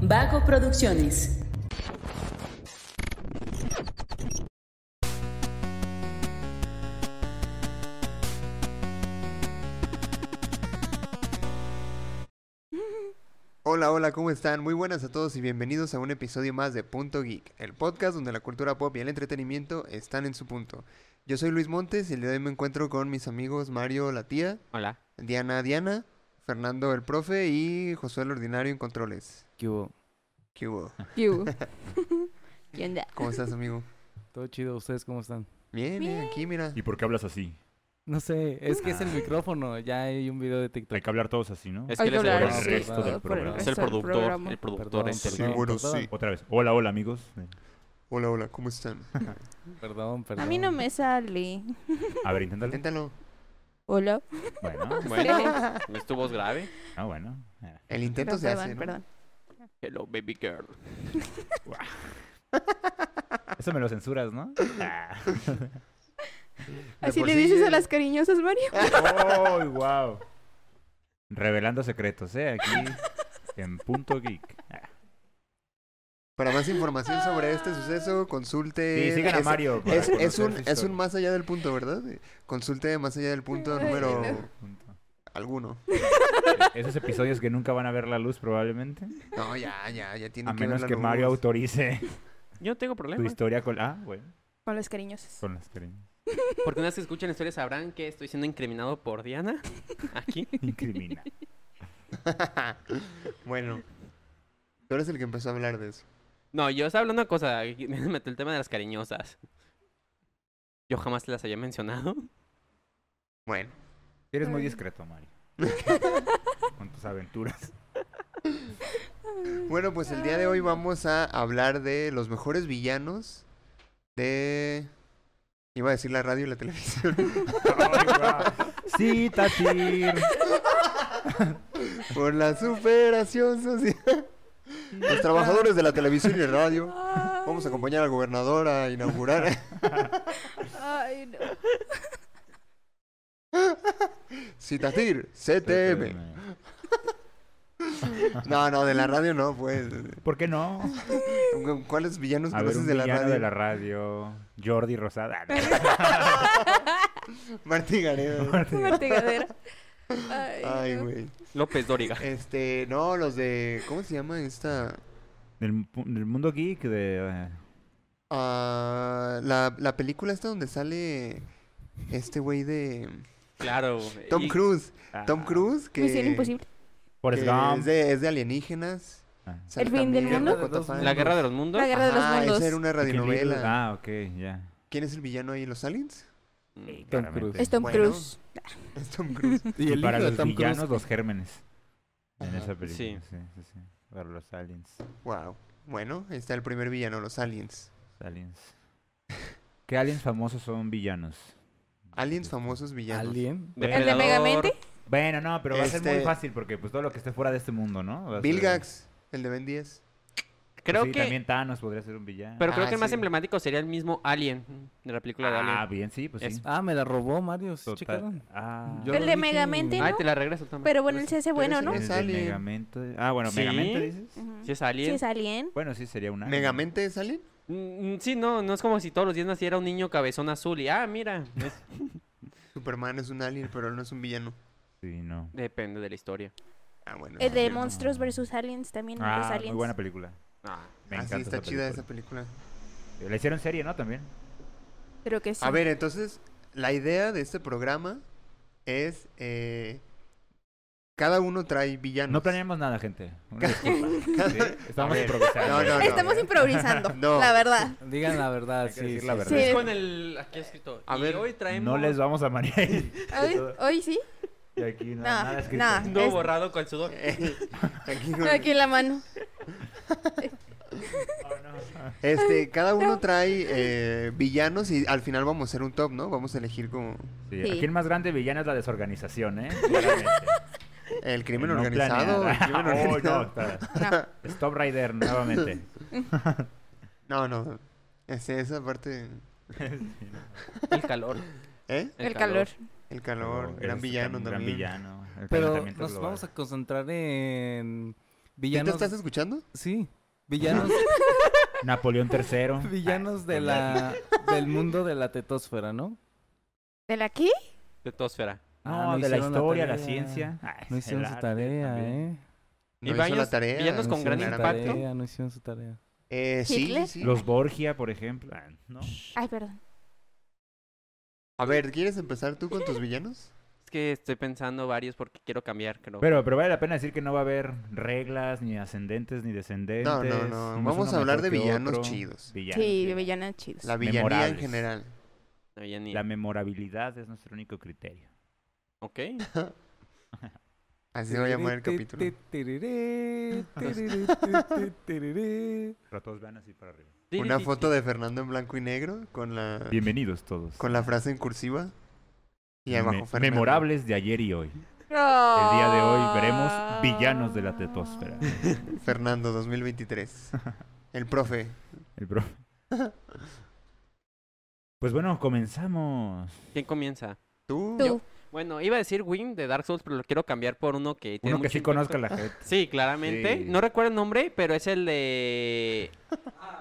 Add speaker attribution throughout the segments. Speaker 1: Vago Producciones.
Speaker 2: Hola, hola, ¿cómo están? Muy buenas a todos y bienvenidos a un episodio más de Punto Geek, el podcast donde la cultura pop y el entretenimiento están en su punto. Yo soy Luis Montes y el día de hoy me encuentro con mis amigos Mario la tía,
Speaker 3: Hola.
Speaker 2: Diana Diana, Fernando el profe y Josué el ordinario en controles.
Speaker 3: ¿Qué hubo?
Speaker 2: ¿Qué hubo?
Speaker 4: You. ¿Qué onda?
Speaker 2: ¿Cómo estás, amigo?
Speaker 3: Todo chido, ¿ustedes cómo están?
Speaker 2: Bien, eh, aquí mira.
Speaker 5: ¿Y por qué hablas así?
Speaker 3: No sé, es que es el micrófono, ya hay un video de
Speaker 5: Hay
Speaker 3: TikTok.
Speaker 5: que hablar todos así, ¿no?
Speaker 6: Es
Speaker 4: Hay
Speaker 6: que él
Speaker 4: que
Speaker 6: es el,
Speaker 4: hablar
Speaker 5: el
Speaker 4: así,
Speaker 5: resto
Speaker 4: todo
Speaker 5: del
Speaker 4: por
Speaker 5: programa.
Speaker 6: es
Speaker 4: resto
Speaker 6: el
Speaker 4: del
Speaker 6: productor,
Speaker 4: programa.
Speaker 6: el productor
Speaker 3: Perdón,
Speaker 6: es el...
Speaker 2: Sí, bueno,
Speaker 3: perdón,
Speaker 2: sí.
Speaker 5: Otra vez. Hola, hola, amigos.
Speaker 2: Hola, hola, ¿cómo están?
Speaker 3: Perdón, perdón.
Speaker 4: A mí no me sale.
Speaker 5: A ver, inténtalo.
Speaker 2: Inténtalo.
Speaker 4: Hola.
Speaker 5: Bueno,
Speaker 6: Bueno, es tu voz grave.
Speaker 5: ah, bueno. Ah.
Speaker 2: El intento se
Speaker 4: Pero perdón,
Speaker 2: hace, ¿no?
Speaker 4: perdón.
Speaker 6: Hello, baby girl.
Speaker 5: Eso me lo censuras, ¿no? Ah.
Speaker 2: De
Speaker 4: Así
Speaker 2: por
Speaker 4: le
Speaker 2: sí
Speaker 4: dices
Speaker 2: ya-
Speaker 4: a las cariñosas, Mario.
Speaker 5: ¡Oh, wow! Revelando secretos, ¿eh? Aquí en Punto Geek. Ah.
Speaker 2: Para más información sobre este suceso, consulte...
Speaker 5: Sí, sigan a
Speaker 2: es-
Speaker 5: Mario. para
Speaker 2: Es, es
Speaker 5: conocer
Speaker 2: un,
Speaker 5: su
Speaker 2: es un
Speaker 5: historia.
Speaker 2: más allá del punto, ¿verdad? Consulte más allá del punto
Speaker 4: Ay,
Speaker 2: número
Speaker 4: no.
Speaker 5: Punto.
Speaker 2: alguno.
Speaker 5: Esos episodios que nunca van a ver la luz, probablemente.
Speaker 2: No, ya, ya, ya tiene
Speaker 5: A
Speaker 2: que ver
Speaker 5: menos
Speaker 2: la
Speaker 5: que
Speaker 2: luz.
Speaker 5: Mario autorice
Speaker 6: Yo no tengo
Speaker 5: tu
Speaker 6: problema.
Speaker 5: historia con. Ah, bueno.
Speaker 4: Con las cariñosas.
Speaker 5: Con las cariñas.
Speaker 6: Porque una vez que escuchan la historia sabrán que estoy siendo incriminado por Diana. Aquí.
Speaker 5: Incrimina.
Speaker 2: bueno. Tú eres el que empezó a hablar de eso.
Speaker 6: No, yo estaba hablando de una cosa. Me meto el tema de las cariñosas. Yo jamás las había mencionado.
Speaker 2: Bueno.
Speaker 5: Eres muy discreto, Mario. Con tus aventuras.
Speaker 2: Bueno, pues el día de hoy vamos a hablar de los mejores villanos de... Iba a decir la radio y la televisión.
Speaker 5: Sí, Tatir.
Speaker 2: Por la superación social. Los trabajadores de la televisión y radio. Vamos a acompañar al gobernador a inaugurar.
Speaker 4: Ay, no.
Speaker 2: Citatir, CTM. No, no, de la radio no, pues.
Speaker 5: ¿Por qué no?
Speaker 2: ¿Cu- ¿Cuáles villanos
Speaker 5: A ver,
Speaker 2: conoces
Speaker 5: un
Speaker 2: Pues de la
Speaker 5: villano
Speaker 2: radio?
Speaker 5: de la radio. Jordi Rosada.
Speaker 2: Martí Gareda.
Speaker 4: Una martigadera. Ay,
Speaker 2: Ay,
Speaker 4: no.
Speaker 2: güey.
Speaker 6: López Dóriga.
Speaker 2: Este, no, los de. ¿Cómo se llama esta?
Speaker 5: Del, mu- del mundo geek de... eh,
Speaker 2: Ah, la, la película esta donde sale este güey de.
Speaker 6: Claro.
Speaker 2: Tom
Speaker 6: y-
Speaker 2: Cruise.
Speaker 5: ah,
Speaker 2: Tom Cruise, que.
Speaker 4: Misión imposible.
Speaker 5: Forrest
Speaker 2: que es,
Speaker 5: Gump.
Speaker 2: de, es de alienígenas.
Speaker 5: Ah.
Speaker 2: Sale
Speaker 4: ¿El fin del
Speaker 2: también
Speaker 4: mundo?
Speaker 2: Dakota Fanning.
Speaker 6: La guerra de los mundos.
Speaker 4: La guerra de los
Speaker 2: Ajá,
Speaker 4: mundos.
Speaker 2: Esa era una
Speaker 5: Pequeño Little-
Speaker 2: radionovela.
Speaker 5: Ah, ok, ya.
Speaker 2: ¿Quién es el villano ahí? ¿Los aliens?
Speaker 6: Mm,
Speaker 3: Tom
Speaker 5: claramente.
Speaker 3: Cruise.
Speaker 4: Es Tom
Speaker 2: Bueno.
Speaker 4: Cruise.
Speaker 2: Es Tom Cruise.
Speaker 5: Y para
Speaker 3: hijo de
Speaker 5: los
Speaker 3: Tom Cruise.
Speaker 5: villanos, los gérmenes. En
Speaker 2: Ajá.
Speaker 5: esa película.
Speaker 6: Sí.
Speaker 5: Sí. sí, sí. Para los aliens.
Speaker 2: Wow. Bueno, ahí está el primer villano, los aliens.
Speaker 5: aliens. ¿Qué aliens famosos son villanos?
Speaker 2: Aliens famosos villanos.
Speaker 3: ¿Alien?
Speaker 4: ¿El de
Speaker 6: Depredador,
Speaker 4: Megamente?
Speaker 5: Bueno, no, pero va a ser
Speaker 2: Este-
Speaker 5: muy fácil porque pues todo lo que esté fuera de este mundo, ¿no? Va a
Speaker 2: Bill
Speaker 5: ser- Pues
Speaker 2: Gax, el de Ben 10.
Speaker 6: Creo
Speaker 5: sí,
Speaker 6: que...
Speaker 5: también Thanos podría ser un villano.
Speaker 6: Pero creo
Speaker 2: Ah,
Speaker 6: que el más
Speaker 2: sí.
Speaker 6: emblemático sería el mismo Alien. De la película de
Speaker 5: ah,
Speaker 6: Alien.
Speaker 5: bien, sí, pues
Speaker 6: Es-
Speaker 5: sí.
Speaker 3: Ah, me la robó Mario, ¿se
Speaker 5: Total-
Speaker 3: checaron?
Speaker 5: Ah,
Speaker 3: Yo
Speaker 4: El
Speaker 3: lo dije.
Speaker 4: de Megamente,
Speaker 6: Ay,
Speaker 4: ¿no?
Speaker 6: te la regreso, toma. Pues
Speaker 4: Pero bueno, él se hace bueno,
Speaker 2: pero
Speaker 4: ¿no?
Speaker 2: ese es
Speaker 5: el de
Speaker 2: Alien.
Speaker 5: Megamente- Ah, bueno,
Speaker 6: ¿Sí?
Speaker 5: Megamente dices.
Speaker 4: Ujú.
Speaker 6: Si es
Speaker 4: Sí,
Speaker 6: Alien.
Speaker 4: es alien.
Speaker 5: Bueno, sí sería una.
Speaker 2: ¿Megamente es alien?
Speaker 6: Mm, Sí, no, no es como si todos los días naciera un niño cabezón azul y ah, mira, es-
Speaker 2: Superman es un alien, pero él no es un villano.
Speaker 5: Sí, no.
Speaker 6: depende de la historia.
Speaker 2: Ah, bueno.
Speaker 4: El Eh, de
Speaker 5: no.
Speaker 4: Monstruos vs. Aliens también. los
Speaker 5: Ah,
Speaker 4: aliens.
Speaker 5: muy buena película.
Speaker 6: Ah,
Speaker 5: Me
Speaker 2: ah,
Speaker 5: encanta
Speaker 2: sí, está
Speaker 5: esa
Speaker 2: chida esa
Speaker 5: película.
Speaker 2: película.
Speaker 5: La hicieron serie, ¿no? También.
Speaker 4: Creo que sí.
Speaker 2: A ver, entonces, la idea de este programa es... eh, cada uno trae villanos.
Speaker 5: No planeamos nada, gente. Una disculpa. Sí, Estamos
Speaker 2: A ver. No,
Speaker 5: improvisando.
Speaker 2: no, no.
Speaker 4: Estamos improvisando,
Speaker 2: No.
Speaker 4: la verdad.
Speaker 3: Digan la verdad,
Speaker 5: Hay que
Speaker 3: sí.
Speaker 5: decir
Speaker 3: sí,
Speaker 5: la
Speaker 3: sí.
Speaker 5: verdad.
Speaker 4: Sí.
Speaker 6: es con el aquí escrito.
Speaker 2: A
Speaker 6: y
Speaker 2: ver,
Speaker 6: hoy traemos
Speaker 5: No les vamos a marear.
Speaker 4: Hoy, hoy sí.
Speaker 5: Y aquí no,
Speaker 4: No,
Speaker 5: nada escrito.
Speaker 4: no.
Speaker 6: no
Speaker 4: es-
Speaker 6: borrado con sudor.
Speaker 2: Aquí con-
Speaker 4: Aquí en la mano.
Speaker 5: Oh, no.
Speaker 2: Este, cada uno trae eh, villanos y al final vamos a hacer un top, ¿no? Vamos a elegir como
Speaker 5: Sí,
Speaker 4: Sí.
Speaker 5: Aquí el más grande villano es la desorganización, ¿eh? Claramente.
Speaker 2: el crimen
Speaker 5: No
Speaker 2: organizado. el
Speaker 5: planeada.
Speaker 2: crimen
Speaker 5: Oh, no,
Speaker 2: organizado.
Speaker 5: espera.
Speaker 4: No.
Speaker 5: Stop Rider nuevamente.
Speaker 2: No, no. Este, esa parte...
Speaker 6: El calor.
Speaker 2: ¿Eh?
Speaker 4: El calor.
Speaker 2: El calor,
Speaker 5: Pero
Speaker 2: gran
Speaker 5: Oh, es
Speaker 2: villano
Speaker 5: un
Speaker 2: también.
Speaker 5: Gran villano. el
Speaker 3: Pero
Speaker 5: calentamiento
Speaker 3: nos
Speaker 5: global.
Speaker 3: vamos a concentrar en
Speaker 2: ¿Sí te
Speaker 3: Villanos.
Speaker 2: estás escuchando?
Speaker 3: Sí. Villanos,
Speaker 5: Napoleón III.
Speaker 3: villanos de la, del mundo de la tetósfera, ¿no?
Speaker 4: ¿De la qué?
Speaker 6: Tetósfera.
Speaker 5: No,
Speaker 3: Ah,
Speaker 5: de la
Speaker 3: hicieron
Speaker 5: historia, la,
Speaker 3: tarea.
Speaker 5: ciencia. Ay,
Speaker 3: No hicieron
Speaker 5: el
Speaker 3: su
Speaker 5: arte
Speaker 3: tarea,
Speaker 5: también.
Speaker 3: ¿eh?
Speaker 2: No
Speaker 6: Y
Speaker 2: hizo la
Speaker 6: villanos-
Speaker 2: tarea.
Speaker 6: villanos
Speaker 3: No
Speaker 6: Pues con gran
Speaker 3: hicieron su
Speaker 2: claramente.
Speaker 6: impacto.
Speaker 3: tarea, no hicieron su tarea.
Speaker 2: Eh, sí, sí,
Speaker 4: ¿Hitler?
Speaker 2: sí.
Speaker 5: Los Borgia, por ejemplo. Ah, no.
Speaker 4: Ay, perdón.
Speaker 2: A ver, ¿quieres empezar tú con tus villanos?
Speaker 6: Es que estoy pensando varios porque quiero cambiar, creo.
Speaker 5: Pero, pero vale la pena decir que no va a haber reglas, ni ascendentes, ni descendentes.
Speaker 2: No, no,
Speaker 5: nomás
Speaker 2: no.
Speaker 5: uno
Speaker 2: Vamos a hablar de
Speaker 5: mejor que
Speaker 2: villanos
Speaker 5: otro.
Speaker 2: chidos.
Speaker 5: Villanos,
Speaker 4: Sí,
Speaker 5: villanos.
Speaker 4: villanos chidos.
Speaker 2: La villanía en
Speaker 5: Memorables.
Speaker 2: general.
Speaker 6: No había ni...
Speaker 5: La memorabilidad es nuestro único criterio.
Speaker 6: Ok.
Speaker 2: Así se va a llamar el capítulo.
Speaker 3: Tiriri, tiriri, tiriri, tiriri.
Speaker 5: Pero todos vean así para arriba.
Speaker 2: Una foto de Fernando en blanco y negro con la,
Speaker 5: Bienvenidos todos.
Speaker 2: con la frase en cursiva. Y abajo
Speaker 5: Me-
Speaker 2: Fernando.
Speaker 5: memorables de ayer y hoy. El día de hoy
Speaker 6: Ah.
Speaker 5: veremos villanos de la tetósfera.
Speaker 2: Fernando 2023. El profe.
Speaker 5: El pro- Pues bueno, comenzamos.
Speaker 6: ¿Quién comienza?
Speaker 2: Tú.
Speaker 4: Tú.
Speaker 6: Bueno, iba a decir Win de Dark Souls, pero lo quiero cambiar por uno que tiene
Speaker 5: Uno que
Speaker 6: mucho
Speaker 5: sí
Speaker 6: impacto.
Speaker 5: conozca la gente.
Speaker 6: Sí, claramente.
Speaker 5: Sí.
Speaker 6: No recuerdo el nombre, pero es el de...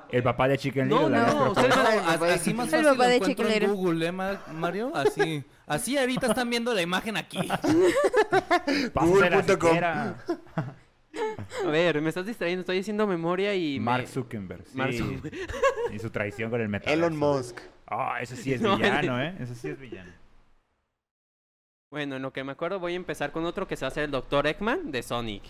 Speaker 5: El papá de Chicken
Speaker 6: No,
Speaker 5: Little. la
Speaker 6: no,
Speaker 5: vez
Speaker 6: ustedes
Speaker 5: propuesta.
Speaker 6: no-
Speaker 2: Ay,
Speaker 3: As-
Speaker 2: papá.
Speaker 3: Así más
Speaker 4: El
Speaker 3: fácil
Speaker 4: papá
Speaker 3: lo
Speaker 4: de
Speaker 3: encuentro en
Speaker 4: Chiquilero.
Speaker 3: Google, ¿eh, Ma- Mario? Así, así ahorita están viendo la imagen aquí.
Speaker 5: Pásasela
Speaker 2: Google punto com.
Speaker 5: siquiera.
Speaker 6: A ver, me estás distrayendo, estoy haciendo memoria y... me-
Speaker 5: Mark Zuckerberg. sí.
Speaker 6: Mark Zuckerberg.
Speaker 5: Y su traición con el metaverso.
Speaker 2: Elon Musk.
Speaker 5: Ah, eso sí es
Speaker 6: No,
Speaker 5: villano, ¿eh? Eso sí es villano.
Speaker 6: Bueno, en lo que me acuerdo voy a empezar con otro que se va a hacer el Dr. Eggman de Sonic.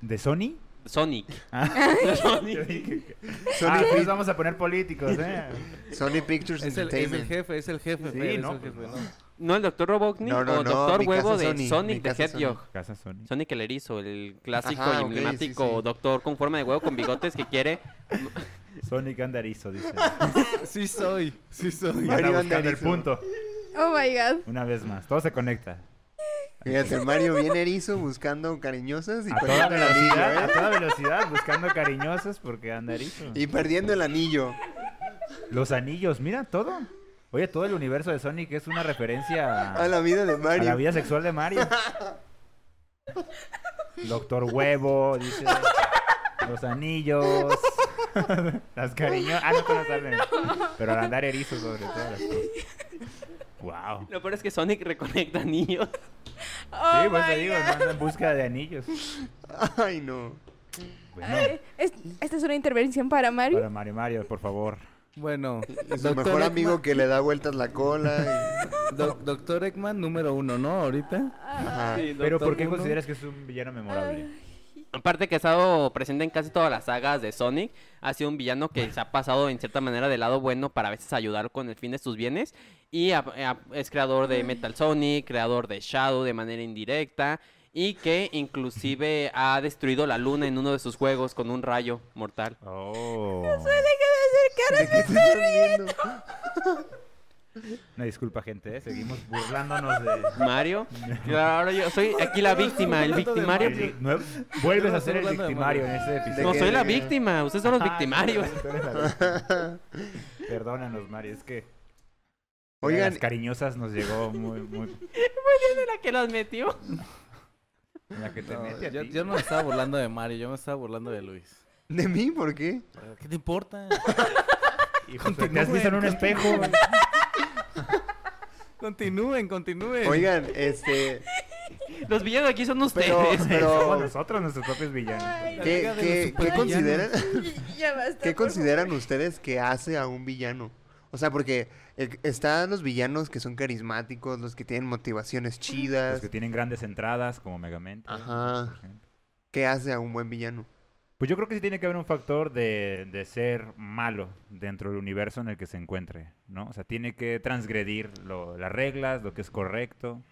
Speaker 5: ¿De Sony?
Speaker 6: Sonic.
Speaker 5: Ah,
Speaker 6: De
Speaker 5: yo
Speaker 6: Sonic.
Speaker 5: dije que-
Speaker 2: Sony,
Speaker 5: Ah,
Speaker 2: Pic-
Speaker 5: nos vamos a poner políticos, ¿eh?
Speaker 2: Sony Pictures
Speaker 3: Es el, es el
Speaker 2: Entertainment.
Speaker 3: jefe, es el jefe.
Speaker 5: Sí,
Speaker 3: Fer, es
Speaker 5: no,
Speaker 3: el jefe,
Speaker 5: pues,
Speaker 3: no.
Speaker 6: No, el Dr. Robotnik
Speaker 2: No, no,
Speaker 6: o
Speaker 2: no,
Speaker 6: Dr.
Speaker 2: mi
Speaker 6: Huevo
Speaker 2: casa
Speaker 6: de
Speaker 2: Sonic, mi
Speaker 6: Sonic de
Speaker 2: casa
Speaker 6: Hedgehog.
Speaker 5: Casa Sony.
Speaker 6: Sonic el erizo, el clásico
Speaker 2: Ajá,
Speaker 6: y
Speaker 2: ok, sí,
Speaker 6: emblemático
Speaker 2: sí.
Speaker 6: doctor con forma de huevo con bigotes que quiere.
Speaker 5: Sonic Andarizo, dice.
Speaker 3: Sí soy, sí soy.
Speaker 5: Y anda
Speaker 2: Mario
Speaker 5: buscando el
Speaker 2: Andarizo.
Speaker 5: punto.
Speaker 4: Oh my god.
Speaker 5: Una vez más. Todo se conecta.
Speaker 2: Fíjate, Mario bien erizo buscando cariñosas y
Speaker 5: A toda
Speaker 2: perdiendo el anillo,
Speaker 5: velocidad, a
Speaker 2: ¿eh?
Speaker 5: toda velocidad, buscando cariñosos porque Andarizo.
Speaker 2: Y perdiendo el anillo.
Speaker 5: Los anillos, mira todo. Oye, todo el universo de Sonic es una referencia
Speaker 2: A la vida de
Speaker 5: Ah. a la
Speaker 2: Mario.
Speaker 5: vida sexual de Mario. Doctor Huevo, dice. Los anillos. las cariñosas. Ah, no, tú no saben. Pero al andar erizo sobre todo. las cosas. Wow.
Speaker 6: Lo peor es que Sonic reconecta anillos.
Speaker 4: Oh
Speaker 5: sí, pues
Speaker 4: my
Speaker 5: te digo,
Speaker 4: God.
Speaker 5: no anda en busca de anillos.
Speaker 2: Ay, no.
Speaker 5: Bueno,
Speaker 4: Es- esta es una intervención para Mario.
Speaker 5: para Mario Mario, por favor.
Speaker 3: Bueno,
Speaker 2: Es su mejor amigo que le da vueltas la cola. y-
Speaker 3: Doctor Eggman número uno, ¿no? Ahorita.
Speaker 2: Ajá.
Speaker 6: Sí,
Speaker 5: Pero
Speaker 3: Doctor
Speaker 5: ¿por qué
Speaker 3: Uno.
Speaker 5: consideras que es un villano memorable?
Speaker 6: Aparte que ha estado presente en casi todas las sagas de Sonic, ha sido un villano que se ha pasado en cierta manera del lado bueno para a veces ayudar con el fin de sus bienes. Y a- a- es creador de Metal Sonic, creador de Shadow de manera indirecta. Y que inclusive ha destruido la luna en uno de sus juegos con un rayo mortal.
Speaker 5: Oh.
Speaker 2: ¿De qué te estás riendo?
Speaker 5: Una disculpa, gente, ¿eh? seguimos burlándonos de.
Speaker 6: Mario, ahora yo soy aquí la víctima, el
Speaker 3: hablando de
Speaker 6: victimario.
Speaker 5: Ay, nue- Vuelves a ser el
Speaker 3: burlando de
Speaker 5: victimario en este
Speaker 2: ¿De
Speaker 5: episodio.
Speaker 6: No,
Speaker 2: qué?
Speaker 6: soy la víctima, ustedes son los
Speaker 5: Ah,
Speaker 6: victimarios.
Speaker 5: tú eres la víctima. Perdónanos, Mario, es que.
Speaker 2: Oigan,
Speaker 5: Las cariñosas nos llegó muy, muy.
Speaker 6: la que las metió.
Speaker 5: en La que te
Speaker 3: No,
Speaker 5: mete a
Speaker 3: yo,
Speaker 5: ti.
Speaker 3: yo no me estaba burlando de Mario, yo me estaba burlando de Luis.
Speaker 2: ¿de mí por qué?
Speaker 3: ¿Qué te importa?
Speaker 5: Y, pues, te has visto en un espejo.
Speaker 3: Continúen, continúen.
Speaker 2: Oigan, este.
Speaker 6: Los villanos aquí son ustedes.
Speaker 2: Pero,
Speaker 5: Somos
Speaker 2: pero
Speaker 5: nosotros nuestros propios villanos.
Speaker 4: Ay,
Speaker 2: ¿qué,
Speaker 3: Liga de
Speaker 2: qué,
Speaker 3: los
Speaker 2: qué consideran,
Speaker 4: ya basta,
Speaker 2: ¿qué
Speaker 4: por
Speaker 2: consideran ustedes que hace a un villano? O sea, porque eh, están los villanos que son carismáticos, los que tienen motivaciones
Speaker 5: Los
Speaker 2: chidas.
Speaker 5: que tienen grandes entradas, como Megamente.
Speaker 2: Ajá. ¿Qué hace a un buen villano?
Speaker 5: Pues yo creo que sí tiene que haber un factor de, de ser malo dentro del universo en el que se encuentre, ¿no? O sea, tiene que transgredir lo- las reglas, lo que es correcto.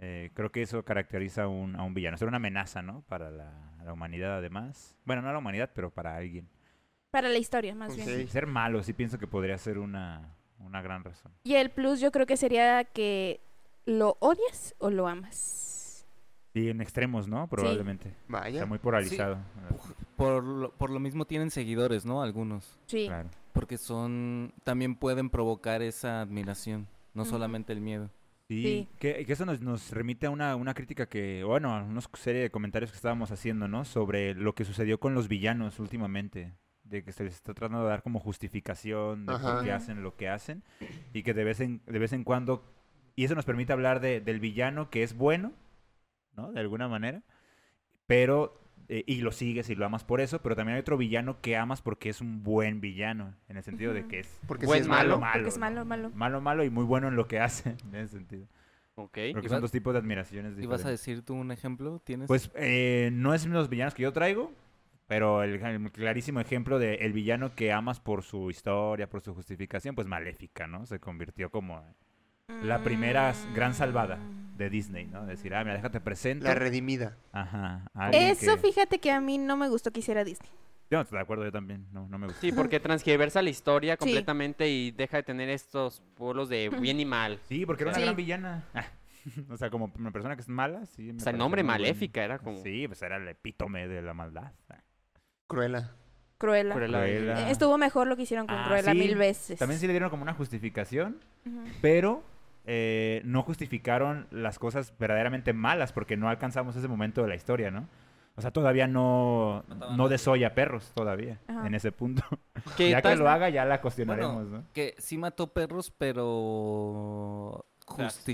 Speaker 5: Eh, creo que eso caracteriza a un, a un villano. Ser una amenaza, ¿no? Para la, la humanidad, además. Bueno, no a la humanidad, pero para alguien.
Speaker 4: favor. Para la historia, más
Speaker 2: Ok.
Speaker 4: bien.
Speaker 5: Sí, Ser malo sí pienso que podría ser una, una gran razón.
Speaker 4: Y el plus yo creo que sería que lo odias o lo amas.
Speaker 5: Y en extremos, ¿no? Probablemente.
Speaker 2: Vaya.
Speaker 5: Está muy polarizado.
Speaker 3: Por lo, por lo mismo tienen seguidores, ¿no? Algunos.
Speaker 4: Sí.
Speaker 5: Claro.
Speaker 3: Porque son. También pueden provocar esa admiración, no
Speaker 4: Ujú.
Speaker 3: solamente el miedo.
Speaker 5: Sí,
Speaker 4: Sí.
Speaker 5: Que, que eso nos, nos remite a una, una crítica que, bueno, a una serie de comentarios que estábamos haciendo, ¿no? Sobre lo que sucedió con los villanos últimamente, de que se les está tratando de dar como justificación de
Speaker 2: Ajá.
Speaker 5: por qué
Speaker 4: Ujú.
Speaker 5: hacen lo que hacen, y que de vez en, de vez en cuando, y eso nos permite hablar de- del villano que es bueno, ¿no? De alguna manera, pero, eh, y lo sigues y lo amas por eso, pero también hay otro villano que amas porque es un buen villano, en el sentido de
Speaker 4: Ujú.
Speaker 5: que es...
Speaker 2: Porque
Speaker 6: Buen
Speaker 2: si es
Speaker 5: Malo,
Speaker 2: malo.
Speaker 5: malo.
Speaker 4: Porque es malo,
Speaker 5: ¿no?
Speaker 4: malo.
Speaker 5: Malo, malo y muy bueno en lo que hace, en ese sentido.
Speaker 6: Ok.
Speaker 5: Creo que
Speaker 3: ¿Y
Speaker 5: son
Speaker 3: vas-
Speaker 5: dos tipos de admiraciones
Speaker 3: ¿Y vas
Speaker 5: diferentes.
Speaker 3: a decir tú un ejemplo? ¿Tienes?
Speaker 5: Pues eh, no es los villanos que yo traigo, pero el, el clarísimo ejemplo de el villano que amas por su historia, por su justificación, pues maléfica, ¿no? Se convirtió como la primera s- gran salvada
Speaker 4: Mm.
Speaker 5: de Disney, ¿no? Decir, ah, mira, déjate presento.
Speaker 2: La redimida.
Speaker 5: Ajá. a alguien
Speaker 4: Eso
Speaker 5: que-
Speaker 4: fíjate que a mí no me gustó que hiciera Disney.
Speaker 5: Yo no estoy de acuerdo, yo también. No, no me gusta.
Speaker 6: Sí, porque transgiversa la historia
Speaker 4: Sí.
Speaker 6: completamente y deja de tener estos polos de bien y mal.
Speaker 5: Sí, porque era una
Speaker 4: Sí.
Speaker 5: gran villana. Ah. o sea, como una persona que es mala, sí. me
Speaker 6: O sea, el
Speaker 5: pareció
Speaker 6: nombre
Speaker 5: muy bueno.
Speaker 6: maléfica era como...
Speaker 5: Sí, pues era el epítome de la maldad. Ah,
Speaker 2: Cruela.
Speaker 4: Cruella.
Speaker 6: Cruella de Vil.
Speaker 5: Cruella.
Speaker 4: Eh, Estuvo mejor lo que hicieron con
Speaker 5: Ah,
Speaker 4: Cruella
Speaker 5: sí.
Speaker 4: mil veces.
Speaker 5: También sí le dieron como una justificación,
Speaker 4: Ujú.
Speaker 5: pero eh, no justificaron las cosas verdaderamente malas porque no alcanzamos ese momento de la historia, ¿no? O sea, todavía no,
Speaker 3: Mataban
Speaker 5: no
Speaker 3: a-
Speaker 5: desoya perros todavía
Speaker 4: Ajá.
Speaker 5: en ese punto.
Speaker 6: ¿Qué
Speaker 5: ya que
Speaker 6: tal-
Speaker 5: lo haga, ya la cuestionaremos, ¿no?
Speaker 3: que sí mató perros, pero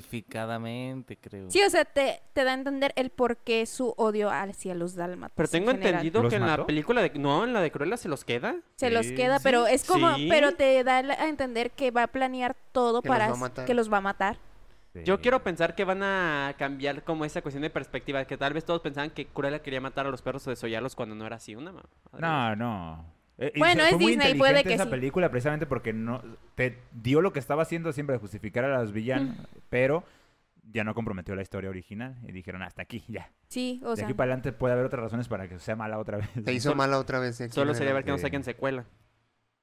Speaker 3: justificadamente, creo.
Speaker 4: Sí, o sea, te, te da a entender el por qué su odio hacia los dálmatas.
Speaker 6: Pero tengo
Speaker 4: en general.
Speaker 6: entendido
Speaker 5: ¿Los
Speaker 6: que en
Speaker 5: mató?
Speaker 6: la película de... No, en la de Cruella se los queda.
Speaker 4: Se los
Speaker 5: Sí.
Speaker 4: queda, pero es como,
Speaker 6: Sí.
Speaker 4: pero te da la- a entender que va a planear todo
Speaker 2: Que los
Speaker 4: para
Speaker 2: va a matar.
Speaker 4: que los va a matar.
Speaker 6: Yo quiero pensar que van a cambiar como esa cuestión de perspectiva, que tal vez todos pensaban que Cruella quería matar a los perros o desollarlos cuando no era así una mamá.
Speaker 5: No, no. Eh, y
Speaker 4: Bueno,
Speaker 5: fue
Speaker 4: es
Speaker 5: muy
Speaker 4: Disney, puede
Speaker 5: inteligente
Speaker 4: que
Speaker 5: esa
Speaker 4: sí.
Speaker 5: película precisamente porque no te dio lo que estaba haciendo siempre de justificar a los villanos,
Speaker 4: Mm.
Speaker 5: pero ya no comprometió la historia original y dijeron hasta aquí, ya.
Speaker 4: Sí, o
Speaker 5: de
Speaker 4: sea.
Speaker 5: aquí para adelante puede haber otras razones para que sea mala otra vez.
Speaker 2: Se hizo
Speaker 6: Solo-
Speaker 2: mala otra vez. de aquí
Speaker 6: Solo
Speaker 2: en
Speaker 6: sería ver que no
Speaker 5: Sí.
Speaker 6: saquen secuela.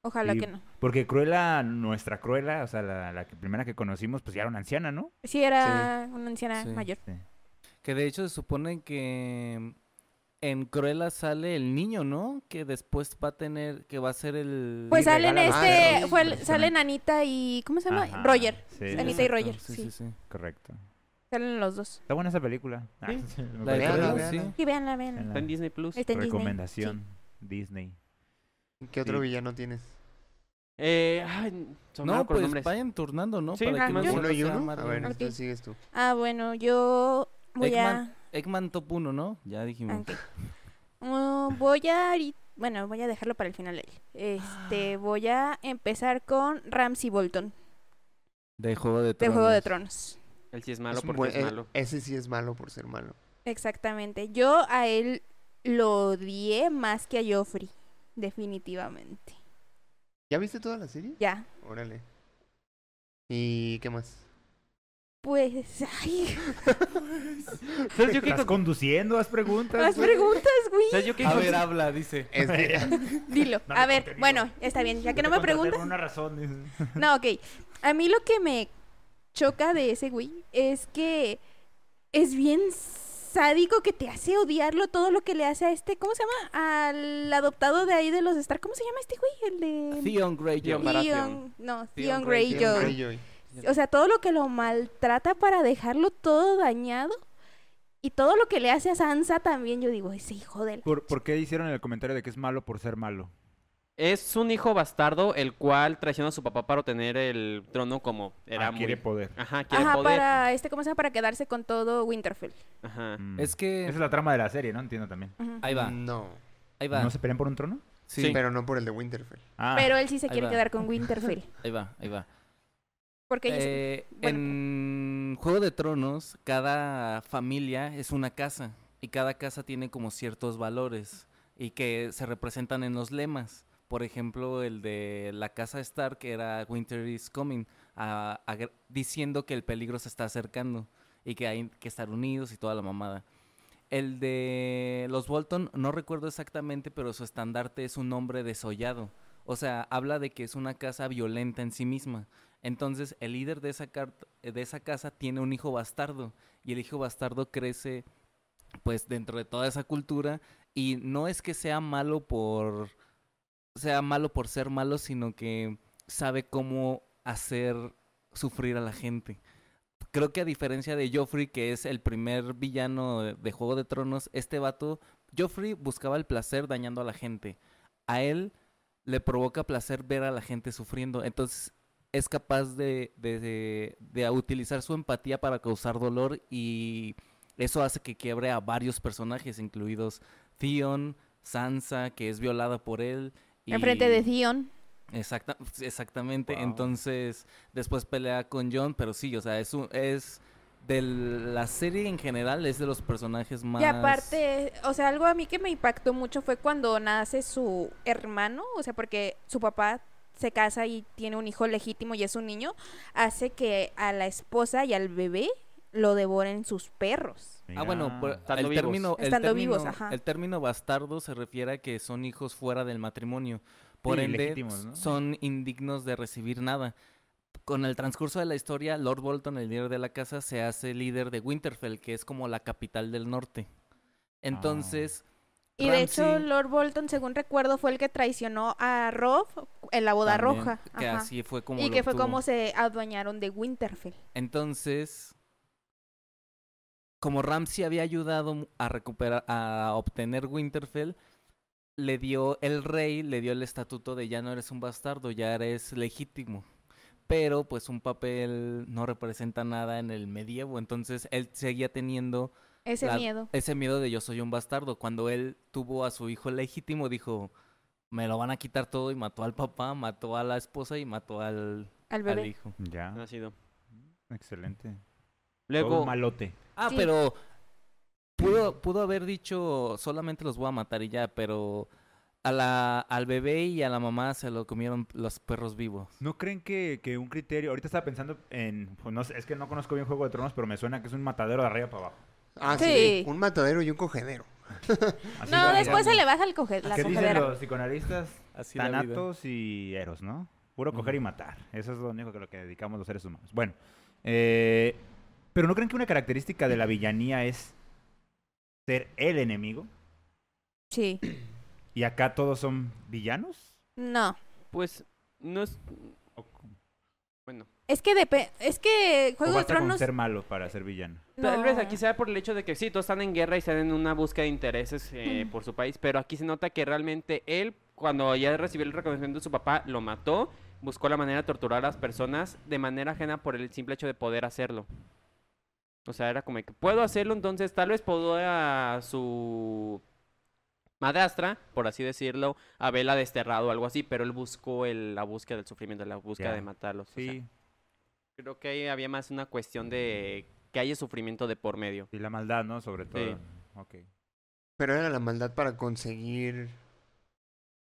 Speaker 4: Ojalá
Speaker 5: Sí,
Speaker 4: que no.
Speaker 5: Porque Cruella, nuestra Cruella, o sea, la, la que- primera que conocimos, pues ya era una anciana, ¿no?
Speaker 4: Sí, era una anciana
Speaker 3: Sí.
Speaker 4: mayor.
Speaker 3: Que de hecho se supone que en Cruella sale el niño, ¿no? Que después va a tener, que va a ser el...
Speaker 4: Pues
Speaker 5: Sí,
Speaker 4: salen
Speaker 5: regala
Speaker 4: este,
Speaker 5: barros,
Speaker 4: fue el-
Speaker 5: precisamente.
Speaker 4: salen Anita y ¿cómo se llama?
Speaker 5: Ajá,
Speaker 4: Roger.
Speaker 5: Sí,
Speaker 4: Anita y
Speaker 3: Exacto,
Speaker 4: Roger,
Speaker 3: Ah, Sí,
Speaker 4: sí.
Speaker 3: sí, sí.
Speaker 5: correcto.
Speaker 4: Salen los dos.
Speaker 5: Está buena esa película. Ah,
Speaker 6: Sí.
Speaker 5: sí, me
Speaker 3: La de
Speaker 5: parece.
Speaker 2: Veanla,
Speaker 3: Cruella,
Speaker 2: veanla.
Speaker 3: sí.
Speaker 4: Sí, véanla, véanla.
Speaker 5: Veanla.
Speaker 6: Está en Disney Plus.
Speaker 4: Está en Disney,
Speaker 5: Recomendación Disney.
Speaker 2: ¿Qué otro
Speaker 5: Sí.
Speaker 2: villano tienes?
Speaker 6: Eh, ay, son
Speaker 3: No,
Speaker 6: malos con los
Speaker 3: pues
Speaker 6: nombres.
Speaker 3: vayan turnando, ¿no?
Speaker 6: Sí,
Speaker 3: Para que
Speaker 6: ajá.
Speaker 3: no se
Speaker 2: ¿Uno y
Speaker 3: nos haga
Speaker 2: uno?
Speaker 3: más
Speaker 2: A
Speaker 3: largo.
Speaker 2: ver,
Speaker 4: Ok.
Speaker 2: entonces sigues tú.
Speaker 4: Ah, bueno, yo voy
Speaker 3: Eggman,
Speaker 4: a
Speaker 3: Eggman top 1, ¿no? Ya dijimos.
Speaker 4: ok. Uh, voy a ahori- bueno, voy a dejarlo para el final. de él. Este, voy a empezar con Ramsey Bolton
Speaker 3: De Juego de
Speaker 4: de
Speaker 3: Tronos.
Speaker 4: Juego de Tronos.
Speaker 6: Él sí es malo
Speaker 2: Es un
Speaker 6: porque
Speaker 2: buen-
Speaker 6: es
Speaker 2: e-
Speaker 6: malo.
Speaker 2: Ese sí es malo por ser malo.
Speaker 4: Exactamente. Yo a él lo odié más que a Joffrey, definitivamente.
Speaker 2: ¿Ya viste toda la serie?
Speaker 4: Ya.
Speaker 2: Órale. ¿Y qué más?
Speaker 4: Pues, ay,
Speaker 6: ¿Sabes yo qué
Speaker 5: ¿Estás
Speaker 6: con-
Speaker 5: conduciendo? ¿Haz preguntas?
Speaker 4: las preguntas, güey.
Speaker 6: ¿Sabes yo qué
Speaker 3: A
Speaker 6: con-
Speaker 3: ver, habla, dice.
Speaker 2: Es que-
Speaker 4: Dilo.
Speaker 5: Dame
Speaker 4: a ver,
Speaker 5: contenido.
Speaker 4: bueno, está bien. Ya que no me preguntas.
Speaker 5: Por una razón.
Speaker 4: No, ok. A mí lo que me choca de ese güey es que es bien sádico que te hace odiarlo todo lo que le hace a este, ¿cómo se llama? Al adoptado de ahí de los Star. ¿Cómo se llama este güey? El de...
Speaker 3: Theon Greyjoy.
Speaker 6: Theon.
Speaker 4: Theon- No, Theon
Speaker 3: Theon
Speaker 2: Theon
Speaker 4: Greyjoy.
Speaker 2: Greyjoy.
Speaker 4: O sea, todo lo que lo maltrata para dejarlo todo dañado y todo lo que le hace a Sansa también, yo digo, ese hijo del...
Speaker 5: ¿Por, por qué hicieron el comentario de que es malo por ser malo?
Speaker 6: Es un hijo bastardo el cual traiciona a su papá para obtener el trono como era
Speaker 5: Ah, quiere
Speaker 6: muy...
Speaker 5: poder.
Speaker 6: Ajá, quiere
Speaker 4: Ajá,
Speaker 6: poder.
Speaker 4: para este, ¿cómo se llama? Para quedarse con todo Winterfell.
Speaker 6: Ajá.
Speaker 5: Mm.
Speaker 3: Es
Speaker 5: Esa
Speaker 3: que...
Speaker 5: es la trama de la serie, ¿no? Entiendo también.
Speaker 4: Ujú.
Speaker 3: Ahí va,
Speaker 2: No.
Speaker 3: ahí va.
Speaker 5: ¿No se pelean por un trono?
Speaker 3: Sí,
Speaker 2: Pero no por el de Winterfell.
Speaker 5: Ah,
Speaker 4: Pero él sí se
Speaker 3: ahí
Speaker 4: quiere
Speaker 3: va.
Speaker 4: quedar con Winterfell.
Speaker 3: ahí va, ahí va.
Speaker 4: Porque ellos-
Speaker 3: Eh,
Speaker 4: bueno.
Speaker 3: En Juego de Tronos, cada familia es una casa y cada casa tiene como ciertos valores y que se representan en los lemas. Por ejemplo, el de la casa Stark era Winter is coming, a- agre- diciendo que el peligro se está acercando y que hay que estar unidos y toda la mamada. El de los Bolton, no recuerdo exactamente, pero su estandarte es un hombre desollado. O sea, habla de que es una casa violenta en sí misma. Entonces, el líder de esa, car- de esa casa tiene un hijo bastardo y el hijo bastardo crece pues dentro de toda esa cultura y no es que sea malo por sea malo por ser malo, sino que sabe cómo hacer sufrir a la gente. creo que a diferencia de Joffrey, que es el primer villano de- de Juego de Tronos, este vato, Joffrey buscaba el placer dañando a la gente. A él le provoca placer ver a la gente sufriendo. Entonces es capaz de, de- de- de utilizar su empatía para causar dolor y eso hace que quiebre a varios personajes, incluidos Theon, Sansa, que es violada por él. y-
Speaker 4: Enfrente de Theon.
Speaker 3: Exacta- exactamente.
Speaker 5: Wow.
Speaker 3: Entonces, después pelea con John, pero sí, o sea, es un- es de la serie en general es de los personajes más
Speaker 4: Y aparte, o sea, algo a mí que me impactó mucho fue cuando nace su hermano, o sea, porque su papá se casa y tiene un hijo legítimo y es un niño, hace que a la esposa y al bebé lo devoren sus perros.
Speaker 3: Ah, bueno, por-
Speaker 5: Mira.
Speaker 6: Estando
Speaker 3: el
Speaker 6: vivos.
Speaker 3: término, el,
Speaker 4: Estando
Speaker 3: término,
Speaker 4: vivos, ajá.
Speaker 3: el término bastardo se refiere a que son hijos fuera del matrimonio. Por
Speaker 5: Sí,
Speaker 3: ende,
Speaker 5: legítimos, ¿no?
Speaker 3: son indignos de recibir nada. Con el transcurso de la historia, Lord Bolton, el líder de la casa, se hace líder de Winterfell, que es como la capital del norte.
Speaker 5: Ah.
Speaker 3: Entonces,
Speaker 4: Y de hecho,
Speaker 3: Ramsay-
Speaker 4: Lord Bolton, según recuerdo, fue el que traicionó a Rob en la boda
Speaker 3: también,
Speaker 4: roja.
Speaker 3: Que
Speaker 4: Ajá.
Speaker 3: así fue como
Speaker 4: Y
Speaker 3: lo
Speaker 4: que fue
Speaker 3: obtuvo.
Speaker 4: como se adueñaron de Winterfell.
Speaker 3: Entonces, como Ramsey había ayudado mu- a recuperar, a obtener Winterfell, le dio el rey, le dio el estatuto de ya no eres un bastardo, ya eres legítimo. Pero pues un papel no representa nada en el medievo, entonces él seguía teniendo
Speaker 4: Ese
Speaker 3: la-
Speaker 4: miedo.
Speaker 3: ese miedo de yo soy un bastardo. Cuando él tuvo a su hijo legítimo, dijo, me lo van a quitar todo y mató al papá, mató a la esposa y mató al,
Speaker 4: Al
Speaker 3: al
Speaker 4: bebé.
Speaker 3: hijo.
Speaker 5: Ya,
Speaker 6: Ha sido.
Speaker 5: excelente. Todo
Speaker 6: Ah. Luego,
Speaker 5: un malote.
Speaker 3: Ah,
Speaker 4: Sí.
Speaker 3: pero pudo, pudo haber dicho solamente los voy a matar y ya, pero a la, al bebé y a la mamá se lo comieron los perros vivos.
Speaker 5: ¿No creen que, que un criterio... Ahorita estaba pensando en... pues, No sé, es que no conozco bien Juego de Tronos, pero me suena que es un matadero de arriba para abajo.
Speaker 2: Ah, sí.
Speaker 4: Sí.
Speaker 2: Un matadero y un cogedero.
Speaker 5: Así
Speaker 4: No,
Speaker 5: lo-
Speaker 4: después se le baja el coge la
Speaker 5: ¿Qué dicen
Speaker 4: cogedera.
Speaker 5: los psicoanalistas?
Speaker 3: Así
Speaker 5: Tanatos y Eros, ¿no? Puro coger y matar. Eso es lo único que lo que dedicamos los seres humanos. Bueno, eh, pero ¿no creen que una característica de la villanía es ser el enemigo?
Speaker 4: Sí.
Speaker 5: ¿Y acá todos son villanos?
Speaker 4: No.
Speaker 6: pues, no es...
Speaker 5: ¿O,
Speaker 6: Bueno,
Speaker 4: Es que depende. Es que
Speaker 5: o
Speaker 4: Juego de
Speaker 5: basta con
Speaker 4: Tronos.
Speaker 5: ser malo para ser villano?
Speaker 6: tal vez
Speaker 4: no.
Speaker 6: aquí sea por el hecho de que sí, todos están en guerra y están en una búsqueda de intereses eh, por su país, pero aquí se nota que realmente él, cuando ya recibió el reconocimiento de su papá, lo mató, buscó la manera de torturar a las personas de manera ajena por el simple hecho de poder hacerlo. O sea, era como que puedo hacerlo, entonces tal vez podía su madrastra, por así decirlo, haberla desterrado o algo así, pero él buscó el- la búsqueda del sufrimiento, la búsqueda
Speaker 5: Ya.
Speaker 6: de matarlos. o sea,
Speaker 5: Sí,
Speaker 6: Creo que ahí había más una cuestión de que haya sufrimiento de por medio.
Speaker 5: y la maldad, ¿no? Sobre todo. Ok.
Speaker 2: Pero era la maldad para conseguir.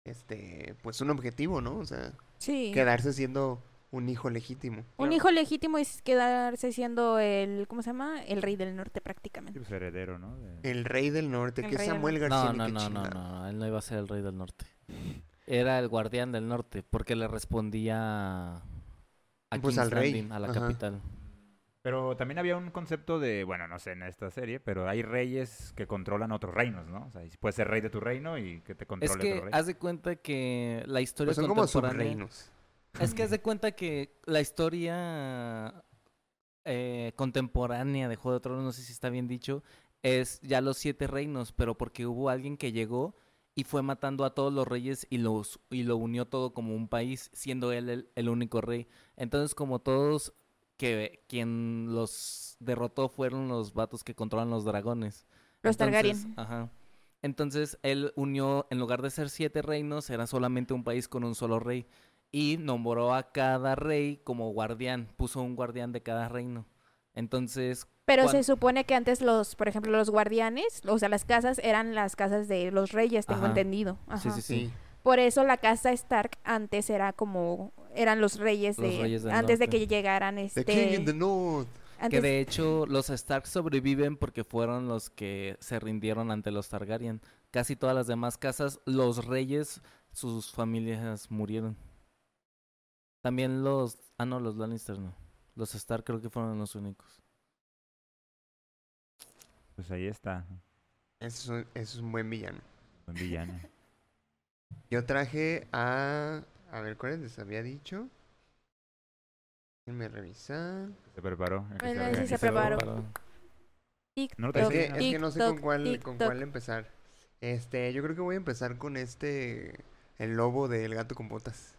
Speaker 2: Este. Pues un objetivo, ¿no? O sea,
Speaker 4: Sí.
Speaker 2: quedarse siendo un hijo legítimo.
Speaker 4: Un
Speaker 6: Claro.
Speaker 4: hijo legítimo es quedarse siendo el. ¿Cómo se llama? El rey del norte, prácticamente.
Speaker 5: Sí, pues, heredero, ¿no? De-
Speaker 2: El rey del norte,
Speaker 4: El
Speaker 2: que es
Speaker 4: rey del
Speaker 2: Samuel García.
Speaker 3: No, no,
Speaker 2: ni qué
Speaker 3: no, no,
Speaker 2: chingado.
Speaker 3: no, él no iba a ser el rey del norte. Era el guardián del norte porque le respondía a
Speaker 2: Pues
Speaker 3: King's
Speaker 2: al rey,
Speaker 3: Landing, a la
Speaker 2: ajá.
Speaker 3: capital.
Speaker 5: Pero también había un concepto de, bueno, no sé, en esta serie, pero hay reyes que controlan otros reinos, ¿no? O sea, y puedes ser rey de tu reino y que te controle
Speaker 3: Es que
Speaker 5: otro rey.
Speaker 3: haz de cuenta que la historia
Speaker 2: Pues son como
Speaker 3: contemporánea
Speaker 2: subreinos.
Speaker 3: Es que haz de cuenta que la historia eh, contemporánea de Juego de Tronos, no sé si está bien dicho, es ya los siete reinos, pero porque hubo alguien que llegó y fue matando a todos los reyes y, los, y lo unió todo como un país, siendo él el, el único rey. Entonces, como todos, que quien los derrotó fueron los vatos que controlan los dragones.
Speaker 4: Los Targaryen.
Speaker 3: Entonces, ah, Ajá. Entonces él unió, en lugar de ser siete reinos, era solamente un país con un solo rey. Y nombró a cada rey como guardián, puso un guardián de cada reino. Entonces,
Speaker 4: Pero se
Speaker 3: cuan-
Speaker 4: supone que antes los, por ejemplo, los guardianes, o sea, las casas eran las casas de los reyes, tengo
Speaker 3: Ajá.
Speaker 4: entendido.
Speaker 3: sí,
Speaker 4: Ajá.
Speaker 3: sí, sí.
Speaker 2: Sí.
Speaker 4: Por eso la casa Stark antes era como eran los reyes de
Speaker 3: Los reyes del
Speaker 4: antes de
Speaker 3: norte.
Speaker 4: que llegaran
Speaker 2: The
Speaker 4: este
Speaker 2: King in the North.
Speaker 4: antes-
Speaker 3: Que de hecho los Stark sobreviven porque fueron los que se rindieron ante los Targaryen. Casi todas las demás casas, los reyes, sus familias murieron. También los... Ah, no, los Lannister no. Los Stark creo que fueron los únicos.
Speaker 5: Pues ahí está,
Speaker 2: Eso es un- eso es un buen villano.
Speaker 5: un villano.
Speaker 2: Yo traje a. A ver, ¿cuáles les había dicho? Déjenme revisar.
Speaker 5: Se preparó. el que
Speaker 4: Él
Speaker 5: se
Speaker 4: sí se
Speaker 5: organizó.
Speaker 4: preparó.
Speaker 5: No lo
Speaker 4: TikTok,
Speaker 2: Es
Speaker 5: traes Toc,
Speaker 2: que, Pues es que no sé con
Speaker 4: TikTok,
Speaker 2: cuál, con
Speaker 4: TikTok.
Speaker 2: cuál empezar. Este, yo creo que voy a empezar con este, el lobo del gato con botas.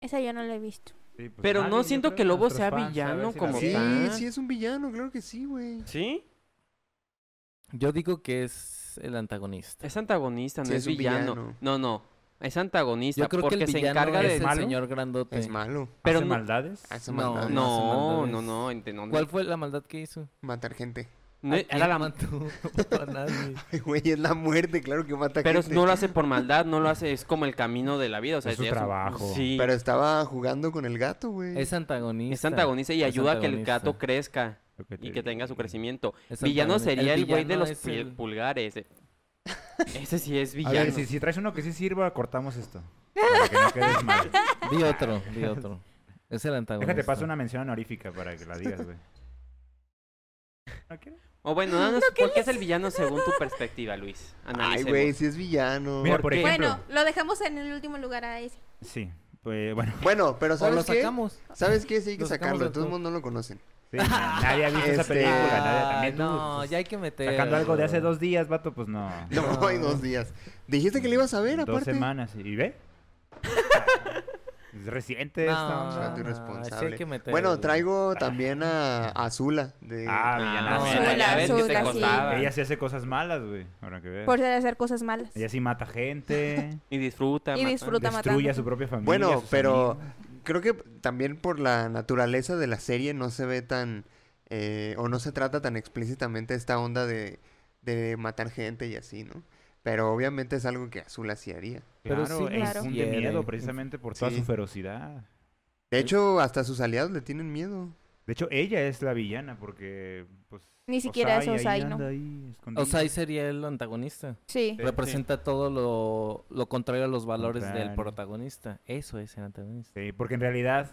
Speaker 4: Esa yo no la he visto.
Speaker 5: Sí, pues,
Speaker 6: Pero no
Speaker 5: alguien, yo
Speaker 6: siento
Speaker 5: creo,
Speaker 6: que Lobo
Speaker 5: nuestros
Speaker 6: sea
Speaker 5: fans, a ver
Speaker 6: villano
Speaker 5: si la
Speaker 6: como
Speaker 5: ven.
Speaker 2: Sí,
Speaker 6: tal.
Speaker 2: sí es un villano, claro que sí, güey.
Speaker 6: ¿Sí?
Speaker 3: Yo digo que es el antagonista.
Speaker 6: Es antagonista, no
Speaker 2: Sí,
Speaker 6: es,
Speaker 2: es un
Speaker 6: villano.
Speaker 2: villano.
Speaker 6: No, no. Es antagonista
Speaker 3: Yo creo
Speaker 6: porque
Speaker 3: que el
Speaker 6: se
Speaker 3: villano
Speaker 6: encarga
Speaker 3: es
Speaker 6: de...
Speaker 3: el
Speaker 5: malo.
Speaker 3: señor grandote.
Speaker 2: Es malo.
Speaker 6: Pero
Speaker 5: ¿Hace
Speaker 6: no-
Speaker 5: maldades?
Speaker 2: Hace
Speaker 3: No,
Speaker 2: maldades.
Speaker 6: No,
Speaker 3: hace
Speaker 6: no,
Speaker 3: maldades.
Speaker 6: no. ente- no, no.
Speaker 3: ¿Cuál fue la maldad que hizo?
Speaker 2: Matar gente.
Speaker 6: No,
Speaker 3: ¿A
Speaker 6: era
Speaker 3: quién
Speaker 6: la-
Speaker 3: mató? No, a nadie.
Speaker 2: Ay, güey, es la muerte, claro que mata
Speaker 6: Pero
Speaker 2: gente.
Speaker 6: no lo hace por maldad, no lo hace... Es como el camino de la vida. O sea,
Speaker 5: Es su
Speaker 6: ya un-
Speaker 5: trabajo.
Speaker 6: Sí.
Speaker 2: Pero estaba jugando con el gato, güey.
Speaker 3: Es antagonista.
Speaker 6: Es antagonista y
Speaker 3: Es
Speaker 6: ayuda a que el
Speaker 3: antagonista.
Speaker 6: gato crezca
Speaker 5: Lo te
Speaker 6: y que tenga su
Speaker 5: digo.
Speaker 6: crecimiento.
Speaker 3: Es
Speaker 6: Villano
Speaker 3: antagonista.
Speaker 6: sería
Speaker 3: El
Speaker 6: el güey de
Speaker 3: villano
Speaker 6: los
Speaker 3: es
Speaker 6: pi-
Speaker 3: el-
Speaker 6: pulgares. eh. Ese sí es
Speaker 5: A
Speaker 6: villano.
Speaker 5: ver, si, si traes uno que sí sirva, cortamos esto. Para que no quedes mal.
Speaker 3: Di otro, di otro. Es el antagonista.
Speaker 5: Déjate, paso una mención honorífica para que la digas, güey. ¿No quieres?
Speaker 6: O bueno, danos por qué es el villano según tu perspectiva, Luis.
Speaker 2: Ay,
Speaker 6: Analicemos.
Speaker 2: güey, sí es villano.
Speaker 5: Mira, por
Speaker 6: qué?
Speaker 5: ejemplo.
Speaker 4: Bueno, lo dejamos en el último lugar a ese.
Speaker 5: Sí, pues bueno.
Speaker 2: Bueno, pero
Speaker 3: O lo
Speaker 2: ¿sabes qué?
Speaker 3: sacamos.
Speaker 2: ¿Sabes qué? Sí hay que
Speaker 3: Lo sacamos
Speaker 2: sacarlo, de
Speaker 3: del
Speaker 2: todos
Speaker 3: top.
Speaker 2: modos no lo conocen.
Speaker 5: sí, no, nadie ha visto esa
Speaker 2: Este-
Speaker 5: película.
Speaker 3: Ah,
Speaker 5: Nadie, también tú,
Speaker 3: no,
Speaker 5: pues,
Speaker 3: ya hay que meter.
Speaker 5: Sacando algo de hace dos días, vato, pues no.
Speaker 2: No, hay dos días. Dijiste que le ibas a ver,
Speaker 5: Dos
Speaker 2: aparte.
Speaker 5: semanas. ¿Y ve? es reciente esta
Speaker 3: No,
Speaker 2: Chato
Speaker 5: onda.
Speaker 3: no, Ah, sí hay
Speaker 2: irresponsable.
Speaker 3: que meter.
Speaker 2: Bueno, traigo también a Azula de
Speaker 5: Ah,
Speaker 6: Ah,
Speaker 5: villana.
Speaker 6: mira, ya
Speaker 4: Azul,
Speaker 6: ves que
Speaker 4: azul,
Speaker 6: te
Speaker 4: así.
Speaker 6: costaba.
Speaker 5: Ella sí hace cosas malas, güey. Ahora que veas.
Speaker 4: Por hacer cosas malas.
Speaker 5: Ella sí mata gente.
Speaker 6: Y disfruta.
Speaker 4: Y
Speaker 6: mata.
Speaker 4: disfruta. Puta
Speaker 5: destruye
Speaker 4: matando.
Speaker 5: a su propia familia. a
Speaker 2: Bueno,
Speaker 5: sus
Speaker 2: pero
Speaker 5: amigos.
Speaker 2: creo que también por la naturaleza de la serie no se ve tan eh, o no se trata tan explícitamente esta onda de, de matar gente y así, ¿no? Pero obviamente es algo que Azula sí haría.
Speaker 3: Pero
Speaker 5: claro,
Speaker 3: sí
Speaker 5: e
Speaker 4: Claro.
Speaker 5: infunde
Speaker 3: quiere.
Speaker 5: miedo precisamente por toda
Speaker 2: Sí.
Speaker 5: su ferocidad.
Speaker 2: De hecho, hasta sus aliados le tienen miedo.
Speaker 5: De hecho, ella es la villana porque, pues...
Speaker 4: Ni siquiera es
Speaker 5: ahí
Speaker 4: Osai, ¿no?
Speaker 5: anda ahí escondida.
Speaker 3: Osai sería el antagonista.
Speaker 4: Sí.
Speaker 5: Sí.
Speaker 3: Representa todo lo, lo contrario a los valores del
Speaker 5: Contrario.
Speaker 3: protagonista. Eso es el antagonista.
Speaker 5: Sí, porque en realidad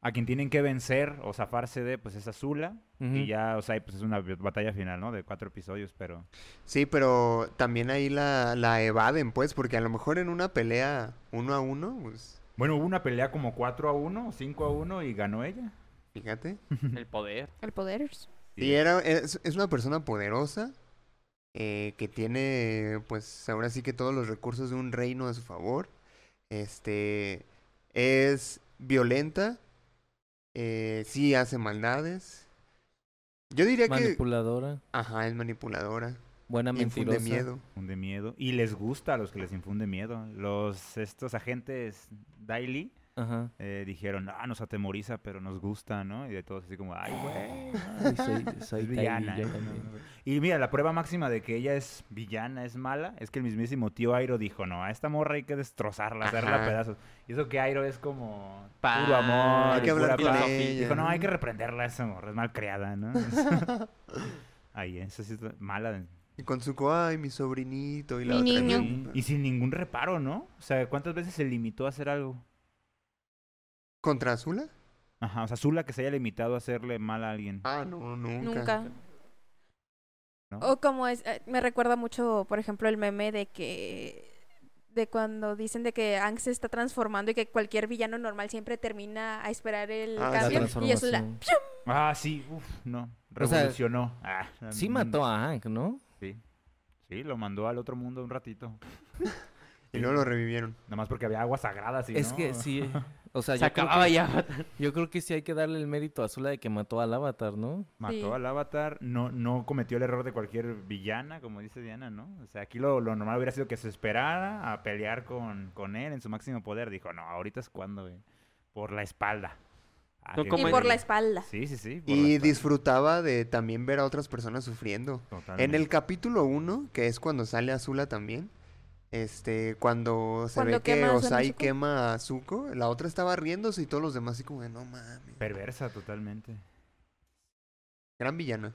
Speaker 5: a quien tienen que vencer o zafarse de, pues es Azula.
Speaker 3: Ujú.
Speaker 5: Y ya, Osai, pues es una batalla final, ¿no? De cuatro episodios, pero...
Speaker 2: Sí, pero también ahí la, la evaden, pues, porque a lo mejor en una pelea uno a uno, pues,
Speaker 5: Bueno, hubo una pelea como 4 a 1, 5 a 1 y ganó ella.
Speaker 2: fíjate.
Speaker 6: El poder.
Speaker 4: El poder. pues,
Speaker 2: Y era, es, es una persona poderosa eh, que tiene, pues ahora sí que todos los recursos de un reino a su favor. Este es violenta, eh, sí hace maldades. Yo diría que,
Speaker 3: Manipuladora.
Speaker 2: ajá, es manipuladora,
Speaker 3: Buena
Speaker 2: infunde
Speaker 3: mentirosa.
Speaker 2: miedo.
Speaker 5: Infunde miedo. Y les gusta a los que les infunde miedo. Los, estos agentes Daily
Speaker 3: Ajá.
Speaker 5: eh, dijeron, ah, nos atemoriza, pero nos gusta, ¿no? Y de todos así como, ay, güey.
Speaker 3: Ay, soy soy Kylie,
Speaker 5: es villana.
Speaker 3: yo
Speaker 5: ¿no?
Speaker 3: también.
Speaker 5: Y mira, la prueba máxima de que ella es villana, es mala, es que el mismísimo tío Airo dijo, no, a esta morra hay que destrozarla, hacerla a
Speaker 2: Ajá.
Speaker 5: pedazos. Y eso que Airo es como
Speaker 6: Paz,
Speaker 5: puro amor,
Speaker 2: Hay que
Speaker 5: pura
Speaker 2: hablar con
Speaker 5: paz.
Speaker 2: ella,
Speaker 5: Dijo, no,
Speaker 2: ¿no?
Speaker 5: hay que reprenderla, esa morra es malcriada, ¿no? Ahí, eso sí es mala. de-
Speaker 2: Y con su co, ay, mi sobrinito y la
Speaker 4: Mi
Speaker 2: otra,
Speaker 4: niño.
Speaker 2: "Mm".
Speaker 5: Y sin ningún reparo, ¿no? O sea, ¿cuántas veces se limitó a hacer algo?
Speaker 2: ¿Contra Azula?
Speaker 5: Ajá, o sea, Zula que se haya limitado a hacerle mal a alguien.
Speaker 2: Ah, no, nunca.
Speaker 4: Nunca.
Speaker 5: ¿no?
Speaker 4: O como es, eh, me recuerda mucho, por ejemplo, el meme de que de cuando dicen de que Ang se está transformando y que cualquier villano normal siempre termina a esperar el
Speaker 2: Ah,
Speaker 3: La
Speaker 4: cambio y eso la
Speaker 3: transformación.
Speaker 5: Ah, sí, uff, no.
Speaker 3: O sea,
Speaker 5: Revolucionó. Ah,
Speaker 3: Sí
Speaker 5: mm,
Speaker 3: mató a Hank, ¿no?
Speaker 5: Sí, lo mandó al otro mundo un ratito.
Speaker 2: Y luego lo revivieron.
Speaker 5: Nada más porque había agua sagrada, ¿sí,
Speaker 3: es
Speaker 5: ¿no?
Speaker 3: que sí. O sea,
Speaker 6: Se
Speaker 3: yo creo,
Speaker 6: acababa ya.
Speaker 3: que, yo creo que sí hay que darle el mérito a Azula de que mató al Avatar, ¿no?
Speaker 5: Mató
Speaker 4: Sí.
Speaker 5: al avatar, no, no cometió el error de cualquier villana, como dice Diana, ¿no? O sea, aquí lo, lo normal hubiera sido que se esperara a pelear con, con él en su máximo poder. Dijo, no, ahorita es cuando, güey. Por la espalda. Ah,
Speaker 6: No,
Speaker 5: qué
Speaker 6: como
Speaker 4: y
Speaker 5: güey.
Speaker 4: por la espalda.
Speaker 5: Sí, sí, sí. por la
Speaker 2: Y
Speaker 5: espalda.
Speaker 2: disfrutaba de también ver a otras personas sufriendo. En
Speaker 5: Totalmente.
Speaker 2: el capítulo 1, que es cuando sale Azula también, este, cuando se
Speaker 4: Cuando
Speaker 2: ve que
Speaker 4: quema a
Speaker 2: Osai
Speaker 4: Nezuko.
Speaker 2: quema a Zuko, la otra estaba riéndose y todos los demás así como de no mames.
Speaker 5: Perversa, totalmente.
Speaker 2: Gran villana.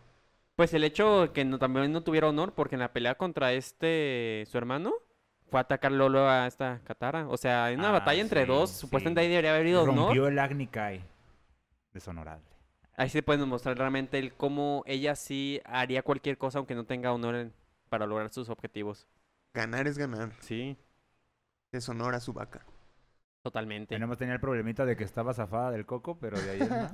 Speaker 6: Pues el hecho que no- también no tuviera honor porque en la pelea contra este, su hermano, fue a atacar Lolo a esta Katara. O sea, en una
Speaker 5: Ah,
Speaker 6: batalla entre
Speaker 5: sí,
Speaker 6: dos,
Speaker 5: sí.
Speaker 6: supuestamente ahí debería haber ido honor.
Speaker 5: Rompió el Agni Kai. Deshonorable.
Speaker 6: Ahí se pueden mostrar realmente el cómo ella sí haría cualquier cosa aunque no tenga honor en- para lograr sus objetivos.
Speaker 2: Ganar es ganar.
Speaker 6: Sí.
Speaker 2: Deshonor a su vaca.
Speaker 6: Totalmente.
Speaker 5: Tenemos tenía el problemita de que estaba zafada del coco, pero de ahí en más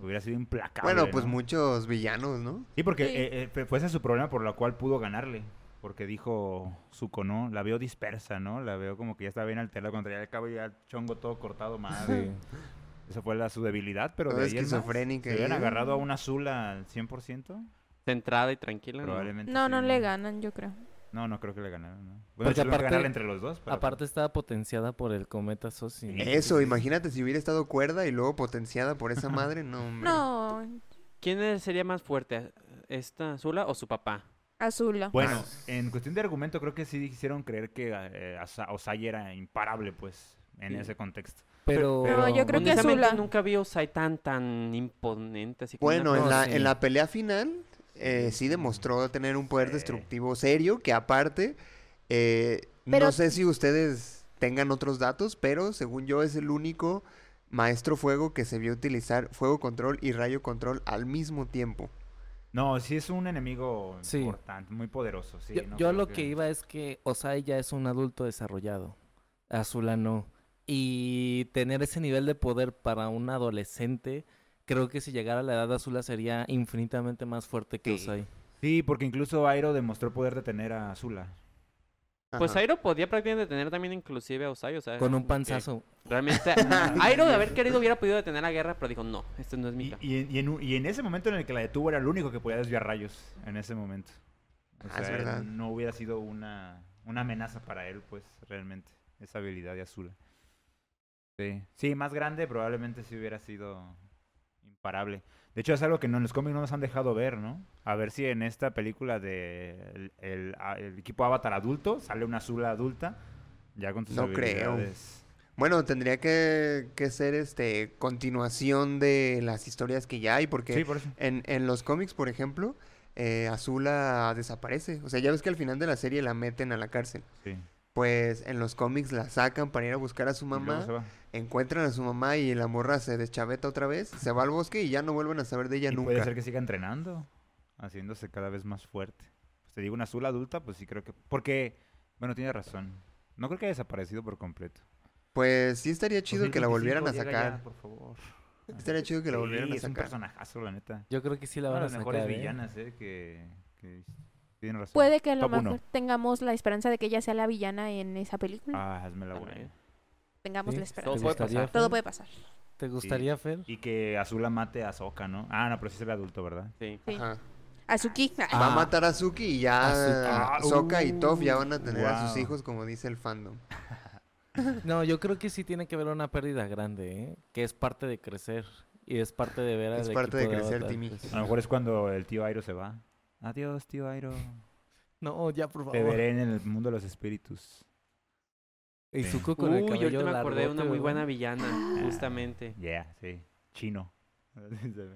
Speaker 5: hubiera sido implacable.
Speaker 2: Bueno, pues
Speaker 5: ¿no?
Speaker 2: muchos villanos, ¿no?
Speaker 5: Sí, porque
Speaker 4: Sí.
Speaker 5: eh, eh, fue- fue ese su problema por la cual pudo ganarle. Porque dijo Zuko, ¿no? La veo dispersa, ¿no? La veo como que ya estaba bien alterada. Cuando traía el cabello ya chongo todo cortado, madre. Esa fue la, su debilidad, pero
Speaker 2: Toda
Speaker 5: de ahí en más,
Speaker 2: esquizofrénica
Speaker 5: ¿Se habían
Speaker 2: ahí.
Speaker 5: agarrado a una azul al 100%?
Speaker 6: Centrada y tranquila. ¿no?
Speaker 5: Probablemente
Speaker 4: No,
Speaker 5: sí,
Speaker 4: no le ganan, yo creo.
Speaker 5: No, no creo que le ganaron, ¿no? Bueno,
Speaker 3: Porque
Speaker 5: tuvieron que
Speaker 3: aparte-
Speaker 5: ganarle entre los dos. pero-
Speaker 3: Aparte estaba potenciada por el cometa Sosi. ¿no?
Speaker 5: Sí,
Speaker 2: Eso,
Speaker 5: sí, sí.
Speaker 2: imagínate si hubiera estado cuerda y luego potenciada por esa madre, no, hombre.
Speaker 4: No,
Speaker 6: ¿Quién es- sería más fuerte? ¿Esta Azula o su papá?
Speaker 4: Azula.
Speaker 5: Bueno,
Speaker 3: Ah.
Speaker 5: en cuestión de argumento, creo que sí hicieron creer que eh, Asa- Osai era imparable, pues, en
Speaker 6: Sí.
Speaker 5: ese contexto.
Speaker 3: Pero,
Speaker 4: No, yo creo que
Speaker 6: Honestamente,
Speaker 4: Azula.
Speaker 6: nunca vi a Osai tan, tan imponente. Así como una
Speaker 2: Bueno, en
Speaker 3: No,
Speaker 2: la,
Speaker 3: sí.
Speaker 2: en la pelea final eh, sí demostró tener un poder
Speaker 5: Sí.
Speaker 2: destructivo serio, que aparte, eh, no
Speaker 4: Pero-
Speaker 2: sé si ustedes tengan otros datos, pero según yo es el único maestro fuego que se vio utilizar fuego control y rayo control al mismo tiempo.
Speaker 5: No, sí es un enemigo
Speaker 3: Sí.
Speaker 5: importante, muy poderoso, sí.
Speaker 3: yo,
Speaker 5: no
Speaker 3: yo
Speaker 5: creo
Speaker 3: lo que iba es que Osai ya es un adulto desarrollado. Azula no. Y tener ese nivel de poder para un adolescente, creo que si llegara a la edad de Azula sería infinitamente más fuerte que
Speaker 2: Sí.
Speaker 3: Osai.
Speaker 5: Sí, porque incluso Airo demostró poder detener a Azula.
Speaker 6: Pues
Speaker 2: Ajá.
Speaker 6: Airo podía prácticamente detener también inclusive a Osai, o sea...
Speaker 3: Con un
Speaker 6: que
Speaker 3: panzazo.
Speaker 6: Realmente, Airo de haber querido hubiera podido detener la guerra, pero dijo, no, esto no es mi
Speaker 5: Y,
Speaker 6: campo".
Speaker 5: y en- y en, un- y en ese momento en el que la detuvo era el único que podía desviar rayos, en ese momento. O
Speaker 2: Ah, es
Speaker 5: sea,
Speaker 2: verdad.
Speaker 5: no hubiera sido una, una amenaza para él, pues, realmente, esa habilidad de Azula. Sí. sí, más grande probablemente sí hubiera sido imparable. De hecho, es algo que no, en los cómics no nos han dejado ver, ¿no? A ver si en esta película de el, el- a- el equipo Avatar adulto sale una Azula adulta, ya con sus
Speaker 2: No creo.
Speaker 5: habilidades.
Speaker 2: Bueno, tendría que, que ser este continuación de las historias que ya hay, porque
Speaker 5: Sí, por eso.
Speaker 6: pues.
Speaker 2: En, en los cómics, por ejemplo, eh, Azula desaparece. O sea, ya ves que al final de la serie la meten a la cárcel.
Speaker 5: Sí.
Speaker 2: Pues en los cómics la sacan para ir a buscar a su
Speaker 5: Y luego
Speaker 2: mamá,
Speaker 5: se va.
Speaker 2: encuentran a su mamá y la morra se deschaveta otra vez, se va al bosque y ya no vuelven a saber de ella
Speaker 5: Y
Speaker 2: nunca.
Speaker 5: Puede ser que siga entrenando, haciéndose cada vez más fuerte. Pues te digo, una azul adulta, pues sí creo que... Porque, bueno, tiene razón. No creo que haya desaparecido por completo.
Speaker 2: Pues sí estaría chido que la volvieran a
Speaker 5: 2025, llega
Speaker 2: sacar.
Speaker 5: ya, pues. por favor.
Speaker 2: Estaría chido que la
Speaker 5: Sí,
Speaker 2: volvieran a
Speaker 5: es un
Speaker 2: sacar.
Speaker 5: personajazo, la neta.
Speaker 3: Yo creo que sí la van
Speaker 5: Una de
Speaker 3: a
Speaker 5: las mejores
Speaker 3: sacar. ¿eh?
Speaker 5: villanas, ¿eh? Que, que tienen razón.
Speaker 4: Puede que a lo
Speaker 5: Top uno.
Speaker 4: mejor tengamos la esperanza de que ella sea la villana en esa película.
Speaker 5: Ah, hazme la
Speaker 6: Ah,
Speaker 3: ¿eh?
Speaker 5: buena.
Speaker 4: Tengamos
Speaker 3: Sí.
Speaker 6: Todo
Speaker 4: la esperanza.
Speaker 3: ¿Te
Speaker 6: puede
Speaker 3: gustaría,
Speaker 6: pasar.
Speaker 3: Fer?
Speaker 4: Todo puede pasar.
Speaker 3: ¿Te gustaría, Fer?
Speaker 5: Y que Azula mate a Soka, ¿no? Ah, no, pero sí es el adulto, ¿verdad?
Speaker 6: Sí.
Speaker 4: Sí.
Speaker 2: Ajá.
Speaker 4: Azuki.
Speaker 3: Ah,
Speaker 2: Va a matar a Suki y ya
Speaker 5: Azuki. Ah,
Speaker 2: Sokka y Toph ya van a
Speaker 5: uh,
Speaker 2: tener a sus
Speaker 5: wow.
Speaker 2: hijos, como dice el fandom.
Speaker 3: No, yo creo que sí tiene que haber una pérdida grande, ¿eh? que es parte de crecer y es parte de ver al
Speaker 2: Es parte de
Speaker 3: equipo
Speaker 2: crecer,
Speaker 3: Avatar,
Speaker 2: Timmy.
Speaker 3: pues.
Speaker 5: A lo mejor es cuando el tío Airo se va. Adiós, tío Airo.
Speaker 3: No, ya por
Speaker 5: Te
Speaker 3: favor.
Speaker 5: veré en el mundo de los espíritus.
Speaker 3: Y
Speaker 5: Sí.
Speaker 3: Zuko con el
Speaker 6: Uy,
Speaker 3: cabello
Speaker 6: ahorita me acordé de una
Speaker 3: largote, Ah.
Speaker 6: muy
Speaker 3: ¿verdad?
Speaker 6: buena villana, justamente.
Speaker 5: Yeah, sí. Chino. Se ve chino.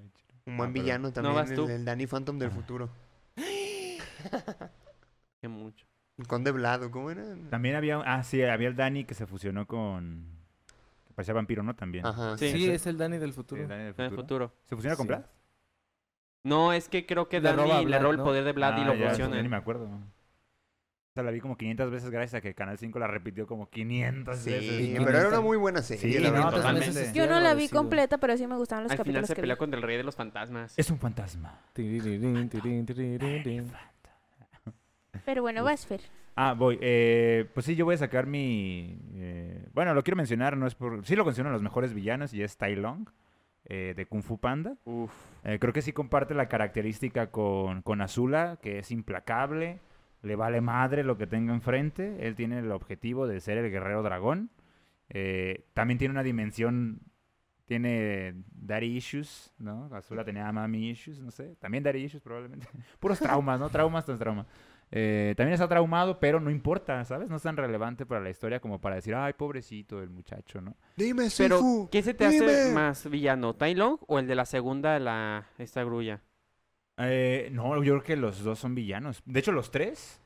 Speaker 2: Un
Speaker 5: Ah,
Speaker 2: buen
Speaker 5: pero-
Speaker 2: villano también,
Speaker 6: vas tú.
Speaker 2: el, el Danny Phantom
Speaker 5: Ah.
Speaker 2: del futuro.
Speaker 6: Que mucho.
Speaker 2: El Conde Blado, ¿cómo era?
Speaker 5: También había, ah, sí, había el Dani que se fusionó con, que parecía vampiro, ¿no? También.
Speaker 2: Ajá.
Speaker 6: Sí.
Speaker 3: Sí, es el Dani del
Speaker 5: Sí,
Speaker 3: futuro.
Speaker 5: Dani del
Speaker 6: En el
Speaker 5: futuro.
Speaker 6: futuro.
Speaker 5: ¿Se fusiona con
Speaker 3: Sí.
Speaker 5: Vlad?
Speaker 6: No, es que creo que
Speaker 3: Le roba a
Speaker 6: Dani le
Speaker 3: Vlad,
Speaker 6: roba el
Speaker 3: ¿no?
Speaker 6: poder de Vlad y
Speaker 5: Ah,
Speaker 6: lo
Speaker 5: ya, ya ni
Speaker 6: fusiona.
Speaker 5: me acuerdo. O sea, la vi como 500 veces gracias a que Canal 5 la repitió como 500 veces.
Speaker 2: Sí,
Speaker 5: ¿no?
Speaker 2: pero era
Speaker 3: Totalmente.
Speaker 2: una muy buena serie.
Speaker 5: Sí,
Speaker 2: la
Speaker 3: pues,
Speaker 5: no,
Speaker 2: verdad.
Speaker 5: totalmente.
Speaker 4: Yo no la vi completa, pero sí me gustaban los
Speaker 6: Al final
Speaker 4: capítulos
Speaker 6: se
Speaker 4: que vi.
Speaker 6: pelea contra el rey de los fantasmas.
Speaker 5: Es un fantasma.
Speaker 4: Pero bueno, vas, Fer.
Speaker 5: Ah, voy. eh, pues sí, yo voy a sacar mi... eh, bueno, lo quiero mencionar, no es por... Sí lo considero uno de los mejores villanos y es Tai Long, eh, de Kung Fu Panda.
Speaker 6: Uf.
Speaker 5: Eh, creo que sí comparte la característica con, con Azula, que es implacable, le vale madre lo que tenga enfrente, él tiene el objetivo de ser el guerrero dragón, Eh, también tiene una dimensión, tiene daddy issues, ¿no? Azula tenía mami issues, no sé, también daddy issues probablemente, puros traumas, ¿no? Traumas tras trauma. Eh, también está traumado, pero no importa, ¿sabes? No es tan relevante para la historia como para decir, ay, pobrecito el muchacho, ¿no?
Speaker 2: Dime,
Speaker 6: Pero,
Speaker 2: Sifu.
Speaker 6: ¿qué se te hace
Speaker 2: dime.
Speaker 6: más villano? ¿Tai Long o el de la segunda, la esta grulla?
Speaker 5: Eh, no, yo creo que los dos son villanos. De hecho, los tres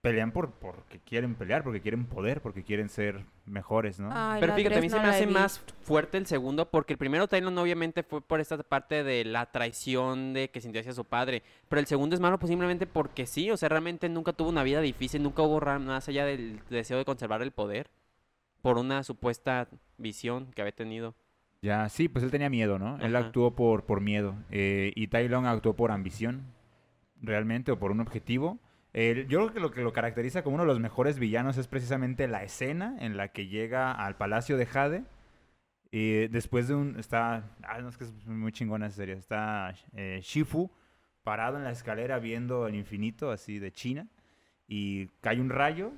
Speaker 5: pelean por porque quieren pelear, porque quieren poder, porque quieren ser mejores, ¿no?
Speaker 4: Ay,
Speaker 6: Pero
Speaker 4: la
Speaker 6: fíjate, a
Speaker 4: tres
Speaker 6: mí
Speaker 4: no
Speaker 6: se me
Speaker 4: la
Speaker 6: hace
Speaker 4: vi.
Speaker 6: más fuerte el segundo, porque el primero Tai Long obviamente fue por esta parte de la traición de que sintió hacia su padre. Pero el segundo es malo pues simplemente porque sí, o sea, realmente nunca tuvo una vida difícil, nunca hubo ra- más allá del deseo de conservar el poder. por una supuesta visión que había tenido.
Speaker 5: Ya, sí, pues él tenía miedo, ¿no? Él
Speaker 6: Ajá.
Speaker 5: actuó por, por miedo. eh, y Tai Lung actuó por ambición, realmente, o por un objetivo. Él- yo creo que lo que lo caracteriza como uno de los mejores villanos es precisamente la escena en la que llega al Palacio de Jade. Y después de un... Está... Ah, no, es que es muy chingona esa serie. Está eh, Shifu parado en la escalera viendo el infinito, así, de China. Y cae un rayo,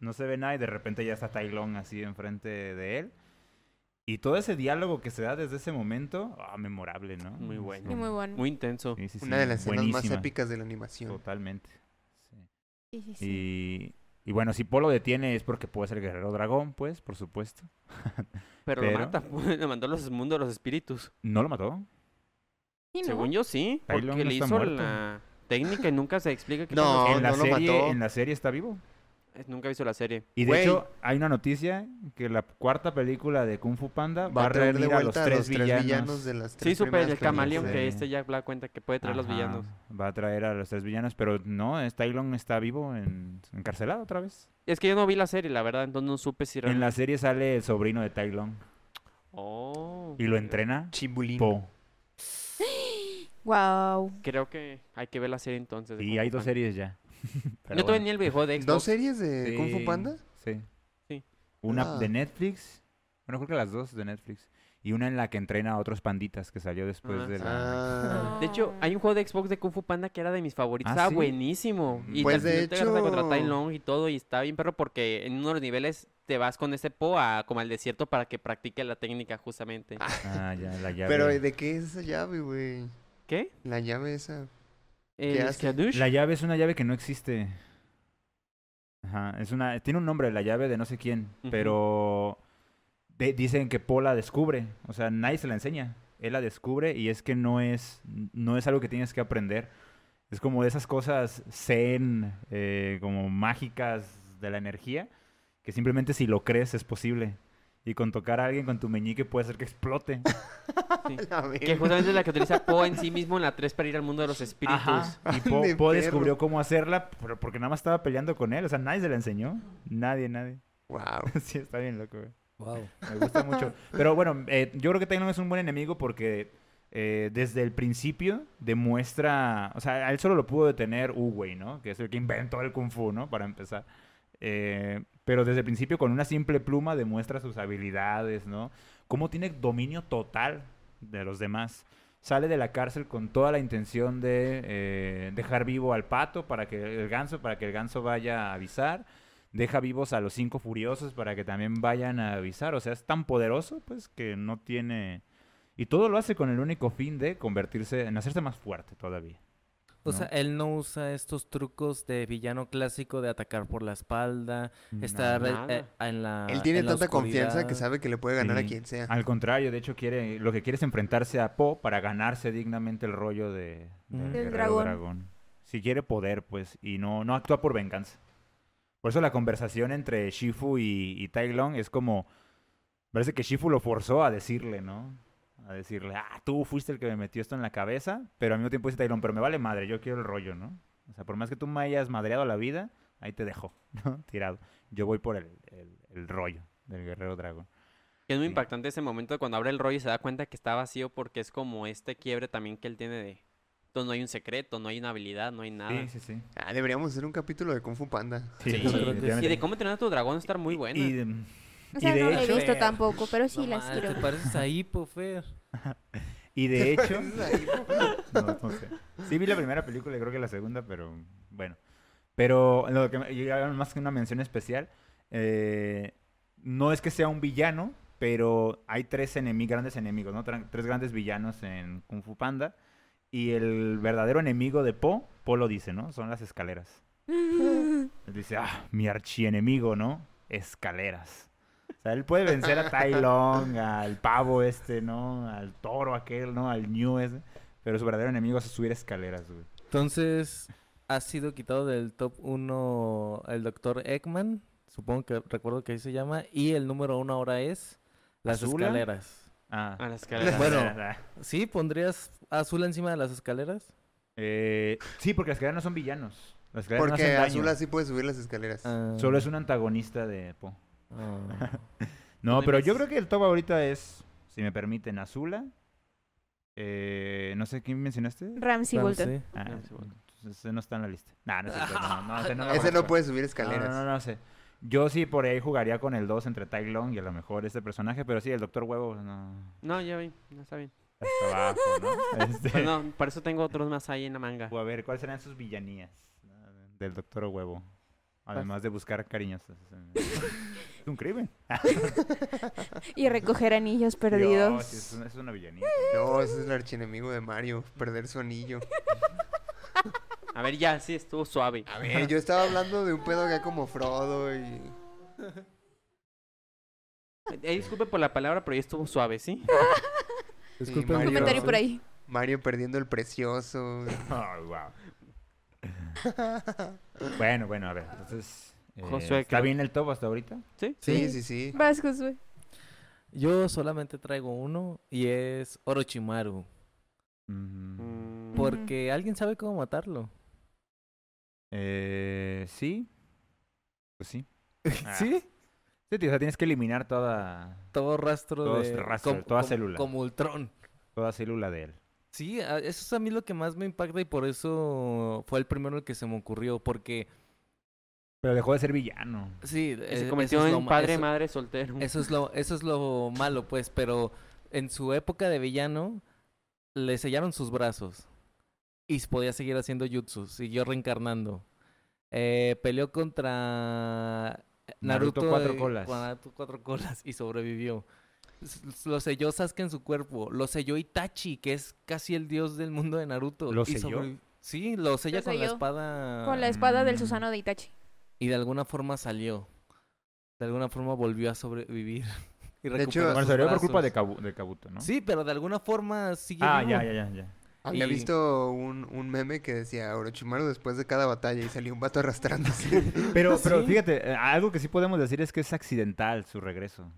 Speaker 5: no se ve nada y de repente ya está Tai Lung así enfrente de él. Y todo ese diálogo que se da desde ese momento, ah, memorable, ¿no?
Speaker 6: Muy bueno.
Speaker 4: Y muy bueno.
Speaker 6: Muy intenso.
Speaker 5: Sí, sí, sí,
Speaker 2: Una de las escenas más
Speaker 5: buenísima,
Speaker 2: épicas de la animación.
Speaker 5: Totalmente. sí.
Speaker 4: Sí, sí, sí.
Speaker 5: Y, y bueno, si Polo detiene es porque puede ser guerrero dragón, pues, por supuesto.
Speaker 6: Pero,
Speaker 5: Pero-
Speaker 6: lo mata, pues, lo mandó a los mundos de los espíritus.
Speaker 5: ¿No lo mató?
Speaker 4: Sí, ¿no?
Speaker 6: Según yo sí,
Speaker 5: Tai
Speaker 6: porque
Speaker 5: Lung no
Speaker 6: le
Speaker 5: está
Speaker 6: hizo
Speaker 5: muerto.
Speaker 6: la técnica y nunca se explica qué
Speaker 2: No,
Speaker 6: pasó.
Speaker 5: en, la
Speaker 2: no lo
Speaker 5: serie,
Speaker 2: mató.
Speaker 5: en la serie está vivo.
Speaker 6: Eh, Nunca he visto la serie.
Speaker 5: Y de
Speaker 2: Güey.
Speaker 5: hecho, hay una noticia que la cuarta película de Kung Fu Panda va,
Speaker 2: Va
Speaker 5: a
Speaker 2: a traer de
Speaker 5: reunir a los
Speaker 2: vuelta a
Speaker 5: tres,
Speaker 2: los tres
Speaker 5: villanos.
Speaker 2: villanos de las tres
Speaker 6: Sí, supe
Speaker 2: primeras
Speaker 6: del
Speaker 2: películas.
Speaker 6: camaleón
Speaker 5: sí.
Speaker 6: que este Jack Black cuenta que puede traer los
Speaker 5: Ajá,
Speaker 6: villanos.
Speaker 5: Va a traer a los tres villanos, pero no, es- Tai Lung está vivo, en- encarcelado otra vez.
Speaker 6: Es que yo no vi la serie, la verdad, entonces no supe si
Speaker 5: En
Speaker 6: realmente...
Speaker 5: la serie sale el sobrino de Tai Lung
Speaker 6: Oh.
Speaker 5: y lo entrena
Speaker 2: Chimbulín.
Speaker 5: Po.
Speaker 4: Wow.
Speaker 6: Creo que hay que ver la serie entonces. de
Speaker 5: Y
Speaker 6: Kung
Speaker 5: hay
Speaker 6: Fu
Speaker 5: dos
Speaker 6: Panda.
Speaker 5: series ya. Pero
Speaker 6: Yo tuve
Speaker 5: bueno.
Speaker 6: ni el viejo de Xbox.
Speaker 2: ¿Dos series de Kung Fu
Speaker 5: Sí,
Speaker 2: Panda?
Speaker 5: Sí.
Speaker 6: Sí.
Speaker 5: Una
Speaker 2: Ah.
Speaker 5: de Netflix. Bueno, creo que las dos de Netflix. Y una en la que entrena a otros panditas que salió después
Speaker 6: Ah,
Speaker 5: de la.
Speaker 2: Ah.
Speaker 6: De hecho, hay un juego de Xbox de Kung Fu Panda que era de mis favoritos.
Speaker 5: ¿Ah,
Speaker 6: Estaba
Speaker 5: sí?
Speaker 6: buenísimo. Y
Speaker 2: Pues,
Speaker 6: también
Speaker 2: de
Speaker 6: te agarras a contra Tai
Speaker 2: hecho-
Speaker 6: Lung y todo. Y está bien, perro, porque en uno de los niveles te vas con ese Po a, como al desierto para que practique la técnica, justamente.
Speaker 5: Ah, ya, la llave.
Speaker 2: Pero ¿de qué es esa llave, güey?
Speaker 6: ¿Qué?
Speaker 2: La llave esa.
Speaker 6: El
Speaker 2: hace?
Speaker 6: Skadoosh.
Speaker 5: La llave es una llave que no existe. Ajá, es una. Tiene un nombre, la llave de no sé quién.
Speaker 6: Ujú.
Speaker 5: Pero. de- dicen que Pola descubre. O sea, nadie se la enseña. Él la descubre y es que no es. No es algo que tienes que aprender. Es como de esas cosas zen, eh, como mágicas de la energía. Que simplemente si lo crees es posible. Y con tocar a alguien con tu meñique puede ser que explote.
Speaker 2: La verga.
Speaker 6: Que justamente es la que utiliza Po en sí mismo en la 3 para ir al mundo de los espíritus.
Speaker 5: Ajá. Y
Speaker 2: Ah,
Speaker 5: Po,
Speaker 2: de
Speaker 5: Po
Speaker 2: perro.
Speaker 5: descubrió cómo hacerla, pero porque nada más estaba peleando con él. O sea, nadie se la enseñó. Nadie, nadie.
Speaker 2: Wow.
Speaker 5: sí, está bien loco, güey.
Speaker 3: Wow.
Speaker 5: Me gusta mucho. Pero bueno, eh, yo creo que Taylor es un buen enemigo porque eh, desde el principio demuestra. O sea, a él solo lo pudo detener Uwei, ¿no? Que es el que inventó el Kung Fu, ¿no? Para empezar. Eh, pero desde el principio, con una simple pluma, demuestra sus habilidades, ¿no? Cómo tiene dominio total de los demás. Sale de la cárcel con toda la intención de eh, dejar vivo al pato para que el ganso, para que el ganso vaya a avisar deja vivos a los cinco furiosos para que también vayan a avisar. O sea, es tan poderoso, pues, que no tiene... Y todo lo hace con el único fin de convertirse, en hacerse más fuerte todavía.
Speaker 3: O
Speaker 5: ¿no?
Speaker 3: sea, él no usa estos trucos de villano clásico de atacar por la espalda, estar eh,
Speaker 6: nada.
Speaker 3: eh, en la.
Speaker 2: Mm,
Speaker 5: Ah,
Speaker 2: Él tiene
Speaker 3: en la
Speaker 2: tanta confianza que
Speaker 3: oscuridad.
Speaker 2: sabe que le puede ganar a
Speaker 5: Sí.
Speaker 2: quien sea.
Speaker 5: Al contrario, de hecho, quiere, lo que quiere es enfrentarse a Po para ganarse dignamente el rollo de, de
Speaker 3: Ujú. Del
Speaker 5: Guerrero
Speaker 4: dragón.
Speaker 5: Si quiere poder, pues, y no, no actúa por venganza. Por eso la conversación entre Shifu y, y Tai Lung es como... Parece que Shifu lo forzó a decirle, ¿no? A decirle, ah, tú fuiste el que me metió esto en la cabeza, pero al mismo tiempo dice Tai Lung, pero me vale madre, yo quiero el rollo, ¿no? O sea, por más que tú me hayas madreado la vida, ahí te dejo, ¿no? Tirado. Yo voy por el, el- el rollo del guerrero dragón.
Speaker 6: Que es muy
Speaker 5: Sí.
Speaker 6: impactante ese momento de cuando abre el rollo y se da cuenta que está vacío porque es como este quiebre también que él tiene de... Entonces no hay un secreto, no hay una habilidad, no hay nada.
Speaker 5: Sí, sí, sí.
Speaker 2: Ah, deberíamos hacer un capítulo de Kung Fu Panda.
Speaker 5: Sí,
Speaker 6: Sí,
Speaker 3: yo creo que
Speaker 5: definitivamente.
Speaker 6: Y de cómo entrenar a tu dragón estar muy bueno.
Speaker 5: Y de-
Speaker 4: O sea,
Speaker 5: y de
Speaker 4: no la he
Speaker 5: hecho-
Speaker 6: eh,
Speaker 4: visto tampoco, pero sí
Speaker 3: No
Speaker 4: las
Speaker 3: mames,
Speaker 4: quiero.
Speaker 3: Te pareces a Hippo, Fer.
Speaker 5: y de hecho,
Speaker 2: Ahí,
Speaker 5: no, no sé. Sí vi la primera película y creo que la segunda, pero bueno. Pero lo que me- y ahora más que una mención especial, eh, no es que sea un villano, pero hay tres enemi- grandes enemigos, ¿no? Tran- Tres grandes villanos en Kung Fu Panda. Y el verdadero enemigo de Po, Po lo dice, ¿no? Son las escaleras. Él dice, ah, mi archienemigo, ¿no? Escaleras. O sea, él puede vencer a Tai Lung, al pavo este, ¿no? Al toro aquel, ¿no? Al ñu ese. Pero su verdadero enemigo es subir escaleras, güey.
Speaker 3: Entonces, ha sido quitado del top 1 el doctor Eggman, supongo que recuerdo que ahí se llama, y el número 1 ahora es las
Speaker 5: ¿Azula?
Speaker 3: escaleras.
Speaker 5: Ah.
Speaker 6: A la escalera.
Speaker 3: Bueno.
Speaker 5: Ah.
Speaker 3: ¿Sí? ¿Pondrías azul encima de las escaleras?
Speaker 5: Eh, sí, porque las escaleras no son villanos. Las escaleras no
Speaker 2: Porque
Speaker 5: hacen daño.
Speaker 2: Azul así puede subir las escaleras.
Speaker 3: Ah,
Speaker 5: Solo es un antagonista de Po.
Speaker 3: Ah.
Speaker 5: No,
Speaker 3: Tú
Speaker 5: pero yo
Speaker 3: dices.
Speaker 5: creo que el top ahorita es, si me permiten, Azula. Eh, no sé quién mencionaste.
Speaker 4: Ramsey Bolton.
Speaker 3: Sí.
Speaker 5: Ah,
Speaker 6: Ramsey Bolton.
Speaker 5: entonces ese no está en la lista. Nah, no, es cierto, no, no, ese no, lo
Speaker 2: Ese
Speaker 5: conozco.
Speaker 2: no puede subir
Speaker 5: No, no,
Speaker 2: escaleras.
Speaker 5: No, no, sé. Yo sí por ahí jugaría con el 2 entre Tag Long y a lo mejor este personaje, pero sí, el Doctor Huevo pues, no.
Speaker 6: No, ya vi, no está bien.
Speaker 5: Hasta abajo, ¿no? Este,
Speaker 6: Pero no, por eso tengo otros más ahí en la manga.
Speaker 5: o A ver, ¿cuáles serán sus villanías ¿no? del Doctor Huevo? Además de buscar cariñosas. Es un crimen.
Speaker 4: Y recoger anillos
Speaker 5: Dios,
Speaker 4: perdidos.
Speaker 5: sí, es, una, es una villanía.
Speaker 2: No, ese es el archienemigo de Mario, perder su anillo.
Speaker 6: A ver, ya, sí, estuvo suave.
Speaker 2: A ver, yo estaba hablando de un pedo acá como Frodo y...
Speaker 6: Eh, disculpe por la palabra, pero ya estuvo suave, ¿sí?
Speaker 3: Pues,
Speaker 2: Disculpen,
Speaker 4: Un
Speaker 2: Mario.
Speaker 4: comentario por ahí.
Speaker 2: Mario perdiendo el precioso.
Speaker 5: Ay, guau. Bueno, bueno, a ver. Entonces, eh,
Speaker 6: Josué,
Speaker 5: ¿está
Speaker 6: creo-
Speaker 5: bien el top hasta ahorita?
Speaker 6: ¿Sí?
Speaker 2: Sí, sí, sí.
Speaker 4: Vas, Josué.
Speaker 3: Yo solamente traigo uno y es Orochimaru.
Speaker 5: Mm,
Speaker 6: Mm,
Speaker 4: Por-
Speaker 3: Porque alguien sabe cómo matarlo.
Speaker 5: eh, sí. Pues sí. Ah.
Speaker 3: ¿Sí?
Speaker 5: Sí, tío, o sea, tienes que eliminar toda,
Speaker 3: Todo rastro
Speaker 5: Todo
Speaker 3: de...
Speaker 5: rastro, toda célula.
Speaker 3: Como Ultron.
Speaker 5: toda célula de él.
Speaker 3: Sí, a- eso es a mí lo que más me impacta y por eso fue el primero que se me ocurrió. Porque,
Speaker 5: Pero dejó de ser villano.
Speaker 3: sí,
Speaker 6: que
Speaker 3: eh,
Speaker 6: se
Speaker 3: eso
Speaker 6: convirtió
Speaker 3: es lo
Speaker 6: en
Speaker 3: ma-
Speaker 6: padre,
Speaker 3: eso-
Speaker 6: madre, soltero.
Speaker 3: Eso es lo, eso es lo malo, pues, pero en su época de villano le sellaron sus brazos y s- podía seguir haciendo jutsus, siguió reencarnando. Eh, peleó contra
Speaker 5: Naruto
Speaker 3: Naruto,
Speaker 5: Cuatro
Speaker 3: eh,
Speaker 5: Colas.
Speaker 3: con Naruto cuatro colas y sobrevivió. S- s- Lo selló Sasuke en su cuerpo, lo selló Itachi, que es casi el dios del mundo de Naruto.
Speaker 5: ¿Lo
Speaker 3: y
Speaker 5: selló?
Speaker 3: sobrevi- Sí, lo sella
Speaker 4: Lo
Speaker 3: con la
Speaker 4: selló.
Speaker 3: espada
Speaker 4: Con la espada del
Speaker 5: Mm.
Speaker 4: Susano de Itachi.
Speaker 3: y de alguna forma salió. De alguna forma volvió a sobrevivir. Y
Speaker 2: De hecho,
Speaker 3: recuperó
Speaker 5: Bueno,
Speaker 3: sus
Speaker 5: salió por culpa de,
Speaker 3: brazos.
Speaker 5: Kabu- de Kabuto, ¿no?
Speaker 3: Sí, pero de alguna forma sigue.
Speaker 5: Ah,
Speaker 3: vivo.
Speaker 5: ya, ya, ya, ya.
Speaker 2: Había
Speaker 3: Y-
Speaker 2: visto un, un meme que decía Orochimaru después de cada batalla y salió un vato arrastrándose.
Speaker 5: Pero, pero
Speaker 3: Sí.
Speaker 5: fíjate, eh, algo que sí podemos decir es que es accidental su regreso. O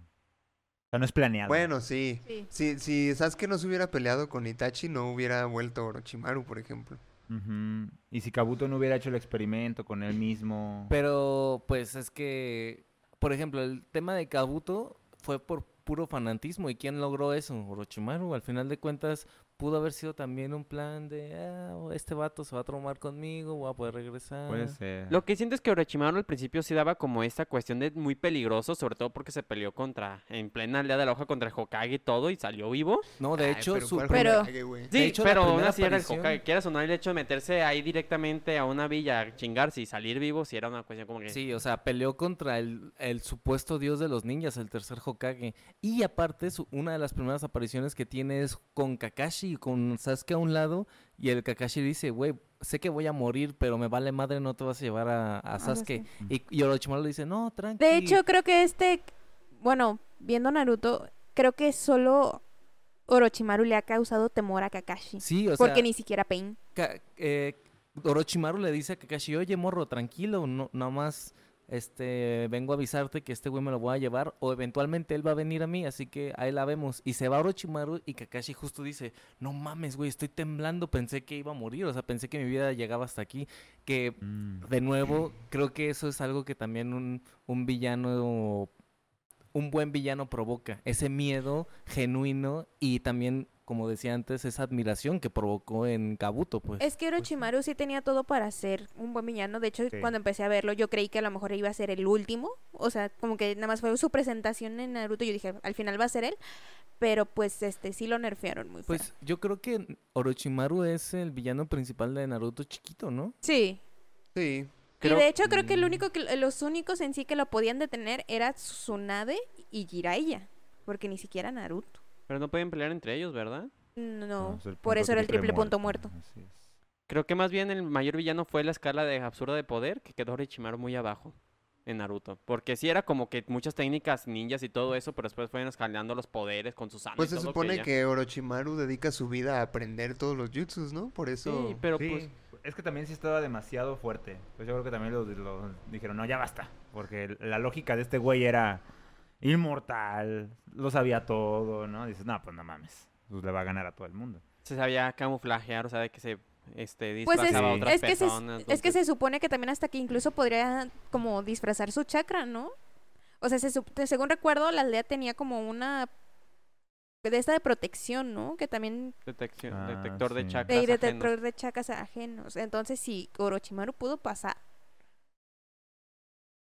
Speaker 5: sea, no es planeado.
Speaker 2: bueno, sí.
Speaker 4: Sí.
Speaker 2: Si, si Sasuke no se hubiera peleado con Itachi, no hubiera vuelto Orochimaru, por ejemplo.
Speaker 5: Ujú. Y si Kabuto no hubiera hecho el experimento con él mismo.
Speaker 3: Pero pues es que, por ejemplo, el tema de Kabuto fue por puro fanatismo. ¿Y quién logró eso? Orochimaru. Al final de cuentas, pudo haber sido también un plan de, ah, este vato se va a tromar conmigo, voy a poder regresar.
Speaker 5: Puede ser.
Speaker 6: Lo que siento es que Orochimaru al principio sí daba como esta cuestión de muy peligroso, sobre todo porque se peleó contra, en plena aldea de la hoja contra el Hokage y todo, y salió vivo.
Speaker 3: No, de
Speaker 2: Ay,
Speaker 3: hecho,
Speaker 2: pero
Speaker 3: su-
Speaker 2: ¿cuál
Speaker 4: Pero-
Speaker 2: Hokage, güey?
Speaker 6: Sí,
Speaker 3: hecho, la
Speaker 6: pero aún
Speaker 3: primera
Speaker 6: así era el
Speaker 3: aparición-
Speaker 6: Hokage, quieras o no, el hecho de meterse ahí directamente a una villa a chingarse y salir vivo, sí era una cuestión como que...
Speaker 3: Sí, o sea, peleó contra el, el supuesto dios de los ninjas, el tercer Hokage. Y aparte, su- una de las primeras apariciones que tiene es con Kakashi y con Sasuke a un lado. Y el Kakashi dice, güey, sé que voy a morir, pero me vale madre, no te vas a llevar a, a Sasuke. Y, y Orochimaru le dice, no, tranqui.
Speaker 4: Ah, De hecho, creo que este, bueno, viendo Naruto, creo que solo Orochimaru le ha causado temor a Kakashi.
Speaker 3: sí, o sea,
Speaker 4: porque ni siquiera Pain.
Speaker 3: Ka- eh, Orochimaru le dice a Kakashi, oye, morro, tranquilo, no, nada más este, vengo a avisarte que este güey me lo voy a llevar o eventualmente él va a venir a mí, así que ahí la vemos. Y se va Orochimaru y Kakashi justo dice, no mames, güey, estoy temblando, pensé que iba a morir, o sea, pensé que mi vida llegaba hasta aquí, que
Speaker 5: Mm.
Speaker 3: de nuevo, creo que eso es algo que también un, un villano, un buen villano provoca. Ese miedo genuino y también, como decía antes, esa admiración que provocó en Kabuto, pues.
Speaker 4: Es que Orochimaru sí tenía todo para ser un buen villano. De hecho,
Speaker 5: Sí.
Speaker 4: cuando empecé a verlo, yo creí que a lo mejor iba a ser el último. O sea, como que nada más fue su presentación en Naruto. Yo dije, al final va a ser él. Pero pues este sí lo nerfearon muy
Speaker 3: Pues
Speaker 4: feo.
Speaker 3: yo creo que Orochimaru es el villano principal de Naruto chiquito, ¿no?
Speaker 4: Sí.
Speaker 2: Sí.
Speaker 6: Creo-
Speaker 4: Y de hecho creo que el
Speaker 5: Mm.
Speaker 4: único que, los únicos en sí que lo podían detener era Tsunade y Jiraiya. Porque ni siquiera Naruto.
Speaker 6: Pero no pueden pelear entre ellos, ¿verdad?
Speaker 5: No,
Speaker 4: No,
Speaker 5: es el
Speaker 4: por
Speaker 5: punto
Speaker 4: eso era el triple punto muerto.
Speaker 5: Así es.
Speaker 6: Creo que más bien el mayor villano fue la escala de absurda de poder que quedó Orochimaru muy abajo en Naruto. Porque sí era como que muchas técnicas ninjas y todo eso, pero después fueron escalando los poderes con sus
Speaker 2: Pues se supone que, Orochimaru dedica su vida a aprender todos los jutsus, ¿no? Por eso...
Speaker 6: Sí, pero
Speaker 5: Sí,
Speaker 6: pues...
Speaker 5: Es que también sí estaba demasiado fuerte. Pues yo creo que también lo, lo dijeron, no, ya basta. Porque la lógica de este güey era inmortal, lo sabía todo, ¿no? Dices, no, pues no mames. Pues le va a ganar a todo el mundo.
Speaker 6: se sabía camuflajear, o sea, de que se este,
Speaker 4: Pues es,
Speaker 6: disfrazaba a otras
Speaker 4: es que, se,
Speaker 6: personas.
Speaker 4: es que
Speaker 6: entonces-
Speaker 4: se supone que también hasta que incluso podría como disfrazar su chakra, ¿no? O sea, se sup- según recuerdo, la aldea tenía como una de esta de protección, ¿no? Que también
Speaker 6: Detección-
Speaker 5: Ah,
Speaker 6: detector de
Speaker 5: sí.
Speaker 6: chakras.
Speaker 4: de, de,
Speaker 6: ajenos.
Speaker 4: de chacas ajenos. Entonces, si Orochimaru pudo pasar,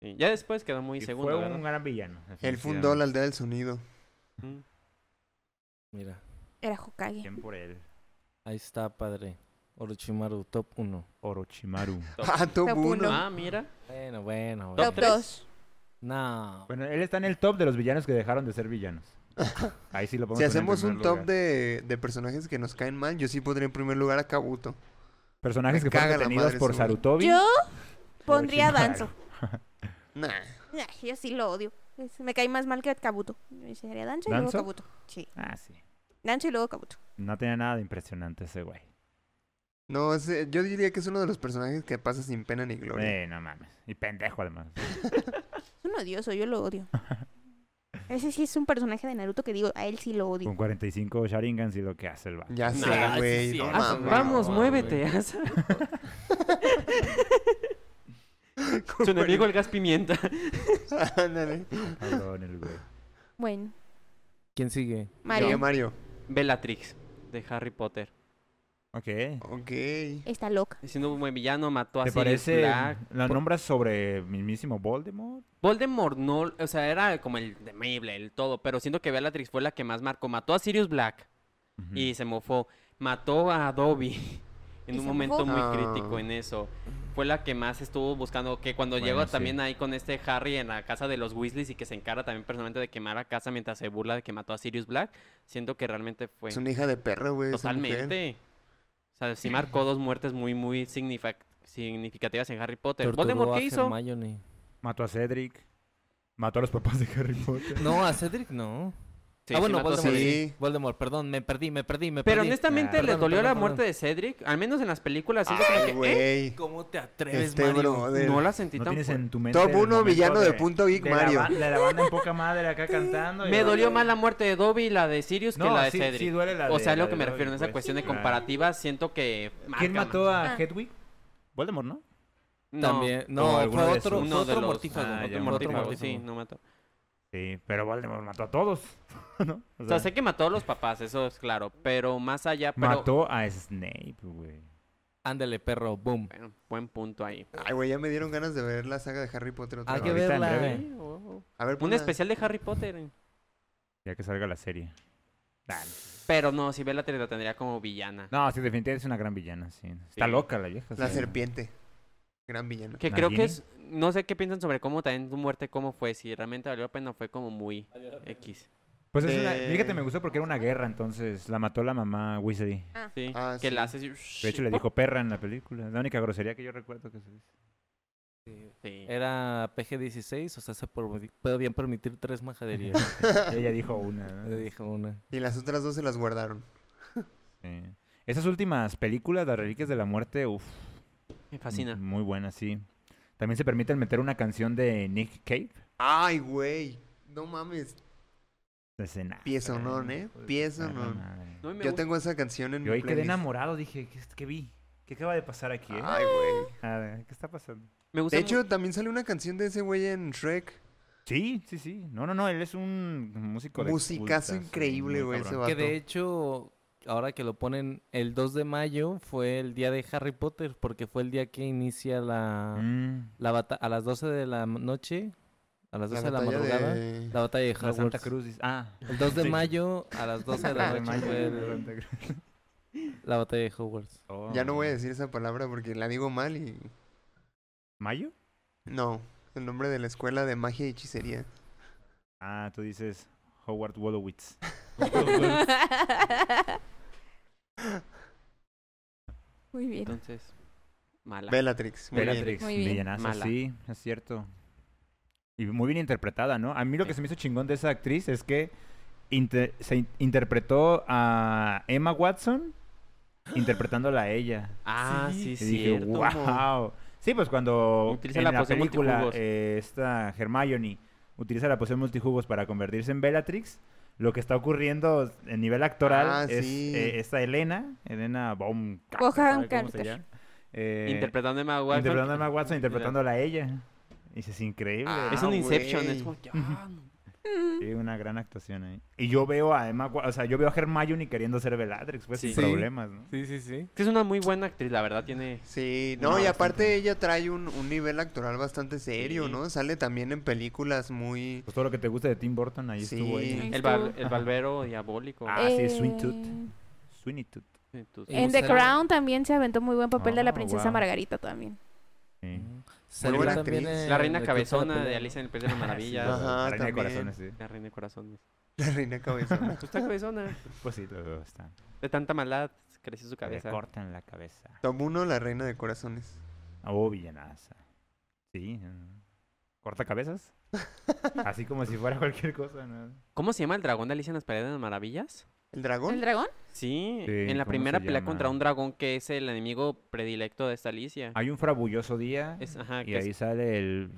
Speaker 6: Sí, Ya después quedó muy
Speaker 5: Y
Speaker 6: segundo,
Speaker 5: fue
Speaker 6: ¿verdad?
Speaker 5: un gran villano.
Speaker 2: Él fundó la aldea del sonido.
Speaker 6: Mm.
Speaker 3: Mira,
Speaker 4: era Hokage.
Speaker 5: Bien por él.
Speaker 3: ahí está, padre. Orochimaru, top 1.
Speaker 5: Orochimaru.
Speaker 6: Top.
Speaker 2: Ah, top
Speaker 4: Top
Speaker 2: uno.
Speaker 4: uno.
Speaker 6: Ah, mira.
Speaker 3: Bueno, bueno,
Speaker 6: Top
Speaker 3: bueno.
Speaker 4: Top
Speaker 6: tres.
Speaker 4: 2.
Speaker 3: No.
Speaker 5: Bueno, él está en el top de los villanos que dejaron de ser villanos. Ahí sí lo podemos
Speaker 2: Si
Speaker 5: poner en
Speaker 2: hacemos un
Speaker 5: primer
Speaker 2: top
Speaker 5: lugar.
Speaker 2: de, de personajes que nos caen mal, yo sí pondría en primer lugar a Kabuto.
Speaker 5: personajes
Speaker 2: Me
Speaker 5: que fueron
Speaker 2: caga la
Speaker 5: detenidos
Speaker 2: madre
Speaker 5: por
Speaker 2: ese güey.
Speaker 5: Sarutobi.
Speaker 4: Yo pondría a Danzo.
Speaker 5: Orochimaru.
Speaker 2: Nah.
Speaker 4: Ay, yo sí lo odio. Es- Me cae más mal que Kabuto. Yo sería Danzo y luego
Speaker 5: ¿Danzo?
Speaker 4: Kabuto. Sí.
Speaker 5: Ah, sí.
Speaker 4: Danzo y luego Kabuto.
Speaker 5: No tenía nada de impresionante ese güey.
Speaker 2: No, ese- yo diría que es uno de los personajes que pasa sin pena ni gloria.
Speaker 5: Eh, no mames. Y pendejo además.
Speaker 4: Es un odioso, yo lo odio. Ese sí es un personaje de Naruto que digo, a él sí lo odio.
Speaker 5: Con 45 Sharingans y lo que hace el vato.
Speaker 2: Ya
Speaker 6: Nah,
Speaker 2: sé, güey.
Speaker 3: sí es
Speaker 2: no
Speaker 3: cierto.
Speaker 6: Haz-
Speaker 2: mames.
Speaker 6: vamos,
Speaker 3: no,
Speaker 6: muévete. haz- Su enemigo el gas pimienta.
Speaker 2: Ándale.
Speaker 5: Cabrón, el güey.
Speaker 4: Bueno,
Speaker 3: ¿Quién sigue?
Speaker 4: Mario.
Speaker 2: Yo, Mario.
Speaker 6: Bellatrix de Harry Potter.
Speaker 5: Ok.
Speaker 2: Ok.
Speaker 4: Está loca.
Speaker 6: Siendo un buen villano, mató a
Speaker 5: ¿Te
Speaker 6: Sirius
Speaker 5: parece?
Speaker 6: Black.
Speaker 5: ¿La nombras sobre mismísimo Voldemort?
Speaker 6: Voldemort no, o sea, era como el temible, el todo, pero siento que Bellatrix fue la que más marcó. Mató a Sirius Black
Speaker 5: Ujú.
Speaker 6: y se mofó. Mató a Dobby en
Speaker 4: Y
Speaker 6: un
Speaker 4: se
Speaker 6: momento
Speaker 4: mofó.
Speaker 6: muy
Speaker 2: Ah.
Speaker 6: crítico en eso. Fue la que más estuvo buscando, que cuando
Speaker 5: Bueno,
Speaker 6: llegó
Speaker 5: sí.
Speaker 6: también ahí con este Harry en la casa de los Weasleys y que se encarga también personalmente de quemar a casa mientras se burla de que mató a Sirius Black, siento que realmente fue...
Speaker 2: Es una hija de perra, güey. esa mujer.
Speaker 6: Totalmente. O sea, sí marcó dos muertes muy, muy significa- significativas en Harry Potter.
Speaker 3: Torturó
Speaker 6: ¿Voldemort
Speaker 3: a
Speaker 6: qué hizo?
Speaker 3: Hermione.
Speaker 5: Mató a Cedric. Mató a los papás de Harry Potter.
Speaker 3: No, a Cedric no.
Speaker 6: Sí,
Speaker 3: ah,
Speaker 6: sí
Speaker 3: bueno,
Speaker 6: mató a
Speaker 3: Voldemort.
Speaker 6: Cedric.
Speaker 2: Cedric.
Speaker 3: sí. Voldemort, perdón, me perdí, me perdí, me
Speaker 6: Pero
Speaker 3: perdí.
Speaker 6: honestamente
Speaker 5: Ah,
Speaker 6: les
Speaker 3: perdón,
Speaker 6: dolió
Speaker 3: perdón,
Speaker 6: la
Speaker 3: perdón.
Speaker 6: muerte de Cedric. Al menos en las películas. sí, como
Speaker 2: Ay,
Speaker 6: que, ¿eh?
Speaker 2: güey.
Speaker 3: ¿Cómo te atreves,
Speaker 2: Este
Speaker 3: Mario?
Speaker 2: brother.
Speaker 6: No la sentí
Speaker 5: ¿No
Speaker 6: tan
Speaker 5: tienes
Speaker 6: fuerte.
Speaker 5: en tu mente
Speaker 2: Top
Speaker 5: el
Speaker 2: uno
Speaker 5: momento
Speaker 2: villano de Punto Geek,
Speaker 5: de la
Speaker 2: Mario.
Speaker 5: ba- de la banda en poca madre acá cantando. y-
Speaker 6: Me dolió más la muerte de Dobby y la de Sirius que
Speaker 5: No,
Speaker 6: la de
Speaker 5: sí-
Speaker 6: Cedric.
Speaker 5: sí duele la
Speaker 6: o
Speaker 5: de-
Speaker 6: sea, es
Speaker 5: la
Speaker 6: lo que
Speaker 5: de
Speaker 6: me
Speaker 5: Dobby,
Speaker 6: refiero en esa
Speaker 5: pues.
Speaker 6: cuestión de
Speaker 5: Claro.
Speaker 6: comparativa. Siento que.
Speaker 5: ¿Quién
Speaker 6: marca
Speaker 5: mató
Speaker 6: más.
Speaker 5: a
Speaker 4: Ah.
Speaker 5: Hedwig? Voldemort, ¿no?
Speaker 6: No,
Speaker 3: También. No,
Speaker 5: O
Speaker 3: fue
Speaker 5: alguno de
Speaker 3: otro,
Speaker 5: sus-
Speaker 3: fue
Speaker 6: Uno de
Speaker 3: otro
Speaker 6: los.
Speaker 3: mortífago.
Speaker 5: Ah,
Speaker 6: Ah,
Speaker 5: ya,
Speaker 6: otro
Speaker 3: otro
Speaker 6: mortífago,
Speaker 5: mortífago.
Speaker 6: sí, no mató.
Speaker 5: Sí, pero Voldemort mató a todos. ¿no?
Speaker 6: O sea, sé que mató a los papás, eso es claro. Pero más allá. Pero,
Speaker 5: mató a Snape, güey.
Speaker 3: Ándale, perro, boom.
Speaker 6: Bueno, buen punto ahí.
Speaker 2: Ay, güey, ya me dieron ganas de ver la saga de Harry Potter otra
Speaker 3: Hay que
Speaker 2: vez.
Speaker 5: ahorita en
Speaker 3: verla. ¿eh?
Speaker 5: breve.
Speaker 6: Sí, oh, oh.
Speaker 2: A ver,
Speaker 6: Un
Speaker 2: ponla.
Speaker 6: especial de Harry Potter. eh.
Speaker 5: Ya que salga la serie. Dale.
Speaker 6: Pero no, si Bellatrix la tendría como villana.
Speaker 5: No, sí, definitivamente es una gran villana, sí. Está
Speaker 6: Sí.
Speaker 5: loca la vieja.
Speaker 2: La
Speaker 5: sí.
Speaker 2: serpiente. Gran villano.
Speaker 6: Que creo que
Speaker 5: ¿Nagini?
Speaker 6: es. No sé qué piensan sobre cómo también tu muerte, cómo fue. Si realmente valió la pena, o fue como muy X.
Speaker 5: Pues es una...
Speaker 2: Eh.
Speaker 5: Fíjate, me gustó porque era una guerra, entonces la mató la mamá Weasley.
Speaker 6: Sí.
Speaker 2: Ah,
Speaker 6: que la
Speaker 2: sí.
Speaker 6: haces.
Speaker 5: De hecho, le dijo perra en la película. Es la única grosería que yo recuerdo que se dice.
Speaker 3: Era PG-16, o sea, se por- podían permitir tres majaderías.
Speaker 5: Ella dijo una. ¿no?
Speaker 3: Le dije una.
Speaker 2: Y las otras dos se las guardaron.
Speaker 5: Sí. Esas últimas películas, Las Reliquias de la Muerte, uff.
Speaker 6: Me fascina.
Speaker 5: Muy buenas, sí. También se permiten meter una canción de Nick Cave.
Speaker 2: Ay, güey. No mames.
Speaker 5: De cena.
Speaker 2: Pieza honor, ¿eh? Pieza honor.
Speaker 6: No, y me
Speaker 2: Yo
Speaker 6: gusta-
Speaker 2: tengo esa canción en
Speaker 5: Yo
Speaker 2: mi
Speaker 5: ahí quedé
Speaker 2: playlist.
Speaker 5: enamorado, dije, ¿qué, qué vi? ¿Qué acaba de pasar aquí? eh?
Speaker 2: Ay, güey.
Speaker 5: A ver, ¿Qué está pasando?
Speaker 6: me gusta
Speaker 2: De
Speaker 6: mu-
Speaker 2: hecho, también sale una canción de ese güey en Shrek.
Speaker 5: Sí, sí, sí. No, no, no, él es un músico de
Speaker 2: Musicazo
Speaker 5: culta, sí,
Speaker 2: increíble,
Speaker 5: muy
Speaker 2: güey, ese
Speaker 5: cabrón.
Speaker 2: vato.
Speaker 3: Que de hecho, ahora que lo ponen, el 2 de mayo fue el día de Harry Potter, porque fue el día que inicia la,
Speaker 5: Mm,
Speaker 3: la bata- a las 12 de la noche, a las 12 de la
Speaker 2: batalla
Speaker 3: madrugada,
Speaker 2: de-
Speaker 3: la batalla de
Speaker 5: la
Speaker 3: Hogwarts.
Speaker 5: Santa Cruz. dice- Ah.
Speaker 3: El 2 de
Speaker 5: Sí.
Speaker 3: mayo a las 12 de la
Speaker 5: De
Speaker 3: noche
Speaker 5: mayo,
Speaker 3: fue
Speaker 5: de
Speaker 3: el-
Speaker 5: Santa Cruz.
Speaker 3: la batalla de Hogwarts.
Speaker 5: Oh.
Speaker 2: Ya no voy a decir esa palabra porque la digo mal y...
Speaker 5: ¿Mayo?
Speaker 2: No, el nombre de la escuela de magia y hechicería.
Speaker 5: Ah, tú dices Howard Wolowitz.
Speaker 4: Muy bien.
Speaker 6: Entonces, mala.
Speaker 2: Bellatrix. muy bien.
Speaker 5: Bellatrix,
Speaker 4: Muy bien.
Speaker 5: villanaza,
Speaker 6: Mala.
Speaker 5: sí, es cierto. Y muy bien interpretada, ¿no? A mí lo que se me hizo chingón de esa actriz es que inter- se in- interpretó a Emma Watson interpretándola a ella.
Speaker 6: Ah, sí,
Speaker 5: Y
Speaker 6: sí.
Speaker 5: dije,
Speaker 6: cierto.
Speaker 5: wow. Sí, pues cuando
Speaker 6: Utiliza
Speaker 5: en
Speaker 6: la
Speaker 5: la,
Speaker 6: poción
Speaker 5: película
Speaker 6: multijugos.
Speaker 5: eh, esta Hermione utiliza la poción multijugos para convertirse en Bellatrix, lo que está ocurriendo en nivel actoral
Speaker 2: Ah,
Speaker 5: es
Speaker 2: sí.
Speaker 5: eh, esta Elena, Elena Baum
Speaker 4: Bohan
Speaker 5: ¿sabe cómo se
Speaker 4: Carter.
Speaker 5: llama? Eh,
Speaker 6: Interpretando a Emma Watson.
Speaker 5: Interpretando a Emma Watson, interpretándola a ella. Dices, increíble.
Speaker 2: Ah,
Speaker 6: es un Inception,
Speaker 2: güey.
Speaker 6: es como que, ah, no.
Speaker 5: Sí, una gran actuación ahí. Y yo veo a Emma, Wa- o sea, yo veo a Hermione queriendo ser Bellatrix, pues,
Speaker 6: Sí.
Speaker 5: sin
Speaker 2: Sí.
Speaker 5: problemas, ¿no?
Speaker 3: Sí, sí, sí.
Speaker 6: Es que es una muy buena actriz, la verdad, tiene...
Speaker 2: Sí, no,
Speaker 6: No,
Speaker 2: y
Speaker 6: bastante.
Speaker 2: aparte ella trae un, un nivel actoral bastante serio,
Speaker 6: Sí.
Speaker 2: ¿no? Sale también en películas muy...
Speaker 5: Pues todo lo que te gusta de Tim Burton, ahí
Speaker 2: Sí.
Speaker 5: estuvo ella.
Speaker 4: Ahí
Speaker 6: El, bar-
Speaker 4: estuvo.
Speaker 6: el barbero diabólico.
Speaker 5: Ah, sí, Sweet Tooth.
Speaker 4: Eh,
Speaker 5: Sweeney Todd.
Speaker 6: Entonces,
Speaker 4: En The
Speaker 3: Salió-
Speaker 4: Crown también se aventó muy buen papel de la
Speaker 5: Ah,
Speaker 4: princesa
Speaker 5: guau.
Speaker 4: Margarita también.
Speaker 5: Sí.
Speaker 3: Salió
Speaker 2: buena
Speaker 3: también
Speaker 2: actriz.
Speaker 3: en
Speaker 6: la reina
Speaker 3: Club la
Speaker 6: cabezona de
Speaker 3: Pelea.
Speaker 6: Alicia en el País de las Maravillas.
Speaker 2: Ajá.
Speaker 5: La Reina de
Speaker 2: también.
Speaker 5: corazones, sí.
Speaker 6: La reina de corazones.
Speaker 2: La reina cabezona.
Speaker 6: Pues está cabezona.
Speaker 5: Pues sí, todo está.
Speaker 6: De tanta maldad creció su
Speaker 5: Le
Speaker 6: cabeza.
Speaker 5: cortan la cabeza.
Speaker 2: Top 1, la reina de corazones.
Speaker 5: Oh, villanaza. Sí. mm. ¿Corta cabezas? Así como si fuera cualquier cosa, ¿no?
Speaker 6: ¿Cómo se llama el dragón de Alicia en las Paredes de las Maravillas?
Speaker 2: ¿El
Speaker 4: ¿El
Speaker 2: dragón?
Speaker 4: dragón?
Speaker 6: Sí,
Speaker 5: Sí,
Speaker 6: en la
Speaker 5: ¿cómo
Speaker 6: primera
Speaker 5: se
Speaker 6: pelea
Speaker 5: llama?
Speaker 6: contra un dragón que es el enemigo predilecto de esta Alicia.
Speaker 5: Hay un frabulloso día
Speaker 6: Es, ajá,
Speaker 5: y
Speaker 6: que es
Speaker 5: ahí sale el...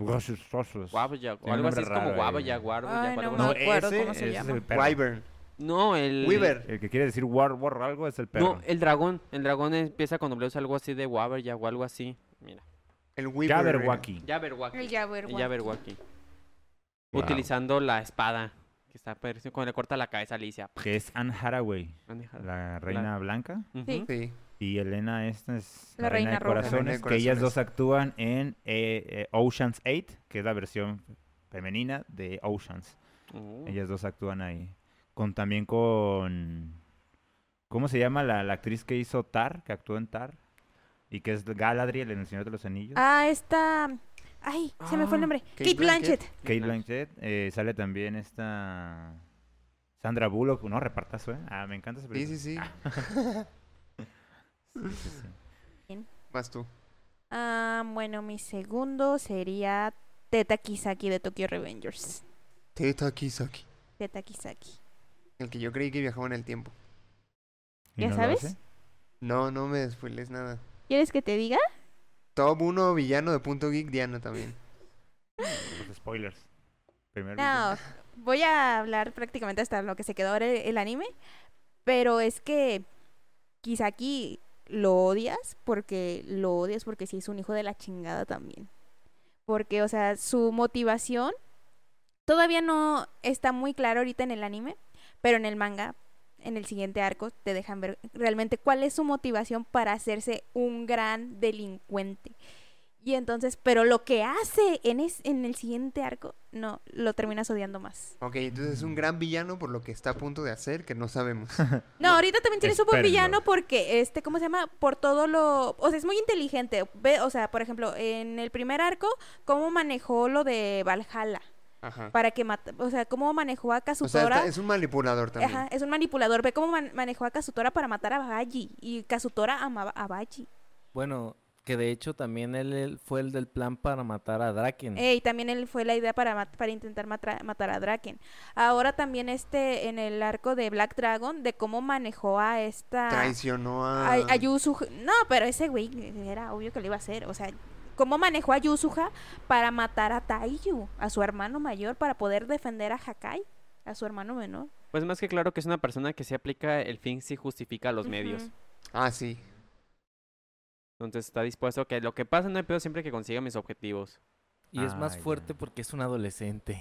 Speaker 6: Guaboyag, o
Speaker 5: Tiene un
Speaker 6: algo así
Speaker 5: nombre
Speaker 6: es como
Speaker 5: raro,
Speaker 6: Guaboyag,
Speaker 5: eh.
Speaker 6: Guarboyag,
Speaker 4: Ay, no,
Speaker 6: algo
Speaker 5: No, eh,
Speaker 6: así.
Speaker 4: acuerdo
Speaker 5: ese,
Speaker 4: cómo se
Speaker 5: ese
Speaker 4: llama.
Speaker 5: es el perro.
Speaker 2: Wyvern.
Speaker 6: No, el...
Speaker 2: Weaver.
Speaker 5: El que quiere decir war, war algo es el perro.
Speaker 6: No, el dragón. El dragón empieza con W, es algo así de Guaboyag o algo así. Mira.
Speaker 2: El Weaver.
Speaker 5: Jabberwocky.
Speaker 6: Jabberwocky.
Speaker 4: El Jabberwock.
Speaker 6: Jabberwocky.
Speaker 5: Wow.
Speaker 6: Utilizando la espada. Que está pareciendo cuando le corta la cabeza a Alicia.
Speaker 5: Que es Anne Haraway,
Speaker 6: Maneja-
Speaker 5: la reina blanca.
Speaker 6: Ujú.
Speaker 4: Sí.
Speaker 2: Sí.
Speaker 5: Y Elena esta es
Speaker 4: La reina
Speaker 5: de
Speaker 4: roja. La
Speaker 5: corazones,
Speaker 2: reina de
Speaker 5: que ellas
Speaker 2: corazones.
Speaker 5: dos actúan en eh, eh, Ocean's 8, que es la versión femenina de Ocean's.
Speaker 6: Oh.
Speaker 4: Uh.
Speaker 5: Ellas dos actúan ahí. Con también con ¿Cómo se llama la, la actriz que hizo Tar, que actuó en Tar? Y que es Galadriel en El Señor de los Anillos.
Speaker 4: Ah, esta... Ay, se me fue el nombre.
Speaker 2: Kate
Speaker 4: Ah, Kate, Blanchett.
Speaker 5: Kate
Speaker 6: Blanchett.
Speaker 5: Blanchett, eh, sale también esta Sandra Bullock, no repartazo, ¿eh? Ah, me encanta esa
Speaker 2: Sí,
Speaker 5: película.
Speaker 2: sí, sí.
Speaker 5: sí, sí.
Speaker 2: Vas tú.
Speaker 4: Ah, bueno, mi segundo sería Teta Kisaki de Tokyo Revengers.
Speaker 2: Teta Kisaki.
Speaker 4: Teta Kisaki.
Speaker 2: El que yo creí que viajaba en el tiempo.
Speaker 5: ¿Y
Speaker 4: ¿Ya
Speaker 5: no lo
Speaker 4: sabes?
Speaker 5: hace?
Speaker 2: No, no me desfuiles nada.
Speaker 4: ¿Quieres que te diga?
Speaker 2: Top 1, villano de Punto Geek, Diana también.
Speaker 5: Los spoilers. Primero.
Speaker 4: No, voy a hablar prácticamente hasta lo que se quedó ahora el, el anime, pero es que Kisaki lo odias porque lo odias porque sí es un hijo de la chingada también. Porque, o sea, su motivación todavía no está muy claro ahorita en el anime, pero en el manga, en el siguiente arco, te dejan ver realmente cuál es su motivación para hacerse un gran delincuente. Y entonces, pero lo que hace en, es, en el siguiente arco, no, lo terminas odiando más.
Speaker 2: Ok, entonces es un gran villano por lo que está a punto de hacer, que no sabemos.
Speaker 4: No, ahorita también tienes un buen
Speaker 5: espérenlo.
Speaker 4: villano porque, este, ¿cómo se llama? Por todo lo... O sea, es muy inteligente. Ve, o sea, por ejemplo, en el primer arco, ¿cómo manejó lo de Valhalla?
Speaker 2: Ajá.
Speaker 4: Para que mata... O sea, ¿cómo manejó a
Speaker 2: O sea,
Speaker 4: Kazutora?
Speaker 2: está- es un manipulador también.
Speaker 4: Ajá, es un manipulador. Ve cómo man- manejó a Kazutora para matar a Baji. Y Kazutora amaba a Baji.
Speaker 3: Bueno, que de hecho también él, él fue el del plan para matar a Draken.
Speaker 4: Eh, y también él fue la idea para, mat- para intentar matra- matar a Draken. Ahora también este en el arco de Black Dragon de cómo manejó a esta
Speaker 2: Traicionó a...
Speaker 4: a, a Yuzuha. No, pero ese güey era obvio que lo iba a hacer, o sea, cómo manejó a Yuzuha para matar a Taiyu, a su hermano mayor para poder defender a Hakai, a su hermano menor.
Speaker 6: Pues más que claro que es una persona que se aplica el fin si justifica los
Speaker 4: Ujú.
Speaker 6: medios.
Speaker 2: Ah, sí.
Speaker 6: Entonces está dispuesto a que lo que pasa no hay pedo siempre que consiga mis objetivos.
Speaker 3: y es más
Speaker 5: Ah, ya.
Speaker 3: fuerte porque es un adolescente.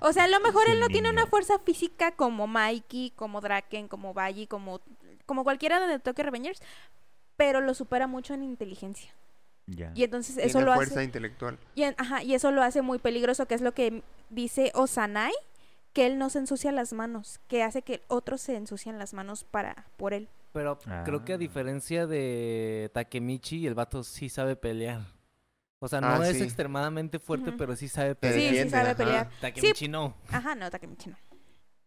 Speaker 4: O sea, a lo mejor
Speaker 5: Es
Speaker 4: él
Speaker 5: un
Speaker 4: no tiene una
Speaker 5: niño.
Speaker 4: fuerza física como Mikey, como Draken, como Baji, como como cualquiera de Tokyo Revengers, pero lo supera mucho en inteligencia.
Speaker 5: Ya.
Speaker 4: Y entonces eso
Speaker 2: Tiene
Speaker 4: lo
Speaker 2: fuerza
Speaker 4: hace.
Speaker 2: intelectual.
Speaker 4: Y, en- ajá, y eso lo hace muy peligroso, que es lo que dice Osanai, que él no se ensucia las manos, que hace que otros se ensucian las manos para por él.
Speaker 3: Pero creo que
Speaker 5: Ah.
Speaker 3: a diferencia de Takemichi, el vato sí sabe pelear. O sea, no
Speaker 2: Ah,
Speaker 3: es
Speaker 2: sí.
Speaker 3: extremadamente fuerte,
Speaker 4: Ujú.
Speaker 3: pero sí sabe
Speaker 2: Te
Speaker 4: Sí, sí
Speaker 3: pelear.
Speaker 2: defiende,
Speaker 4: sabe
Speaker 2: ajá.
Speaker 4: pelear.
Speaker 3: Takemichi no.
Speaker 4: Ajá, no, Takemichi no.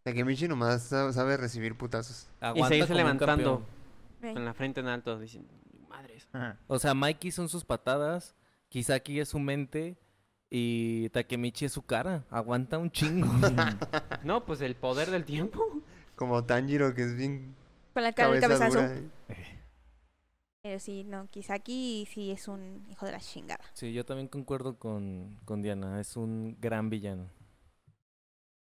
Speaker 2: Takemichi nomás sa- sabe recibir putazos.
Speaker 3: Aguanta
Speaker 6: seguirse
Speaker 3: como un
Speaker 6: levantando.
Speaker 3: campeón.
Speaker 4: Ey.
Speaker 6: Con la frente en alto, diciendo, madres.
Speaker 5: Ajá.
Speaker 3: O sea, Mikey son sus patadas, Kisaki es su mente y Takemichi es su cara. Aguanta un chingo.
Speaker 6: No, pues el poder del tiempo.
Speaker 2: Como Tanjiro, que es bien
Speaker 4: Con la cara del
Speaker 2: cabeza
Speaker 4: cabezazo.
Speaker 2: dura.
Speaker 4: Pero sí, no, Kisaki sí es un hijo de la chingada.
Speaker 3: sí, yo también concuerdo con, con Diana. Es un gran villano.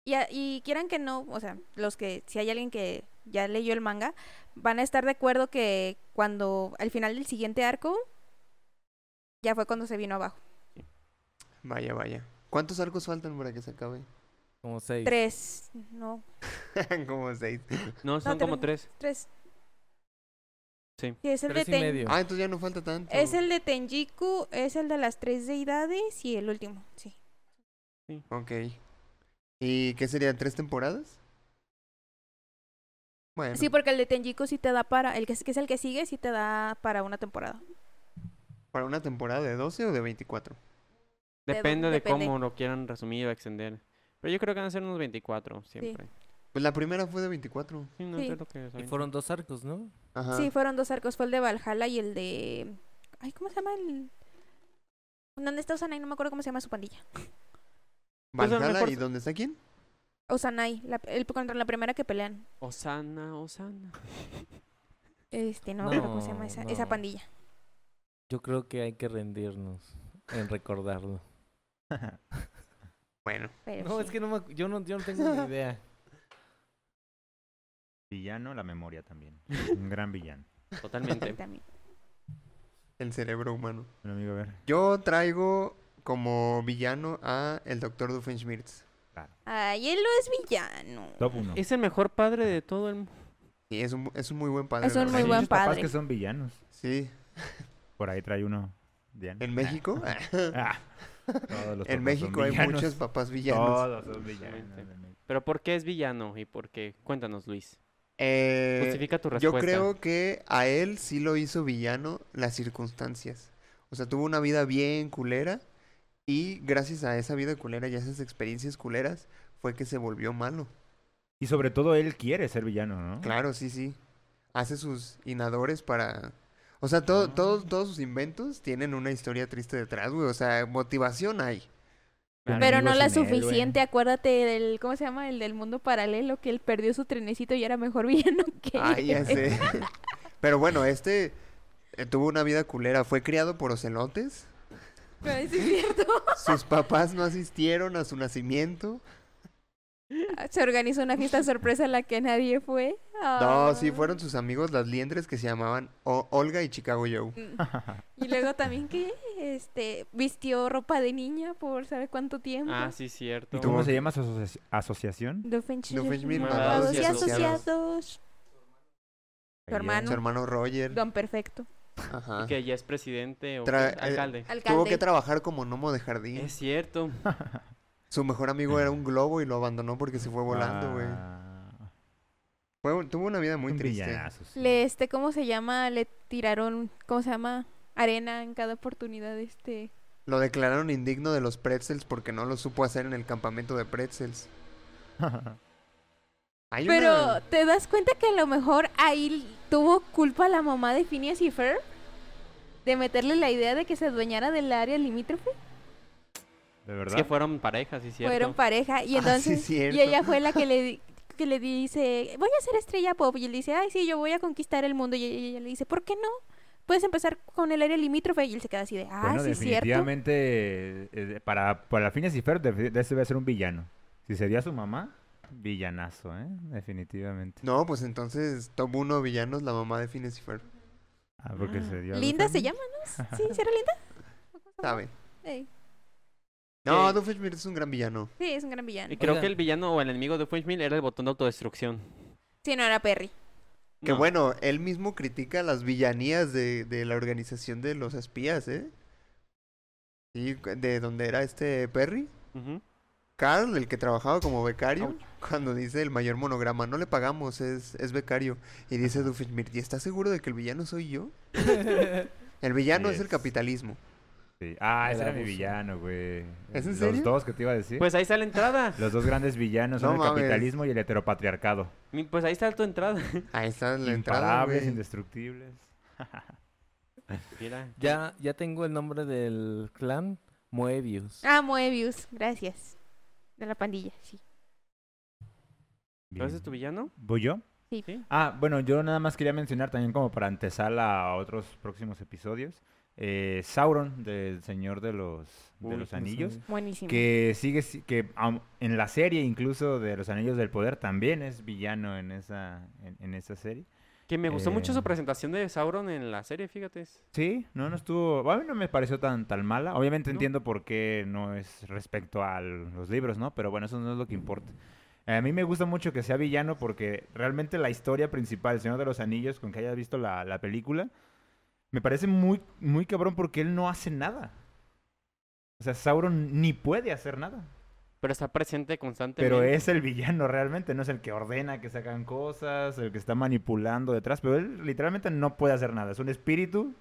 Speaker 4: Y, a- y quieran que no, o sea, los que, si hay alguien que ya leyó el manga, van a estar de acuerdo que cuando, al final del siguiente arco, ya fue cuando se vino abajo.
Speaker 2: Vaya, vaya. ¿Cuántos arcos faltan para que se acabe?
Speaker 3: Como seis.
Speaker 4: Tres, no,
Speaker 2: Como seis.
Speaker 6: No, son como tres.
Speaker 4: tres.
Speaker 6: Sí.
Speaker 4: Sí, es el
Speaker 3: Tres
Speaker 4: de
Speaker 3: y
Speaker 4: Ten-
Speaker 3: medio.
Speaker 2: Ah, entonces ya no falta tanto.
Speaker 4: Es el de Tenjiku, es el de las tres deidades y el último, sí.
Speaker 2: Ok. ¿Y qué serían? ¿Tres temporadas? Bueno.
Speaker 4: Sí, porque el de Tenjiku sí te da para, el que es, que es el que sigue, sí te da para una temporada.
Speaker 2: ¿Para una temporada de 12 o de 24?
Speaker 4: de-
Speaker 6: Depende de
Speaker 4: depende.
Speaker 6: cómo lo quieran resumir o extender. Pero yo creo que van a ser unos 24 siempre.
Speaker 2: Pues la primera fue de 24.
Speaker 6: Sí, no,
Speaker 4: Sí.
Speaker 6: eso es lo que se
Speaker 3: Y
Speaker 6: avienta.
Speaker 3: fueron dos arcos, ¿no?
Speaker 2: Ajá.
Speaker 4: Sí, fueron dos arcos, fue el de Valhalla y el de... Ay, ¿cómo se llama el...? ¿Dónde está Osanai? No me acuerdo cómo se llama su pandilla.
Speaker 6: Pues a lo
Speaker 2: Valhalla,
Speaker 6: mejor-
Speaker 2: ¿y dónde está quién?
Speaker 4: Osanai, la- el, contra la primera que pelean.
Speaker 6: Osana, Osana.
Speaker 4: Este, no me acuerdo cómo se
Speaker 3: No,
Speaker 4: llama esa, esa
Speaker 3: no.
Speaker 4: pandilla.
Speaker 3: Yo creo que hay que rendirnos en recordarlo.
Speaker 2: Bueno,
Speaker 4: Pero
Speaker 3: No,
Speaker 4: Eh, sí.
Speaker 3: es que no me acu- yo no, yo no tengo ni idea.
Speaker 5: Villano, la memoria también. Un gran villano.
Speaker 6: Totalmente.
Speaker 4: También.
Speaker 2: el cerebro humano.
Speaker 5: Bueno, amigo, a ver.
Speaker 2: Yo traigo como villano a el doctor Doofenshmirtz.
Speaker 4: Ay, él no es villano.
Speaker 5: Top 1.
Speaker 6: es el mejor padre de todo el mundo.
Speaker 2: Y es un, es un muy buen padre.
Speaker 4: Es
Speaker 2: la
Speaker 4: un muy
Speaker 2: verdad.
Speaker 4: buen padre.
Speaker 5: que son villanos.
Speaker 2: Sí,
Speaker 5: Por ahí trae uno. Diana.
Speaker 2: en México.
Speaker 5: Ah, todos los
Speaker 2: en
Speaker 5: papás
Speaker 2: México
Speaker 5: son
Speaker 2: hay
Speaker 5: villanos.
Speaker 2: muchos papás villanos.
Speaker 5: Todos son villanos. de México.
Speaker 6: Pero ¿por qué es villano y por qué? Cuéntanos, Luis.
Speaker 2: Eh,
Speaker 6: Justifica tu
Speaker 2: yo
Speaker 6: respuesta.
Speaker 2: creo que a él sí lo hizo villano las circunstancias. O sea, tuvo una vida bien culera y gracias a esa vida culera y a esas experiencias culeras fue que se volvió malo.
Speaker 5: Y sobre todo él quiere ser villano, ¿no?
Speaker 2: Claro, sí, sí. Hace sus inadores para... O sea, todo-
Speaker 5: Ah.
Speaker 2: todos, todos sus inventos tienen una historia triste detrás, güey. O sea, motivación hay.
Speaker 5: Claro.
Speaker 4: Pero no
Speaker 5: amigos
Speaker 4: la
Speaker 5: sin héroe.
Speaker 4: suficiente, acuérdate del, ¿cómo se llama? El del mundo paralelo, que él perdió su trenecito y era mejor villano que
Speaker 2: Ay, Ah, ya
Speaker 4: él.
Speaker 2: sé. Pero bueno, este eh, tuvo una vida culera. Fue criado por ocelotes.
Speaker 4: Ay, sí es cierto.
Speaker 2: Sus papás no asistieron a su nacimiento.
Speaker 4: Se organizó una fiesta sorpresa a la que nadie fue.
Speaker 2: No, sí,
Speaker 4: Ah.
Speaker 2: fueron sus amigos las liendres que se llamaban O- Olga y Chicago Joe.
Speaker 4: Y luego también que este vistió ropa de niña por sabe cuánto tiempo.
Speaker 6: Ah, sí, cierto.
Speaker 5: ¿Y cómo se llama su asoci- asociación?
Speaker 4: Doofenshmirtz,
Speaker 2: Doofenshmirtz,
Speaker 4: malvados
Speaker 6: malvados
Speaker 4: y
Speaker 6: y
Speaker 4: asociados. Tu hermano.
Speaker 2: Su hermano Roger.
Speaker 4: Don Perfecto.
Speaker 2: Ajá.
Speaker 6: Y que ya es presidente o
Speaker 2: Tra- eh,
Speaker 6: que- alcalde.
Speaker 4: Alcalde.
Speaker 2: Tuvo que trabajar como gnomo de jardín.
Speaker 6: Es cierto.
Speaker 2: Su mejor amigo era un globo y lo abandonó porque se fue volando, güey.
Speaker 5: Ah,
Speaker 2: Fue un- Tuvo una vida muy
Speaker 5: son
Speaker 2: triste.
Speaker 5: villanazos, sí.
Speaker 4: Le, este, ¿cómo se llama? Le tiraron, ¿cómo se llama? Arena en cada oportunidad, este.
Speaker 2: Lo declararon indigno de los pretzels porque no lo supo hacer en el campamento de pretzels. Hay
Speaker 4: Pero,
Speaker 2: una-
Speaker 4: ¿te das cuenta que a lo mejor ahí tuvo culpa la mamá de Phineas y Fer? De meterle la idea de que se adueñara del área limítrofe.
Speaker 5: ¿De
Speaker 6: Es
Speaker 5: verdad?
Speaker 6: que fueron parejas, sí, cierto.
Speaker 4: Fueron pareja. Y
Speaker 2: Ah, sí,
Speaker 4: entonces.
Speaker 2: cierto.
Speaker 4: y ella fue la que le, di- que le dice: Voy a ser estrella pop. Y él dice: Ay, sí, yo voy a conquistar el mundo. Y ella, ella le dice: ¿Por qué no? Puedes empezar con el área limítrofe. Y él se queda así de: Ah,
Speaker 5: bueno,
Speaker 4: sí, es cierto.
Speaker 5: definitivamente, eh, eh, para, para Phineas y Fer, defi- de- debe ser un villano. Si sería su mamá, villanazo, ¿eh? Definitivamente.
Speaker 2: No, pues entonces top uno villanos, la mamá de Phineas y Ferb.
Speaker 5: Ah, porque se dio algo
Speaker 4: Linda se
Speaker 5: también.
Speaker 4: llama, ¿no? Sí, ¿será linda?
Speaker 2: Sabe.
Speaker 4: Ey,
Speaker 2: No,
Speaker 6: Eh,
Speaker 2: Doofenshmirtz es un gran villano.
Speaker 4: Sí, es un gran villano.
Speaker 6: Y creo
Speaker 3: Oigan.
Speaker 6: que el villano o el enemigo de Funchmill era el botón de autodestrucción.
Speaker 4: Sí, no era Perry.
Speaker 2: Que
Speaker 6: No.
Speaker 2: bueno, él mismo critica las villanías de, de la organización de los espías, ¿eh? Sí, cu- de donde era este Perry.
Speaker 6: Ujú.
Speaker 2: Carl, el que trabajaba como becario,
Speaker 6: Ouch.
Speaker 2: cuando dice el mayor monograma, no le pagamos, es, es becario. Y dice Doofenshmirtz, ¿y estás seguro de que el villano soy yo? El villano
Speaker 5: Así
Speaker 2: es el
Speaker 5: es.
Speaker 2: capitalismo.
Speaker 5: Sí. Ah,
Speaker 3: El
Speaker 5: ese era mi
Speaker 3: abuso.
Speaker 5: villano, güey.
Speaker 2: ¿Es en
Speaker 5: Los
Speaker 2: serio?
Speaker 5: dos que te iba a decir.
Speaker 6: Pues ahí está la entrada.
Speaker 5: Los dos grandes villanos
Speaker 2: No
Speaker 5: son el
Speaker 2: mames.
Speaker 5: capitalismo y el heteropatriarcado.
Speaker 6: Mi- Pues ahí está tu entrada.
Speaker 2: Ahí está la entrada,
Speaker 5: Imparables,
Speaker 2: güey.
Speaker 5: indestructibles.
Speaker 6: Mira.
Speaker 3: Ya, ya tengo el nombre del clan Moebius.
Speaker 4: Ah, Moebius, gracias. De la pandilla, sí.
Speaker 6: ¿No ese es tu villano?
Speaker 5: ¿Voy yo?
Speaker 4: Sí.
Speaker 6: Sí.
Speaker 5: Ah, bueno, yo nada más quería mencionar también como para antesala a otros próximos episodios. eh, Sauron, del Señor de los, de
Speaker 6: Uy,
Speaker 5: los
Speaker 6: no
Speaker 5: Anillos.
Speaker 3: sabía.
Speaker 4: Buenísimo.
Speaker 5: Que sigue, si- que am- en la serie incluso de los Anillos del Poder también es villano en esa, en, en esa serie.
Speaker 6: Que me gustó mucho su
Speaker 5: Eh.
Speaker 6: presentación de Sauron en la serie, fíjate.
Speaker 5: Sí, no, no estuvo. A mí no me pareció tan, tan mala. Obviamente entiendo por qué no es respecto a los libros, ¿no? Pero bueno, eso no es lo que importa. Eh, A mí me gusta mucho que sea villano porque realmente la historia principal, Señor de los Anillos, con que hayas visto la, la película, me parece muy, muy cabrón porque él no hace nada. O sea, Sauron ni puede hacer nada.
Speaker 6: Pero está presente constantemente.
Speaker 5: Pero es el villano realmente, no es el que ordena que se hagan cosas, el que está manipulando detrás, pero él literalmente no puede hacer nada, es un espíritu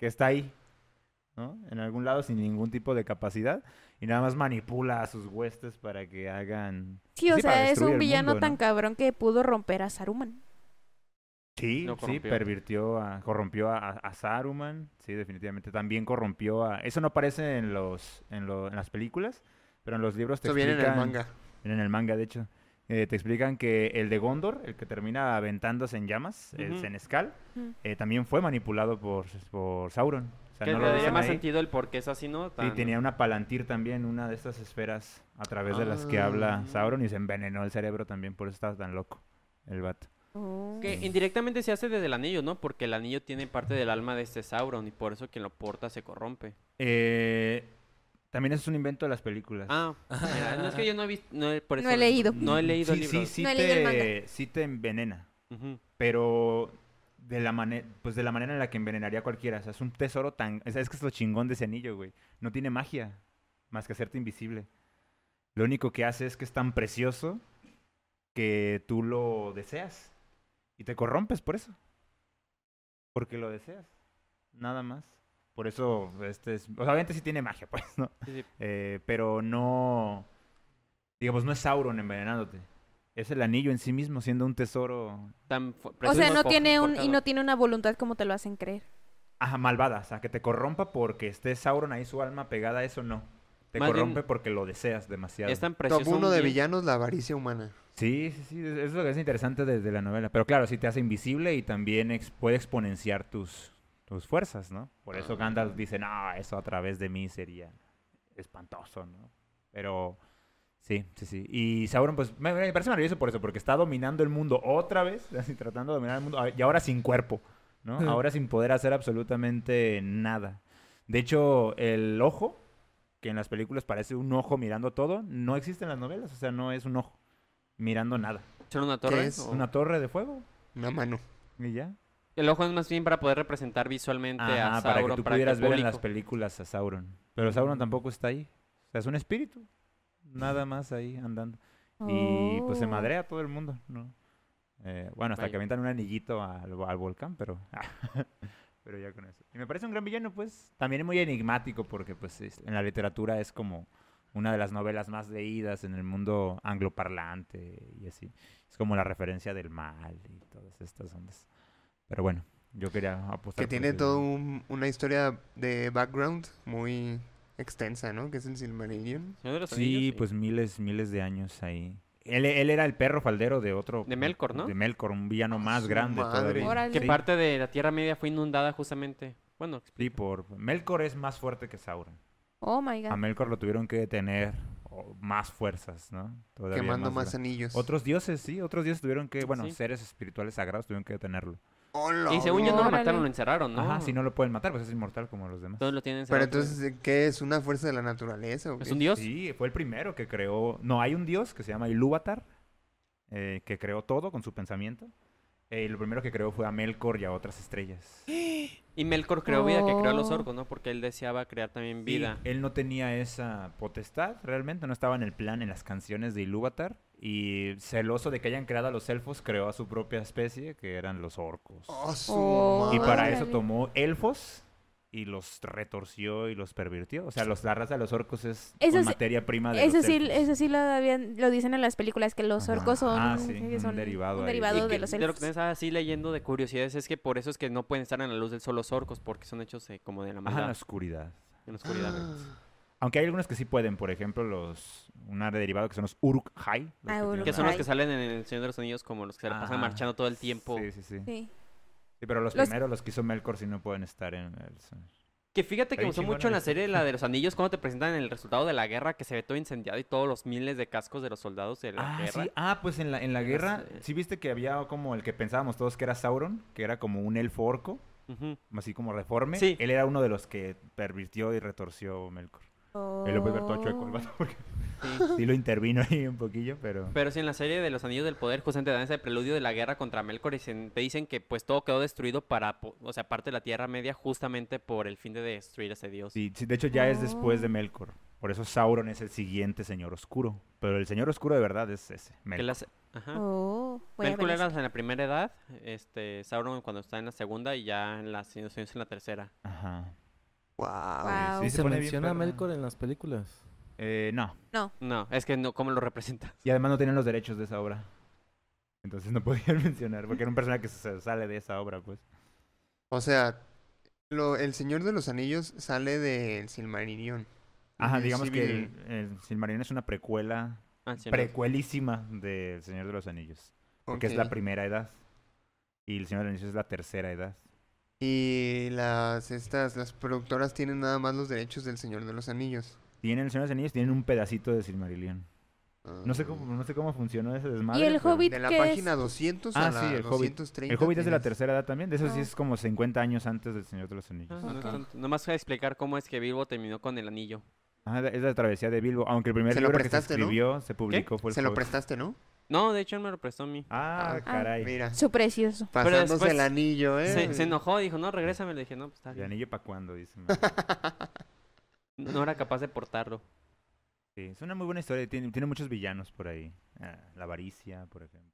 Speaker 5: que está ahí, ¿no? En algún lado sin ningún tipo de capacidad y nada más manipula a sus huestes para que hagan...
Speaker 4: Sí, o
Speaker 5: Sí, para
Speaker 4: sea, es
Speaker 5: destruir
Speaker 4: un
Speaker 5: el
Speaker 4: villano
Speaker 5: mundo,
Speaker 4: tan
Speaker 5: ¿no?
Speaker 4: cabrón que pudo romper a Saruman.
Speaker 5: Sí,
Speaker 6: Lo
Speaker 5: sí,
Speaker 6: corrompió.
Speaker 5: pervirtió, a, corrompió a, a- a Saruman, sí, definitivamente, también corrompió a... Eso no aparece en, los, en, lo- en las películas, pero en los libros te
Speaker 2: Esto viene en el
Speaker 5: explican-
Speaker 2: manga.
Speaker 5: en el manga, de hecho. eh, te explican que el de Gondor, el que termina aventándose en llamas, el
Speaker 6: Ujú.
Speaker 5: Senescal,
Speaker 4: Mm.
Speaker 5: eh, también fue manipulado por, por Sauron. O sea,
Speaker 6: Que
Speaker 5: no lo
Speaker 6: le daría
Speaker 5: dicen
Speaker 6: más
Speaker 5: ahí.
Speaker 6: sentido el por qué es así, ¿no?
Speaker 5: Y
Speaker 6: Tan-
Speaker 5: tenía una palantir también, una de estas esferas a través de las que habla
Speaker 2: Ah.
Speaker 5: Sauron y se envenenó el cerebro también, por eso estaba tan loco el vato.
Speaker 2: Oh.
Speaker 6: Que
Speaker 5: Mm.
Speaker 6: indirectamente se hace desde el anillo, ¿no? Porque el anillo tiene parte del alma de este Sauron y por eso quien lo porta se corrompe.
Speaker 5: Eh, también es un invento de las películas.
Speaker 6: Ah, mira, no es que yo no he visto... No he, por
Speaker 4: No
Speaker 6: eso
Speaker 4: he leído.
Speaker 6: No he leído
Speaker 5: sí,
Speaker 6: el
Speaker 5: sí,
Speaker 6: libro.
Speaker 5: sí,
Speaker 4: No he leído el
Speaker 5: te, sí te envenena.
Speaker 6: Ujú.
Speaker 5: pero de la manera pues de la manera en la que envenenaría a cualquiera, o sea, es un tesoro tan, o sea, es que es lo chingón de ese anillo, güey. No tiene magia más que hacerte invisible. Lo único que hace es que es tan precioso que tú lo deseas y te corrompes por eso. Porque lo deseas. Nada más. Por eso este es, o sea, obviamente sí tiene magia, pues, ¿no?
Speaker 6: Sí, sí.
Speaker 5: Eh, pero no, digamos, no es Sauron envenenándote. Es el anillo en sí mismo, siendo un tesoro
Speaker 6: Tan fu-
Speaker 4: O sea,
Speaker 6: precioso
Speaker 4: no
Speaker 6: por-
Speaker 4: tiene un y
Speaker 6: portador.
Speaker 4: no tiene una voluntad como te lo hacen creer.
Speaker 5: Ajá, malvada, o sea, que te corrompa porque esté Sauron ahí su alma pegada a eso, no. Te
Speaker 6: Más bien-
Speaker 5: corrompe porque lo deseas demasiado.
Speaker 6: Es tan
Speaker 2: Top
Speaker 6: precioso.
Speaker 2: uno
Speaker 6: un
Speaker 2: de
Speaker 6: bien-
Speaker 2: villanos, la avaricia humana.
Speaker 5: Sí, sí, sí, es es lo que es interesante de, de la novela. Pero claro, sí te hace invisible y también ex- puede exponenciar tus, tus fuerzas, ¿no? Por eso Gandalf dice, no, eso a través de mí sería espantoso, ¿no? Pero sí, sí, sí. Y Sauron, pues, me, me parece maravilloso por eso, porque está dominando el mundo otra vez, así tratando de dominar el mundo, a- y ahora sin cuerpo, ¿no? Ahora sin poder hacer absolutamente nada. De hecho, el ojo, que en las películas parece un ojo mirando todo, no existe en las novelas, o sea, no es un ojo mirando nada.
Speaker 6: ¿Son una torre?
Speaker 2: es
Speaker 6: o-
Speaker 5: Una torre de fuego
Speaker 2: Una mano.
Speaker 5: y ya.
Speaker 6: El ojo es más bien para poder representar visualmente a
Speaker 5: Ajá,
Speaker 6: Sauron.
Speaker 5: para que tú pudieras ver en las
Speaker 6: público.
Speaker 5: películas a Sauron. Pero Sauron tampoco está ahí. O sea, es un espíritu. Nada más ahí andando. Y pues se
Speaker 4: Oh.
Speaker 5: madrea a todo el mundo, ¿no? Eh, bueno, hasta
Speaker 6: Vaya.
Speaker 5: que aventan un anillito al, al volcán, pero... ah, pero ya con eso. Y me parece un gran villano, pues. También es muy enigmático porque, pues, es- en la literatura es como una de las novelas más leídas en el mundo angloparlante y así. Es como la referencia del mal y todas estas ondas. Pero bueno, yo quería apostar...
Speaker 2: Que
Speaker 5: por
Speaker 2: tiene
Speaker 5: ese
Speaker 2: toda
Speaker 5: villano.
Speaker 2: una historia de background muy extensa, ¿no? Que es el Silmarillion.
Speaker 6: Señor de los
Speaker 5: Sí,
Speaker 6: Anillos,
Speaker 5: pues miles, miles de años ahí. Él, él era el perro faldero de otro...
Speaker 6: De Melkor, ¿no?
Speaker 5: De Melkor, un villano
Speaker 2: Ah,
Speaker 5: más
Speaker 2: su
Speaker 5: grande
Speaker 2: madre.
Speaker 5: todavía.
Speaker 4: Órale.
Speaker 6: Que
Speaker 5: Sí.
Speaker 6: parte de la Tierra Media fue inundada justamente. Bueno,
Speaker 5: Sí, por... Melkor es más fuerte que Sauron.
Speaker 4: Oh my
Speaker 5: A
Speaker 4: god.
Speaker 5: Melkor lo tuvieron que detener o- más fuerzas, ¿no? Todavía
Speaker 2: Quemando más,
Speaker 5: gra-
Speaker 2: anillos.
Speaker 5: Otros dioses, sí. Otros dioses tuvieron que... Bueno,
Speaker 6: Sí.
Speaker 5: seres espirituales sagrados tuvieron que detenerlo.
Speaker 2: ¡Hola!
Speaker 6: y según yo no lo
Speaker 4: Órale.
Speaker 6: mataron, lo encerraron, ¿no?
Speaker 5: Ajá, si no lo pueden matar, pues es inmortal como los demás.
Speaker 6: Todos lo tienen
Speaker 2: Pero
Speaker 6: encerrado.
Speaker 2: entonces, ¿qué es? ¿Una fuerza de la naturaleza? o
Speaker 6: ¿Es
Speaker 2: qué?
Speaker 6: un dios?
Speaker 5: Sí, fue el primero que creó... No, hay un dios que se llama Ilúvatar, eh, que creó todo con su pensamiento. Eh, y lo primero que creó fue a Melkor y a otras estrellas.
Speaker 6: Y Melkor creó vida, que creó a los
Speaker 4: Oh.
Speaker 6: orcos, ¿no? Porque él deseaba crear también
Speaker 5: Sí,
Speaker 6: vida.
Speaker 5: él no tenía esa potestad, realmente no estaba en el plan en las canciones de Ilúvatar. Y celoso de que hayan creado a los elfos, creó a su propia especie, que eran los orcos.
Speaker 2: ¡Oh, su
Speaker 4: Oh.
Speaker 5: y para
Speaker 2: madre!
Speaker 5: eso
Speaker 4: órale.
Speaker 5: tomó elfos y los retorció y los pervirtió. O sea, los, la raza de los orcos es
Speaker 4: Eso
Speaker 5: con
Speaker 4: sí-
Speaker 5: materia prima de
Speaker 4: Eso
Speaker 5: los
Speaker 4: sí,
Speaker 5: elfos.
Speaker 4: eso sí lo, habían- lo dicen en las películas, que los
Speaker 5: Ajá.
Speaker 4: orcos son,
Speaker 5: Ah, sí,
Speaker 4: que
Speaker 5: un
Speaker 4: son
Speaker 5: derivado
Speaker 4: un
Speaker 6: Y
Speaker 5: ahí.
Speaker 4: derivado
Speaker 6: que-
Speaker 4: de los
Speaker 6: lo que
Speaker 4: elfos.
Speaker 6: tenés así leyendo de curiosidades es que por eso es que no pueden estar en la luz del sol los orcos, porque son hechos eh, como de la
Speaker 5: Ajá, Ah, en
Speaker 6: maldad,
Speaker 5: la oscuridad.
Speaker 6: en la oscuridad.
Speaker 5: Aunque hay algunos que sí pueden, por ejemplo, los un arte derivado que son los Uruk-hai. los
Speaker 4: Ah,
Speaker 5: tienen
Speaker 4: Uruk-hai.
Speaker 6: Que son los
Speaker 4: Ay.
Speaker 6: que salen en El Señor de los Anillos como los que se la pasan
Speaker 5: Ajá.
Speaker 6: marchando todo el tiempo.
Speaker 5: Sí, sí, sí.
Speaker 4: Sí.
Speaker 5: Sí, pero los,
Speaker 4: Los-
Speaker 5: primeros, los que hizo Melkor, sí no pueden estar en el...
Speaker 6: Que fíjate que
Speaker 5: Está
Speaker 6: me gustó
Speaker 5: bien chingona
Speaker 6: mucho en la
Speaker 5: esa.
Speaker 6: serie de la de los anillos cuando te presentan el resultado de la guerra que se ve todo incendiado y todos los miles de cascos de los soldados de la
Speaker 5: Ah,
Speaker 6: guerra.
Speaker 5: sí. Ah, pues en la, en la guerra,
Speaker 6: eh.
Speaker 5: ¿sí viste que había como el que pensábamos todos que era Sauron? Que era como un elfo orco,
Speaker 6: Ujú.
Speaker 5: así como reforme.
Speaker 6: Sí.
Speaker 5: Él era uno de los que pervirtió y retorció Melkor. Él lo puede
Speaker 4: Oh.
Speaker 5: ver todo chueco, el vato, porque
Speaker 6: Sí.
Speaker 5: sí lo intervino ahí un poquillo, pero...
Speaker 6: Pero sí, en la serie de los Anillos del Poder, justamente dan ese preludio de la guerra contra Melkor y se- te dicen que pues todo quedó destruido para, po- o sea, parte de la Tierra Media justamente por el fin de destruir a ese dios.
Speaker 5: Sí, sí, de hecho ya es después de Melkor. Por eso Sauron es el siguiente Señor Oscuro. Pero el Señor Oscuro de verdad es ese,
Speaker 6: Que
Speaker 5: Melkor.
Speaker 6: las- ajá.
Speaker 4: Oh, voy a ver
Speaker 6: Melkor era
Speaker 4: eso.
Speaker 6: en la primera edad, este, Sauron cuando está en la segunda y ya en las inundaciones en la tercera.
Speaker 5: Ajá.
Speaker 2: Wow.
Speaker 4: Wow.
Speaker 5: Sí, sí.
Speaker 3: ¿Se
Speaker 5: pone bien
Speaker 3: menciona a
Speaker 5: perra.
Speaker 3: Melkor en las películas?
Speaker 5: Eh, no.
Speaker 6: No, es que no, ¿cómo lo representa?
Speaker 5: Y además no tenían los derechos de esa obra. Entonces no podían mencionar, porque era un personaje que se sale de esa obra, pues.
Speaker 2: O sea, lo- el Señor de los Anillos sale del Silmarillion.
Speaker 5: Ajá,
Speaker 2: del
Speaker 5: digamos que
Speaker 2: Civil-
Speaker 5: el, el Silmarillion es una precuela,
Speaker 6: Ah, sí, no.
Speaker 5: precuelísima del Señor de los Anillos. Porque es
Speaker 2: Ok.
Speaker 5: la primera edad. Y el Señor de los Anillos es la tercera edad.
Speaker 2: Y las estas las productoras tienen nada más los derechos del Señor de los Anillos.
Speaker 5: Tienen el Señor de los Anillos, tienen un pedacito de Silmarillion. No sé
Speaker 2: Ah.
Speaker 5: cómo, no sé cómo funcionó ese desmadre.
Speaker 4: ¿Y el
Speaker 5: pero-
Speaker 4: Hobbit
Speaker 2: De la
Speaker 4: qué es?
Speaker 2: página 200 a
Speaker 5: Ah,
Speaker 2: la
Speaker 5: sí, el Hobbit.
Speaker 2: 230.
Speaker 5: El Hobbit es de la
Speaker 2: tienes-
Speaker 5: tercera edad también. De eso sí
Speaker 4: Ah.
Speaker 5: es como 50 años antes del Señor de los
Speaker 6: Ah,
Speaker 5: Anillos.
Speaker 6: no es
Speaker 2: Ok.
Speaker 6: tanto. Nomás voy a explicar cómo es que Bilbo terminó con el anillo.
Speaker 5: Ajá, es la travesía de Bilbo. Aunque el primer
Speaker 2: Se lo
Speaker 5: libro que se
Speaker 2: prestaste, ¿no?
Speaker 5: escribió, se publicó fue el
Speaker 2: Se lo
Speaker 5: Hobbit.
Speaker 2: prestaste, ¿no?
Speaker 6: No, de hecho él me lo prestó a mí.
Speaker 5: Ah,
Speaker 2: Ah,
Speaker 5: caray.
Speaker 2: Mira,
Speaker 4: Su precioso.
Speaker 2: pasándose
Speaker 6: después
Speaker 2: el anillo, ¿eh?
Speaker 6: Se, se enojó, dijo, no, regrésame. Le dije, no, pues está
Speaker 5: ¿El
Speaker 6: bien".
Speaker 5: anillo para cuándo? Dice.
Speaker 6: No era capaz de portarlo.
Speaker 5: Sí, es una muy buena historia. Tiene, tiene muchos villanos por ahí. Ah, la avaricia, por ejemplo.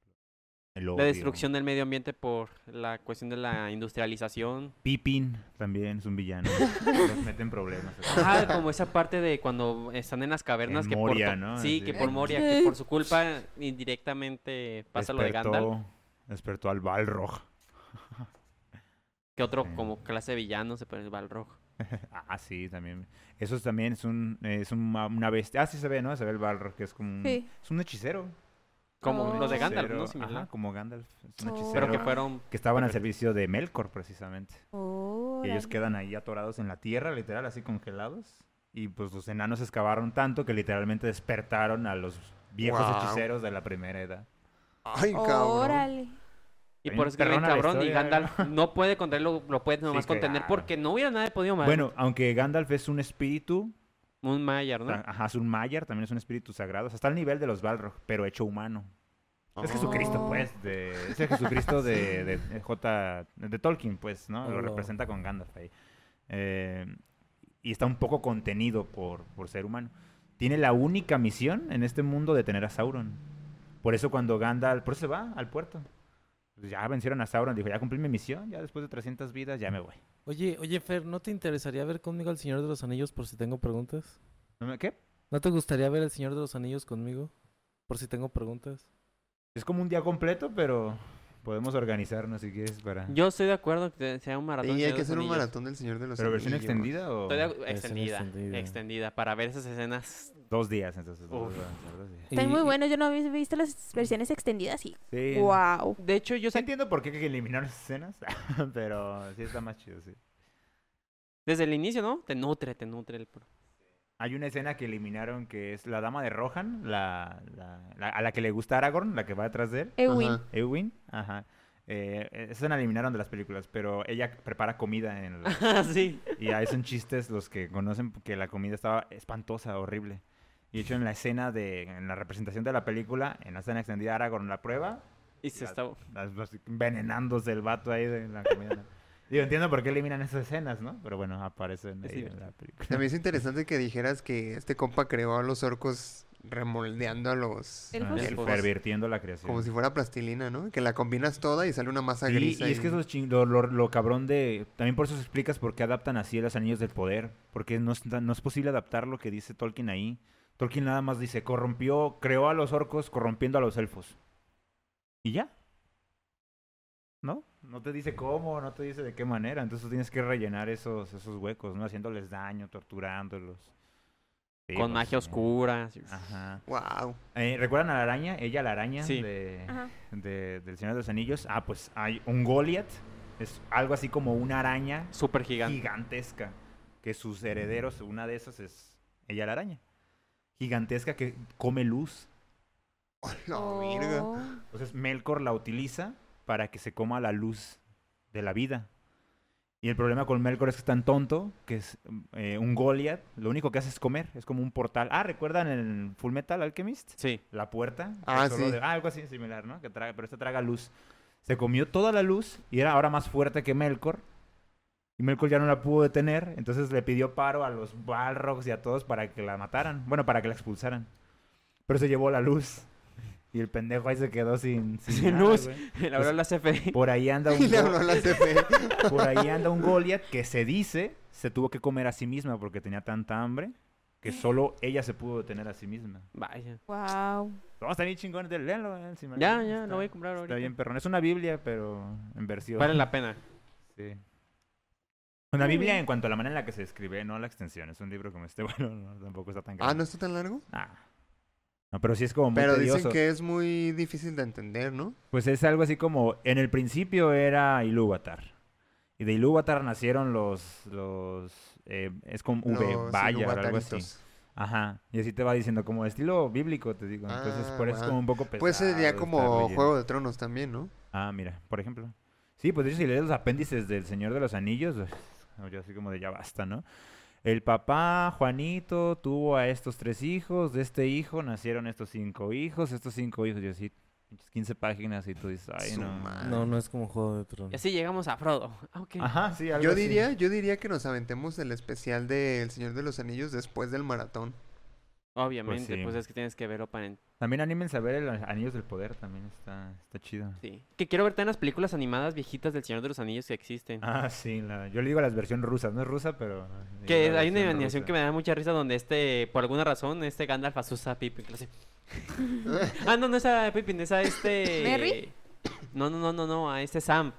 Speaker 5: El odio.
Speaker 6: La destrucción del medio ambiente por la cuestión de la industrialización.
Speaker 5: Pippin también es un villano. Los meten problemas.
Speaker 6: Ah, como esa parte de cuando están en las cavernas
Speaker 5: En
Speaker 6: que
Speaker 5: Moria,
Speaker 6: por to-
Speaker 5: ¿no?
Speaker 6: Sí,
Speaker 5: Así.
Speaker 6: que por Moria, que por su culpa indirectamente pasa lo de Gandalf.
Speaker 5: Despertó al Balrog.
Speaker 6: Que otro
Speaker 5: Sí.
Speaker 6: como clase de villano se pone el Balrog.
Speaker 5: Ah, sí, también. Eso es también es un eh, es un ma- una bestia. Ah, sí se ve, ¿no? Se ve el Balrog, que es como un,
Speaker 4: Sí.
Speaker 5: es un hechicero.
Speaker 6: Como
Speaker 4: Oh.
Speaker 6: los de Gandalf,
Speaker 5: Hechicero,
Speaker 6: ¿no? Similar.
Speaker 5: ajá, como Gandalf. Es un
Speaker 4: Oh.
Speaker 5: hechicero.
Speaker 6: Pero que
Speaker 4: Ah.
Speaker 6: fueron...
Speaker 5: que estaban al servicio de Melkor, precisamente.
Speaker 4: Oh,
Speaker 5: Y ellos
Speaker 4: órale.
Speaker 5: quedan ahí atorados en la tierra, literal, así congelados. Y pues los enanos excavaron tanto que literalmente despertaron a los viejos
Speaker 2: Guau.
Speaker 5: hechiceros de la primera edad.
Speaker 2: Ay, cabrón.
Speaker 4: Órale.
Speaker 6: Y
Speaker 5: Bien
Speaker 6: por eso que era bien
Speaker 5: perrona la
Speaker 6: cabrón y
Speaker 5: historia,
Speaker 6: Gandalf no puede contenerlo, lo puede nomás contener
Speaker 5: claro.
Speaker 6: porque no hubiera nadie podido más.
Speaker 5: ah. Bueno, aunque Gandalf es un espíritu,
Speaker 6: Un Maillard, ¿no?
Speaker 5: ta- ajá, es un Maiar, también es un espíritu sagrado. O sea, está al nivel de los Balrog, pero hecho humano. Es Jesucristo,
Speaker 4: Oh.
Speaker 5: pues. de- es el Jesucristo de, de, J, de Tolkien, pues, ¿no? Lo
Speaker 3: Oh.
Speaker 5: representa con Gandalf ahí. Eh, y está un poco contenido por, por ser humano. Tiene la única misión en este mundo de tener a Sauron. Por eso cuando Gandalf... Por eso se va al puerto. Pues Ya vencieron a Sauron. Dijo, ya cumplí mi misión. Ya después de 300 vidas, ya me voy.
Speaker 3: Oye, oye, Fer, ¿no te interesaría ver conmigo al Señor de los Anillos por si tengo preguntas?
Speaker 5: ¿No me- ¿Qué?
Speaker 3: ¿No te gustaría ver al Señor de los Anillos conmigo? Por si tengo preguntas.
Speaker 5: Es como un día completo, pero... Podemos organizarnos si quieres para...
Speaker 6: Yo estoy de acuerdo que sea un maratón.
Speaker 2: Y hay
Speaker 6: Señor de
Speaker 2: que
Speaker 6: los
Speaker 2: hacer un
Speaker 6: Anillos.
Speaker 2: maratón del Señor de los
Speaker 5: ¿Pero
Speaker 2: Anillos.
Speaker 5: versión extendida o...?
Speaker 6: Estoy de acu-
Speaker 3: Versión
Speaker 6: extendida,
Speaker 3: extendida.
Speaker 6: extendida. para ver esas escenas.
Speaker 5: Dos días, entonces. dos-
Speaker 6: Uf.
Speaker 5: dos- dos días.
Speaker 4: Están
Speaker 3: Y-
Speaker 4: muy buenos. Yo no había visto las versiones extendidas y...
Speaker 5: Sí.
Speaker 4: Wow.
Speaker 6: De hecho, yo
Speaker 5: Yo sí
Speaker 6: sé
Speaker 5: entiendo por qué que eliminaron escenas, pero sí está más chido, sí.
Speaker 6: desde el inicio, ¿no? Te nutre, te nutre el pro-
Speaker 5: Hay una escena que eliminaron que es la dama de Rohan, la, la- la- a la que le gusta Aragorn, la que va atrás de él,
Speaker 4: Ewin.
Speaker 2: Ajá.
Speaker 5: Eowyn, ajá. Eh, esa escena la eliminaron de las películas, pero ella prepara comida en la-
Speaker 6: Ah, sí.
Speaker 5: y ahí son chistes los que conocen que la comida estaba espantosa, horrible. Y de hecho en la escena de, en la representación de la película, en la escena extendida Aragorn la prueba
Speaker 6: Y se
Speaker 5: Ya.
Speaker 6: estaba.
Speaker 5: las- las- envenenándose el vato ahí de la comida. ¿no? Digo, entiendo por qué eliminan esas escenas, ¿no? Pero bueno, aparecen
Speaker 6: Es
Speaker 5: ahí en
Speaker 6: divertido.
Speaker 5: la película.
Speaker 2: También es interesante que dijeras que este compa creó a los orcos remoldeando a los...
Speaker 4: El
Speaker 5: Ah,
Speaker 4: host.
Speaker 5: sí,
Speaker 6: elfos.
Speaker 5: pervirtiendo la creación.
Speaker 2: Como si fuera plastilina, ¿no? Que la combinas toda y sale una masa
Speaker 5: Sí,
Speaker 2: gris.
Speaker 5: y es que eso es ching- lo, lo- lo cabrón de... También por eso se explicas por qué adaptan así los Anillos del Poder. Porque no es, tan- no es posible adaptar lo que dice Tolkien ahí. Tolkien nada más dice, corrompió, creó a los orcos corrompiendo a los elfos. Y ya. ¿No? No te dice cómo, no te dice de qué manera. Entonces tú tienes que rellenar esos, esos huecos, ¿no? Haciéndoles daño, torturándolos. Sí,
Speaker 6: con
Speaker 5: pues,
Speaker 6: magia
Speaker 5: eh,
Speaker 6: oscura. así.
Speaker 5: Ajá.
Speaker 2: Wow.
Speaker 5: Eh, ¿Recuerdan a la araña? Ella, la araña
Speaker 6: Sí.
Speaker 5: de,
Speaker 4: Ajá.
Speaker 5: de- del Señor de los Anillos. Ah, pues hay un Goliath. Es algo así como una araña
Speaker 6: Súper gigante.
Speaker 5: gigantesca. que sus herederos, una de esas es ella la araña. Gigantesca que come luz.
Speaker 2: La verga.
Speaker 4: Oh.
Speaker 5: Entonces Melkor la utiliza para que se coma la luz de la vida. Y el problema con Melkor es que es tan tonto que es eh, un Goliath. Lo único que hace es comer. Es como un portal. Ah, ¿recuerdan el Full Metal Alchemist?
Speaker 6: Sí.
Speaker 5: la puerta. que
Speaker 2: Ah,
Speaker 5: solo
Speaker 2: sí.
Speaker 5: de- ah, algo así similar, ¿no? Que traga, pero esta traga luz. Se comió toda la luz y era ahora más fuerte que Melkor. Y Melkor ya no la pudo detener, entonces le pidió paro a los Balrogs y a todos para que la mataran. Bueno, para que la expulsaran. Pero se llevó la luz. Y el pendejo ahí se quedó sin, sin
Speaker 6: Sin
Speaker 5: nada,
Speaker 6: luz.
Speaker 5: güey.
Speaker 6: La verdad la CFE.
Speaker 5: Pues, Por ahí anda un
Speaker 2: Y le
Speaker 5: go-
Speaker 2: habló a la CFE.
Speaker 5: por ahí anda un Goliath que se dice se tuvo que comer a sí misma porque tenía tanta hambre que solo ella se pudo detener a sí misma.
Speaker 6: Vaya.
Speaker 4: Wow.
Speaker 5: No, está bien chingón, de- léanlo. eh, si me
Speaker 6: Ya,
Speaker 5: lo-
Speaker 6: ya,
Speaker 5: está-
Speaker 6: lo voy a comprar
Speaker 5: Está
Speaker 6: ahorita.
Speaker 5: bien, perrón. Es una Biblia, pero en versión.
Speaker 6: Vale la pena.
Speaker 5: Sí. Una
Speaker 4: Muy
Speaker 5: Biblia
Speaker 4: bien.
Speaker 5: en cuanto a la manera en la que se escribe, no la extensión. Es un libro como este, bueno, no, tampoco está tan
Speaker 2: Ah,
Speaker 5: grande.
Speaker 2: ¿no está tan largo?
Speaker 5: Ah. No, pero sí es como muy
Speaker 2: Pero
Speaker 5: tedioso.
Speaker 2: dicen que es muy difícil de entender, ¿no?
Speaker 5: Pues es algo así como, en el principio era Ilúvatar. Y de Ilúvatar nacieron los, los, eh, es como V,
Speaker 2: Los
Speaker 5: Vaya, o algo así.
Speaker 2: iluvataritos.
Speaker 5: Ajá. Y así te va diciendo, como estilo bíblico, te digo. Entonces,
Speaker 2: Ah,
Speaker 5: por eso es
Speaker 2: guau.
Speaker 5: como un poco pesado.
Speaker 2: Pues sería
Speaker 5: estar
Speaker 2: como
Speaker 5: leyendo.
Speaker 2: Juego de Tronos también, ¿no?
Speaker 5: Ah, mira, por ejemplo. Sí, pues de hecho, si lees los apéndices del Señor de los Anillos, pues, yo así como de ya basta, ¿no? El papá, Juanito, tuvo a estos tres hijos, de este hijo nacieron estos cinco hijos, estos cinco hijos, yo así, pinches 15 páginas y tú dices, ay,
Speaker 2: Su
Speaker 5: no.
Speaker 2: madre.
Speaker 3: No, no es como Juego de
Speaker 6: Y
Speaker 3: Tronos.
Speaker 6: así llegamos a Frodo. Ah, ok.
Speaker 5: Ajá, sí, algo
Speaker 2: Yo
Speaker 5: así.
Speaker 2: diría, yo diría que nos aventemos el especial de El Señor de los Anillos después del maratón.
Speaker 6: Obviamente, pues,
Speaker 5: sí.
Speaker 6: es que tienes que verlo para... en-
Speaker 5: También anímense a ver el Anillos del Poder, también está, está chido.
Speaker 6: Sí. Que quiero verte en las películas animadas viejitas del Señor de los Anillos que existen.
Speaker 5: Ah, sí, la- yo le digo las versiones rusas, no es rusa, pero...
Speaker 6: Que hay una animación que me da mucha risa donde este, por alguna razón, este Gandalf asusta a Pippin. que lo hace. ah, no, no es a Pippin, es a este...
Speaker 4: ¿Merry?
Speaker 6: No, no, no, no, no, a este Sam.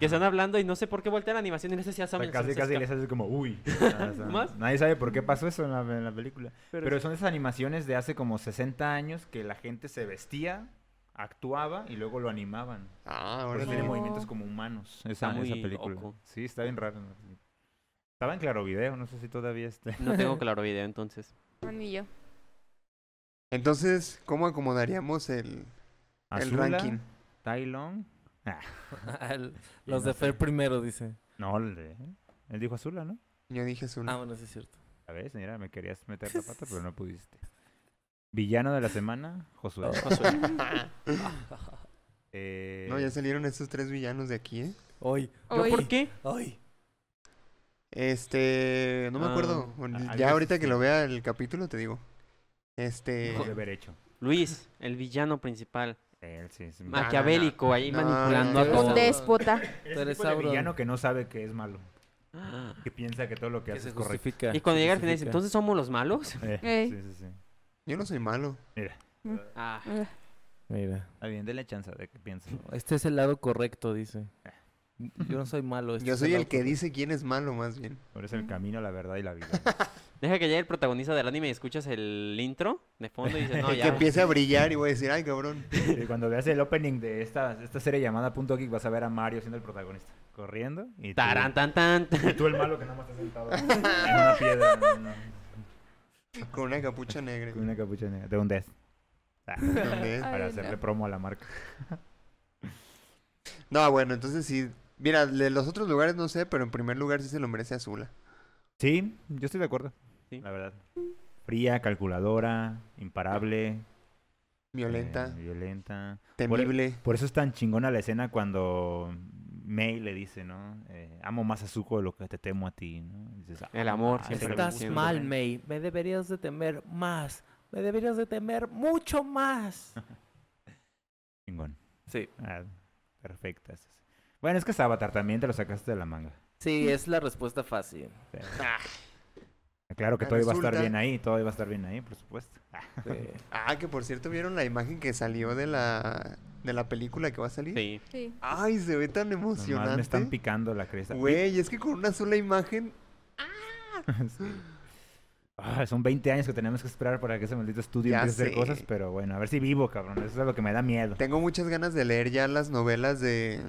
Speaker 6: Que están hablando y no sé por qué voltea la animación y no sé si a Sam. y el Sam
Speaker 5: Pues casi,
Speaker 6: se
Speaker 5: casi
Speaker 6: escapa.
Speaker 5: les haces como, uy. O sea,
Speaker 6: ¿Más?
Speaker 5: Nadie sabe por qué pasó eso en la, en la película.
Speaker 6: Pero
Speaker 5: Pero son esas animaciones de hace como 60 años que la gente se vestía, actuaba y luego lo animaban.
Speaker 2: Ah,
Speaker 5: Porque
Speaker 2: órale.
Speaker 5: tiene
Speaker 4: Oh.
Speaker 5: movimientos como humanos. Esa,
Speaker 6: Está muy
Speaker 5: esa película.
Speaker 6: loco.
Speaker 5: Sí, está bien raro. Estaba en claro video, no sé si todavía esté.
Speaker 6: No tengo claro video entonces.
Speaker 4: No, ni yo.
Speaker 2: Entonces, ¿cómo acomodaríamos el, el
Speaker 5: Azula,
Speaker 2: ranking?
Speaker 5: Tai Lung.
Speaker 3: Al- Los de Fer primero, dice.
Speaker 5: No, le- él dijo Azula, ¿no?
Speaker 2: Yo dije azul.
Speaker 3: Ah, bueno, sí es cierto.
Speaker 5: A ver, señora, me querías meter la pata, pero no pudiste. Villano de la semana, Josué. Ah, Eh,
Speaker 2: No, ya salieron estos tres villanos de aquí, ¿eh?
Speaker 3: Hoy,
Speaker 6: ¿Yo
Speaker 4: Hoy.
Speaker 6: por qué?
Speaker 3: hoy.
Speaker 2: Este, no me
Speaker 6: Ah,
Speaker 2: acuerdo. Bueno,
Speaker 5: a- algo
Speaker 2: ya ahorita que
Speaker 5: así.
Speaker 2: lo vea el capítulo te digo. Este,
Speaker 5: debió haber hecho.
Speaker 6: Luis, el villano principal.
Speaker 5: Él sí. es-
Speaker 2: no, no.
Speaker 6: Maquiavélico, ahí
Speaker 2: Ah, No,
Speaker 6: manipulando
Speaker 2: no,
Speaker 6: a
Speaker 2: no.
Speaker 6: cosas.
Speaker 4: Un déspota.
Speaker 5: Eres el
Speaker 3: Eres
Speaker 5: tipo de
Speaker 3: Sauron.
Speaker 5: villano que no sabe que es malo.
Speaker 6: Ah.
Speaker 5: que piensa que todo lo
Speaker 3: Que
Speaker 5: que, hace
Speaker 3: se
Speaker 5: es correcto.
Speaker 3: justifica.
Speaker 6: Y cuando
Speaker 3: se
Speaker 6: llega al final dice,
Speaker 3: justifica.
Speaker 6: ¿entonces somos los malos?
Speaker 5: Eh,
Speaker 4: Ey.
Speaker 5: Sí, sí, sí.
Speaker 2: yo no soy malo.
Speaker 6: Ah,
Speaker 3: Mira,
Speaker 5: Está bien, denle chance de que piense.
Speaker 3: este es el lado correcto, dice. Yo no soy malo.
Speaker 5: Pues
Speaker 3: este
Speaker 2: Yo
Speaker 3: es
Speaker 2: soy
Speaker 3: lado
Speaker 2: el que
Speaker 3: correcto.
Speaker 2: dice quién es malo más bien.
Speaker 5: Por eso el
Speaker 4: Ujú.
Speaker 5: camino, la verdad y la vida.
Speaker 6: deja que llegue el protagonista del anime y escuchas el intro de fondo y dices, no,
Speaker 2: Y que
Speaker 6: ya.
Speaker 2: empiece a brillar y voy a decir, ay, cabrón.
Speaker 5: y cuando veas el opening de esta, esta serie llamada Punto Geek, vas a ver a Mario siendo el protagonista. Corriendo y tú,
Speaker 6: Tarán, tan, tan.
Speaker 5: y tú el malo que nada más está sentado en una piedra. en una-
Speaker 2: Con una capucha negra.
Speaker 5: con una capucha negra. De un death. Ah,
Speaker 2: ¿Dónde es?
Speaker 4: Ay, no.
Speaker 5: para hacerle promo a la marca.
Speaker 2: No, bueno, entonces sí. Mira, de los otros lugares no sé, pero en primer lugar sí se lo merece Azula.
Speaker 5: Sí, yo estoy de acuerdo.
Speaker 6: Sí.
Speaker 5: La verdad. Fría, calculadora, imparable.
Speaker 2: Violenta,
Speaker 5: eh, violenta.
Speaker 6: Eh,
Speaker 5: por
Speaker 6: e-
Speaker 5: el-
Speaker 2: temible.
Speaker 5: Por eso es tan chingona la escena cuando May le dice, ¿no? Eh, amo más a Zuko de lo que te temo a ti, ¿no? Y dices,
Speaker 6: El
Speaker 5: "Ah,
Speaker 6: amor
Speaker 5: ah,
Speaker 6: siempre
Speaker 5: esa-
Speaker 6: Estás Siempre. mal,
Speaker 3: May. Me deberías de temer más. Me deberías de temer mucho más.
Speaker 5: Chingón.
Speaker 3: Sí.
Speaker 5: Ah, perfecta. esa es. Bueno, es que es Avatar también te lo sacaste de la manga.
Speaker 3: Sí, es la respuesta fácil.
Speaker 5: Claro que
Speaker 2: Ah,
Speaker 5: todo iba a estar
Speaker 2: resulta.
Speaker 5: bien ahí, todo iba a estar bien ahí, por supuesto. Ah,
Speaker 3: Sí.
Speaker 2: Ah, que por cierto, ¿vieron la imagen que salió de la, de la película que va a salir?
Speaker 6: Sí.
Speaker 4: Sí.
Speaker 2: Ay, se ve tan
Speaker 5: nomás me están
Speaker 2: emocionante.
Speaker 5: picando la cresta.
Speaker 2: Güey, es que con una sola imagen.
Speaker 5: Sí. Ah, son 20 años que tenemos que esperar para que ese maldito estudio
Speaker 2: Ya
Speaker 5: empiece a hacer
Speaker 2: sé.
Speaker 5: cosas, pero bueno, a ver si vivo, cabrón. Eso es lo que me da miedo.
Speaker 2: Tengo muchas ganas de leer ya las novelas de,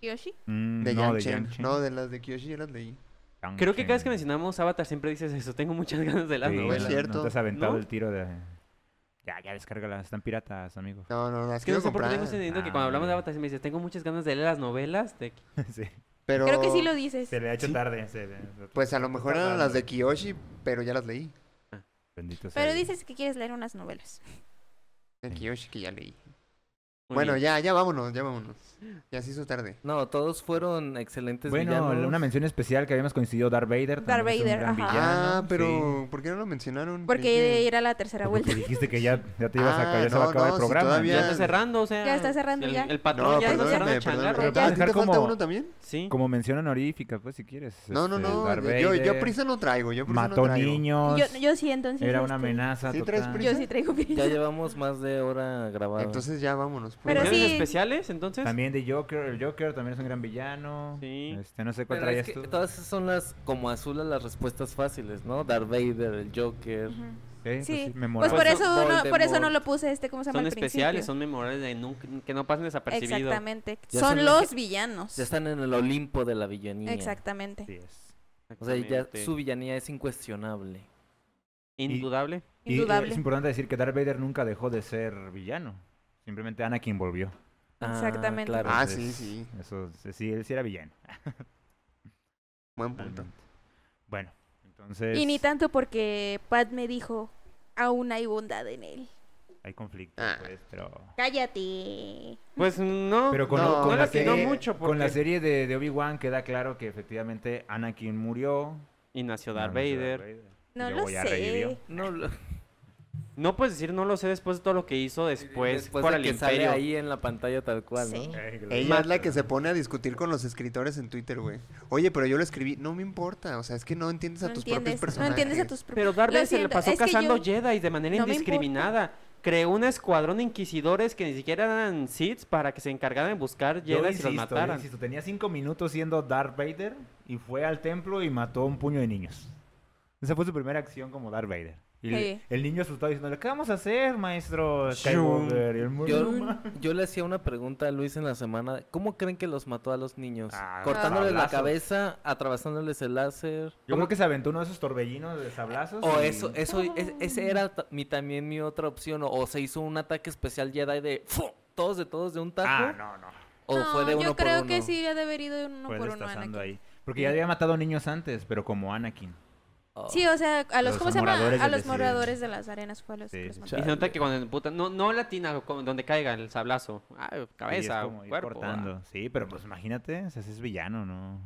Speaker 4: Yoshi.
Speaker 5: Mm,
Speaker 2: de
Speaker 5: no,
Speaker 2: Yan
Speaker 5: de
Speaker 2: Chen.
Speaker 5: Yan Chen.
Speaker 2: No, de las de Kyoshi ya las leí.
Speaker 5: Tan
Speaker 6: Creo que cada vez que
Speaker 5: chingón.
Speaker 6: mencionamos Avatar siempre dices eso. Tengo muchas ganas de las
Speaker 5: Sí,
Speaker 2: novela.
Speaker 5: no-
Speaker 2: Es
Speaker 6: novelas.
Speaker 2: cierto.
Speaker 5: No te has aventado
Speaker 6: ¿No?
Speaker 5: el tiro de... Ya, ya, descárgalas. Están piratas, amigos.
Speaker 2: No, no, las
Speaker 6: Es que no
Speaker 2: quiero
Speaker 6: sé por qué
Speaker 2: comprar.
Speaker 6: tengo ese entendido que
Speaker 5: Ah,
Speaker 6: cuando hablamos de
Speaker 5: ok.
Speaker 6: Avatar siempre dices, tengo muchas ganas de leer las novelas. de-
Speaker 5: Sí.
Speaker 2: Pero,
Speaker 4: Creo que sí lo dices.
Speaker 5: Se le ha hecho tarde. se le-
Speaker 2: Pues a lo mejor eran
Speaker 5: tardando.
Speaker 2: las de Kiyoshi, pero ya las leí.
Speaker 5: Bendito sea
Speaker 4: Pero
Speaker 5: Dios.
Speaker 4: dices que quieres leer unas novelas.
Speaker 2: De Kiyoshi que ya leí.
Speaker 6: Muy
Speaker 2: bueno,
Speaker 6: bien.
Speaker 2: ya, ya vámonos, ya vámonos. Ya se hizo tarde.
Speaker 3: No, todos fueron excelentes
Speaker 5: Bueno,
Speaker 3: villanos.
Speaker 5: una mención especial que habíamos coincidido Darth Vader.
Speaker 4: Darth
Speaker 5: también es un
Speaker 4: Vader,
Speaker 5: gran
Speaker 4: ajá.
Speaker 5: villano,
Speaker 2: ah,
Speaker 5: sí.
Speaker 2: pero ¿por qué no lo mencionaron?
Speaker 4: Porque
Speaker 2: Creí que-
Speaker 4: era la tercera
Speaker 5: Porque
Speaker 4: vuelta.
Speaker 5: dijiste que ya, ya te ibas a
Speaker 2: Ah,
Speaker 5: acabar, ya se va
Speaker 2: no,
Speaker 5: a acabar
Speaker 2: no,
Speaker 5: el
Speaker 2: si
Speaker 5: programa.
Speaker 2: todavía-
Speaker 6: Ya está cerrando, o sea.
Speaker 4: Ya está cerrando,
Speaker 6: el,
Speaker 4: ya.
Speaker 6: El patrón
Speaker 2: No,
Speaker 6: ya está
Speaker 2: perdóname,
Speaker 6: cerrando
Speaker 2: perdóname.
Speaker 6: changarro.
Speaker 5: Pero
Speaker 2: ¿Ah,
Speaker 6: ya.
Speaker 2: ¿a ti te
Speaker 5: dejar
Speaker 2: falta
Speaker 5: como-
Speaker 2: uno también?
Speaker 6: Sí.
Speaker 5: Como mención honorífica, pues, si quieres.
Speaker 2: No, no,
Speaker 5: este,
Speaker 2: no.
Speaker 5: Darth
Speaker 2: yo, yo
Speaker 5: Vader,
Speaker 2: prisa no traigo, yo prisa
Speaker 5: Mató
Speaker 2: no traigo.
Speaker 5: niños.
Speaker 4: Yo, yo sí, entonces.
Speaker 5: Era una
Speaker 4: este,
Speaker 5: amenaza
Speaker 2: ¿Sí traes
Speaker 5: total.
Speaker 2: prisa?
Speaker 4: Yo sí traigo
Speaker 3: Ya
Speaker 4: prisa.
Speaker 3: llevamos más de hora grabada.
Speaker 2: Entonces ya vámonos. pues.
Speaker 4: Pero
Speaker 6: ¿Menciones
Speaker 4: sí.
Speaker 6: especiales, entonces?
Speaker 5: También de Joker. El Joker también es un gran villano.
Speaker 6: Sí.
Speaker 5: Este, no sé cuál
Speaker 3: Pero es
Speaker 5: traías
Speaker 3: que
Speaker 5: tú.
Speaker 3: todas esas son las, como azules, las respuestas fáciles, ¿no? Darth Vader, el Joker.
Speaker 4: Ujú.
Speaker 5: pues
Speaker 4: Sí, pues
Speaker 5: memorable.
Speaker 4: por
Speaker 6: Pues,
Speaker 4: eso, no, por eso no
Speaker 3: Voldemort.
Speaker 4: lo puse este, ¿cómo se llama?
Speaker 6: Son
Speaker 4: al
Speaker 6: especiales,
Speaker 4: principio?
Speaker 6: son memorables de nunca- que no pasen desapercibidos.
Speaker 4: Exactamente.
Speaker 3: Ya
Speaker 4: Son
Speaker 3: son-
Speaker 4: los villanos.
Speaker 3: Ya están en el Olimpo de la villanía.
Speaker 4: Exactamente.
Speaker 5: Así es.
Speaker 3: O sea, ya
Speaker 6: Exactamente.
Speaker 3: su villanía es incuestionable.
Speaker 6: Indudable.
Speaker 5: Y, eh,
Speaker 4: Indudable.
Speaker 5: es importante decir que Darth Vader nunca dejó de ser villano. Simplemente Anakin volvió.
Speaker 3: Ah,
Speaker 4: Exactamente.
Speaker 3: claro.
Speaker 2: Ah, sí, sí.
Speaker 5: Eso, sí, él sí era villano.
Speaker 2: Buen punto.
Speaker 5: Totalmente. Bueno, entonces
Speaker 4: Y ni tanto porque Pat me dijo, aún hay bondad en él.
Speaker 5: hay conflicto,
Speaker 2: Ah.
Speaker 5: pues, pero...
Speaker 4: Cállate.
Speaker 6: Pues no.
Speaker 5: Pero con,
Speaker 2: No,
Speaker 5: con
Speaker 2: no
Speaker 5: la,
Speaker 2: le atinó
Speaker 5: serie,
Speaker 6: mucho,
Speaker 5: con la
Speaker 6: porque-
Speaker 5: serie de, de Obi-Wan queda claro que efectivamente Anakin murió.
Speaker 6: Y nació
Speaker 5: no,
Speaker 6: Darth
Speaker 5: no es
Speaker 6: Vader.
Speaker 5: y
Speaker 4: No
Speaker 5: luego
Speaker 4: lo
Speaker 5: ya
Speaker 4: sé.
Speaker 5: revivió.
Speaker 3: No, lo-
Speaker 6: No puedes decir no lo sé después de todo lo que hizo después,
Speaker 3: después
Speaker 6: por
Speaker 3: de
Speaker 6: el
Speaker 3: que sale
Speaker 6: imperio.
Speaker 3: ahí en la pantalla tal cual,
Speaker 4: Sí.
Speaker 3: ¿no?
Speaker 5: Eh, claro.
Speaker 2: Ella es la que se pone a discutir con los escritores en Twitter, güey. Oye, pero yo lo escribí. No me importa. O sea, es que no entiendes a
Speaker 4: No
Speaker 2: tus propios
Speaker 4: entiendes, no
Speaker 2: personajes.
Speaker 4: entiendes a tus propios
Speaker 6: Pero Darth
Speaker 4: Lo
Speaker 6: Vader se le
Speaker 4: siento,
Speaker 6: pasó
Speaker 4: es que
Speaker 6: cazando
Speaker 4: yo-
Speaker 6: Jedi de manera
Speaker 4: no me
Speaker 6: indiscriminada. Creó un escuadrón de inquisidores que ni siquiera eran Sith para que se encargaran de buscar
Speaker 5: Yo
Speaker 6: Jedi y
Speaker 5: insisto,
Speaker 6: los
Speaker 5: yo
Speaker 6: mataran.
Speaker 5: insisto, tenía cinco minutos siendo Darth Vader y fue al templo y mató un puño de niños. Esa fue su primera acción como Darth Vader. Y le-
Speaker 4: Sí.
Speaker 5: el niño asustado diciéndole, ¿qué vamos a hacer, maestro
Speaker 2: Shum.
Speaker 5: Skywalker? Y el mundo,
Speaker 3: Yo,
Speaker 5: "No mames".
Speaker 3: yo le hacía una pregunta a Luis en la semana. ¿cómo creen que los mató a los niños?
Speaker 5: Ah,
Speaker 3: Cortándoles la
Speaker 5: sablazos.
Speaker 3: cabeza, atravesándoles el láser.
Speaker 5: Yo creo que se aventó uno de esos torbellinos de sablazos.
Speaker 3: O
Speaker 5: y-
Speaker 3: eso, eso, es- ese era ta- mi, también mi otra opción. O, o se hizo un ataque especial Jedi de ¡fu! todos de todos de un taco.
Speaker 5: Ah, no, no.
Speaker 3: O fue de
Speaker 4: No,
Speaker 3: uno
Speaker 4: yo
Speaker 3: por
Speaker 4: creo
Speaker 3: uno.
Speaker 4: que sí había devenido de uno
Speaker 5: Fue
Speaker 4: por uno
Speaker 5: destazando
Speaker 4: Anakin.
Speaker 5: ahí. Porque ya había matado niños antes, pero como Anakin.
Speaker 3: Oh.
Speaker 4: Sí, o sea, a los,
Speaker 5: Los
Speaker 4: ¿cómo se llama?
Speaker 5: moradores
Speaker 4: A
Speaker 5: del
Speaker 4: los
Speaker 5: desierto.
Speaker 4: moradores de las arenas fue a los
Speaker 5: Sí,
Speaker 4: que los
Speaker 5: sí,
Speaker 4: mandó.
Speaker 6: Y se nota que cuando el puta, no, no latina con- donde caiga el sablazo. Ah,
Speaker 5: Sí, es
Speaker 6: cabeza,
Speaker 5: como ir
Speaker 6: cuerpo.
Speaker 5: cortando.
Speaker 6: ah.
Speaker 5: Sí, pero pues imagínate, o sea, ese es villano, ¿no?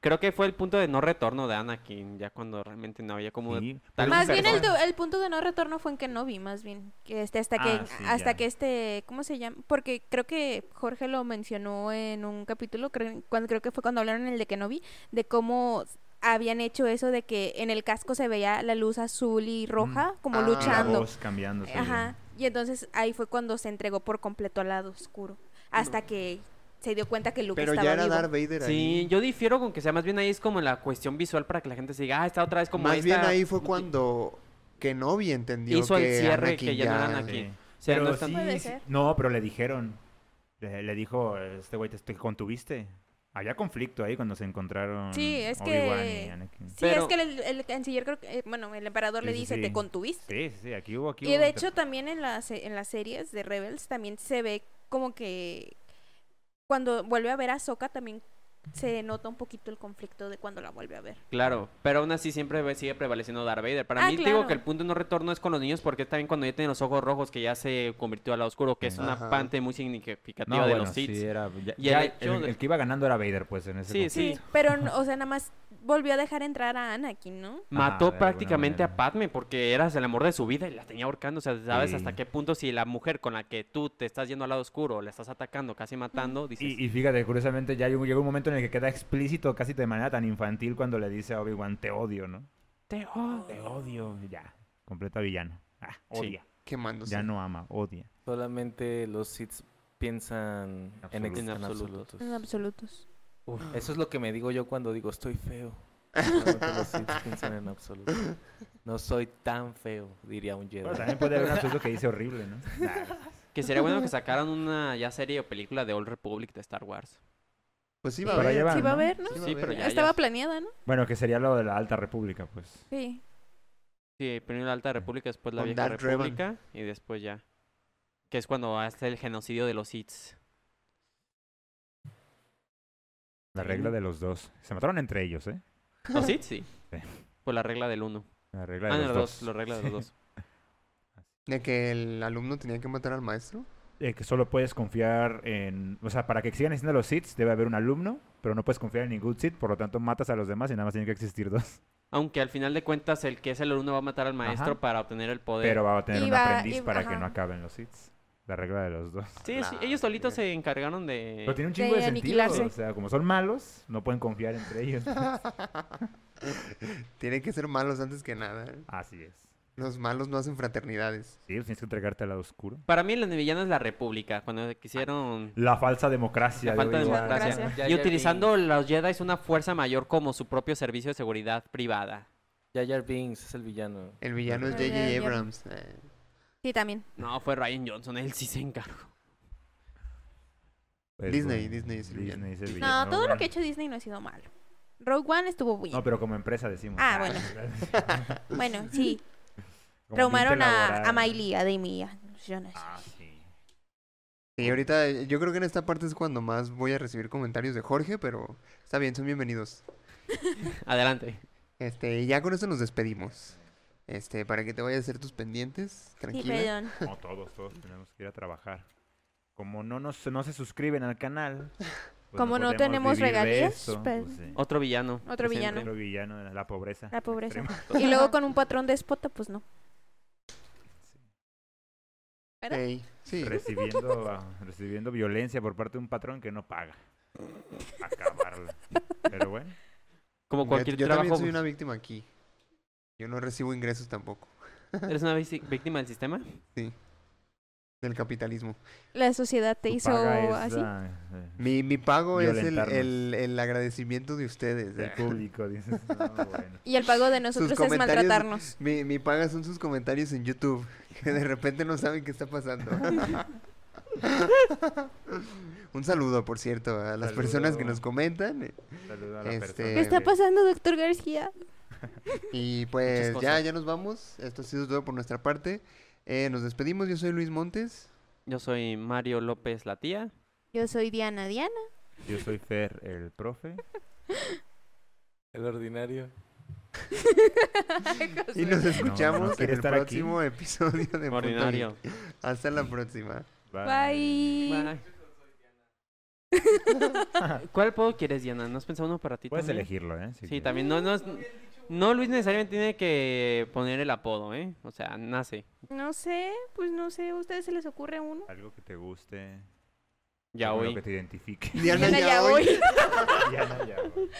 Speaker 6: Creo que fue el punto de no retorno de Anakin, ya cuando realmente no había como
Speaker 5: Sí,
Speaker 6: tal
Speaker 4: Más bien
Speaker 6: persona.
Speaker 4: el, do- el punto de no retorno fue en Kenobi, más bien. Que este, hasta que,
Speaker 5: Ah, sí,
Speaker 4: hasta
Speaker 5: ya.
Speaker 4: que este, ¿cómo se llama? Porque creo que Jorge lo mencionó en un capítulo, creo, cuando, creo que fue cuando hablaron en el de Kenobi, de cómo habían hecho eso de que en el casco se veía la luz azul y roja, como
Speaker 2: Ah, la
Speaker 5: Y Mm. la
Speaker 4: luchando.
Speaker 5: voz cambiando. sí.
Speaker 4: Ajá. Y entonces ahí fue cuando se entregó por completo al lado oscuro. Hasta que se dio cuenta que Luke
Speaker 2: Pero
Speaker 4: estaba
Speaker 2: ya era
Speaker 4: vivo.
Speaker 2: Darth Vader
Speaker 6: Sí,
Speaker 2: ahí.
Speaker 6: yo difiero con que sea más bien ahí es como la cuestión visual para que la gente se diga, ah, está otra vez como
Speaker 2: Más
Speaker 6: esta-
Speaker 2: bien ahí fue cuando Kenobi entendió
Speaker 6: hizo
Speaker 2: que
Speaker 6: el cierre
Speaker 2: Anakin
Speaker 6: que ya, no eran
Speaker 5: Sí.
Speaker 6: aquí. O sea,
Speaker 5: pero
Speaker 6: no es tan-
Speaker 5: sí,
Speaker 4: Puede
Speaker 5: sí-
Speaker 4: ser.
Speaker 5: no, pero le dijeron. Le, le dijo, este güey, te, te contuviste. Había conflicto ahí cuando se encontraron
Speaker 4: Sí, es
Speaker 5: Obi-Wan
Speaker 4: que-
Speaker 5: y Anakin.
Speaker 4: Sí,
Speaker 6: Pero-
Speaker 4: es que el, el canciller, creo que, eh, bueno, el emperador le
Speaker 5: Sí, sí,
Speaker 4: dice,
Speaker 5: sí.
Speaker 4: te contuviste.
Speaker 5: Sí, sí, sí, aquí hubo, aquí
Speaker 4: Y
Speaker 5: hubo
Speaker 4: de
Speaker 5: un
Speaker 4: hecho también en las, eh, en las series de Rebels también se ve como que cuando vuelve a ver a Soka también se nota un poquito el conflicto de cuando la vuelve a ver.
Speaker 6: Claro, pero aún así siempre ve- sigue prevaleciendo Darth Vader. Para
Speaker 4: Ah,
Speaker 6: mí
Speaker 4: claro.
Speaker 6: digo que el punto de no retorno es con los niños porque es también cuando ya tienen los ojos rojos que ya se convirtió al lado oscuro, que es una
Speaker 2: Ajá.
Speaker 6: parte muy significativa
Speaker 5: No,
Speaker 6: de
Speaker 5: bueno,
Speaker 6: los Sith.
Speaker 5: sí, era- ya-
Speaker 6: Y el
Speaker 5: ya
Speaker 6: hecho
Speaker 5: el,
Speaker 6: de-
Speaker 5: el que iba ganando era Vader, pues, en ese
Speaker 6: Sí,
Speaker 5: conflicto.
Speaker 6: sí.
Speaker 4: Pero, n- o sea, nada más volvió a dejar entrar a Anakin, ¿no?
Speaker 6: Mató
Speaker 5: Ajá, Ah, de alguna
Speaker 6: prácticamente a
Speaker 5: manera.
Speaker 6: Padme porque eras el amor de su vida y la tenía ahorcando. O sea, sabes
Speaker 5: Sí.
Speaker 6: hasta qué punto si la mujer con la que tú te estás yendo al lado oscuro, la estás atacando, casi matando, dices...
Speaker 5: Y, y fíjate, curiosamente ya llegó llegó un momento en el que queda explícito casi de manera tan infantil cuando le dice a Obi-Wan, te odio, ¿no?
Speaker 6: "Te odio".
Speaker 5: Te odio. Ya, completa villano. Ah,
Speaker 6: Sí.
Speaker 5: odia.
Speaker 2: quemándose.
Speaker 5: Ya no ama, odia.
Speaker 3: Solamente los Sith piensan en, ex-
Speaker 6: En
Speaker 5: Absolutos.
Speaker 3: en
Speaker 6: absolutos.
Speaker 3: absolutos.
Speaker 4: En absolutos.
Speaker 3: Eso es lo que me digo yo cuando digo estoy feo. Solamente los Sith piensan en absoluto. No soy tan feo, diría un Jedi.
Speaker 5: Pero también puede haber un absurdo que dice horrible, ¿no? Nah,
Speaker 6: Que sería bueno que sacaran una ya serie o película de Old Republic de Star Wars.
Speaker 2: Pues sí
Speaker 4: Sí,
Speaker 2: va a
Speaker 5: Para
Speaker 2: haber.
Speaker 5: allá van,
Speaker 4: sí va a
Speaker 5: ¿no?
Speaker 4: haber, ¿no?
Speaker 2: Sí va a
Speaker 6: Sí,
Speaker 2: haber.
Speaker 6: pero ya.
Speaker 4: Estaba
Speaker 6: ya-
Speaker 4: planeada, ¿no?
Speaker 5: Bueno, que sería lo de la Alta República, pues.
Speaker 4: Sí.
Speaker 6: Sí, primero la Alta República, después la
Speaker 2: Con
Speaker 6: Vieja
Speaker 2: Dark Revan.
Speaker 6: República y después ya. Que es cuando hace el genocidio de los Siths.
Speaker 5: La regla de los dos. Se mataron entre ellos, ¿eh?
Speaker 6: ¿Los Siths? Sí.
Speaker 5: Sí.
Speaker 6: Por la regla del uno.
Speaker 5: La regla de
Speaker 6: Ah, no, los
Speaker 5: los,
Speaker 6: dos.
Speaker 5: dos.
Speaker 6: La regla de los dos.
Speaker 2: De que el alumno tenía que matar al maestro.
Speaker 5: Eh, que solo puedes confiar en... O sea, para que sigan existiendo los SIDs debe haber un alumno, pero no puedes confiar en ningún SID, por lo tanto matas a los demás y nada más tienen que existir dos.
Speaker 6: Aunque al final de cuentas el que es el alumno va a matar al maestro
Speaker 5: Ajá.
Speaker 6: para obtener el poder.
Speaker 5: Pero va a tener
Speaker 4: Y
Speaker 5: un
Speaker 4: va-
Speaker 5: aprendiz
Speaker 4: y-
Speaker 5: para
Speaker 4: ajá.
Speaker 5: que no acaben los SIDs. La regla de los dos.
Speaker 6: Sí, sí,
Speaker 2: La
Speaker 6: ellos solitos
Speaker 2: verga.
Speaker 6: se encargaron de...
Speaker 5: Pero tiene un chingo de,
Speaker 4: de
Speaker 5: sentido.
Speaker 4: aniquilarse.
Speaker 5: O sea, como son malos, no pueden confiar entre ellos.
Speaker 2: Tienen que ser malos antes que nada.
Speaker 5: Así es.
Speaker 2: Los malos no hacen fraternidades.
Speaker 5: Sí, pues tienes que entregarte al lado oscuro.
Speaker 6: Para mí la villano es la República, cuando quisieron...
Speaker 2: Ah,
Speaker 5: La falsa democracia.
Speaker 6: La falta de
Speaker 5: digo, igual.
Speaker 6: democracia.
Speaker 4: Democracia.
Speaker 6: Y utilizando los Jedi es una fuerza mayor como su propio servicio de seguridad privada.
Speaker 1: Jar Jar Binks es el villano.
Speaker 2: El villano es
Speaker 4: Pero ya-
Speaker 2: J.J.
Speaker 4: ya-
Speaker 2: Abrams. eh.
Speaker 4: Sí, también.
Speaker 6: No, fue Ryan Johnson, él sí se encargó.
Speaker 5: Es
Speaker 2: Disney,
Speaker 5: bueno.
Speaker 2: Disney es el villano.
Speaker 5: Disney es el
Speaker 4: No,
Speaker 5: villano,
Speaker 4: todo lo
Speaker 5: bueno.
Speaker 4: que ha hecho Disney no ha sido malo. Rogue One estuvo bien.
Speaker 5: No, pero como empresa decimos.
Speaker 4: Ah, bueno. Bueno, sí.
Speaker 5: Como
Speaker 4: Traumaron
Speaker 5: ambiente
Speaker 4: a, a
Speaker 5: laboral.
Speaker 4: Miley, a Demi, y a Jonas.
Speaker 5: Ah, sí.
Speaker 2: Y ahorita eh, yo creo que en esta parte es cuando más voy a recibir comentarios de Jorge, pero está bien, son bienvenidos.
Speaker 6: Adelante.
Speaker 2: Este, y ya con eso nos despedimos. Este, para que te vayas a hacer tus pendientes,
Speaker 4: Sí,
Speaker 2: tranquila.
Speaker 4: perdón.
Speaker 5: Como todos, todos tenemos que ir a trabajar. Como no nos no se suscriben al canal. pues
Speaker 4: Como no
Speaker 5: podemos
Speaker 4: tenemos
Speaker 5: vivir de
Speaker 4: regalías,
Speaker 5: esto,
Speaker 4: pues-
Speaker 5: pues sí.
Speaker 6: Otro villano.
Speaker 4: Otro villano.
Speaker 5: Otro villano de la pobreza.
Speaker 4: La pobreza.
Speaker 5: extrema.
Speaker 4: Y luego con un patrón despota, pues no. ¿Verdad?
Speaker 2: Ey, sí.
Speaker 5: Recibiendo, ah, recibiendo violencia por parte de un patrón que no paga. Acabarla. Pero bueno.
Speaker 6: Como
Speaker 2: Mira,
Speaker 6: cualquier
Speaker 2: yo
Speaker 6: trabajo.
Speaker 2: también soy una víctima aquí. Yo no recibo ingresos tampoco
Speaker 6: ¿Eres una vici- víctima del sistema?
Speaker 2: del capitalismo.
Speaker 4: La sociedad te
Speaker 5: tu
Speaker 4: hizo
Speaker 5: paga es,
Speaker 4: así.
Speaker 5: ah, eh,
Speaker 2: Mi, mi pago es el,
Speaker 5: Violentarnos.
Speaker 2: el- el agradecimiento de ustedes.
Speaker 5: del
Speaker 2: ah.
Speaker 5: público, dices. No, bueno.
Speaker 4: Y el pago de nosotros es
Speaker 2: comentarios-
Speaker 4: maltratarnos.
Speaker 2: Mi, mi paga son sus comentarios en YouTube, que de repente no saben qué está pasando. Un saludo, por cierto, a las personas que
Speaker 5: Saludo.
Speaker 2: nos comentan. eh,
Speaker 5: Saludo a la
Speaker 2: Este-
Speaker 5: persona
Speaker 4: ¿Qué está
Speaker 5: que-
Speaker 4: pasando, doctor García?
Speaker 2: Y pues ya,
Speaker 6: cosas.
Speaker 2: ya nos vamos. Esto ha sido todo por nuestra parte. Eh, nos despedimos. Yo soy Luis Montes.
Speaker 6: Yo soy Mario López la tía.
Speaker 4: Yo soy Diana Diana.
Speaker 5: Yo soy Fer, el profe.
Speaker 1: El ordinario.
Speaker 2: Y nos escuchamos en
Speaker 5: quiere
Speaker 2: el
Speaker 5: estar aquí.
Speaker 2: próximo episodio de Punto
Speaker 6: Ordinario.
Speaker 2: Geek. Hasta la próxima.
Speaker 4: Bye.
Speaker 6: Bye. ¿Cuál puedo quieres, Diana? ¿No has pensado uno para ti
Speaker 5: Puedes
Speaker 6: también?
Speaker 5: elegirlo, ¿eh? Si
Speaker 6: Sí,
Speaker 5: quieres.
Speaker 6: también. No, no, es- no Luis necesariamente tiene que poner el apodo, ¿eh? O sea, nace.
Speaker 4: No sé, pues no sé. ¿A ustedes se les ocurre uno?
Speaker 5: Algo que te guste.
Speaker 6: Ya
Speaker 5: algo en
Speaker 6: hoy.
Speaker 5: lo que te identifique.
Speaker 2: Diana,
Speaker 4: Diana
Speaker 2: ya
Speaker 4: ya
Speaker 2: hoy.
Speaker 4: voy.
Speaker 5: Diana Yaoi.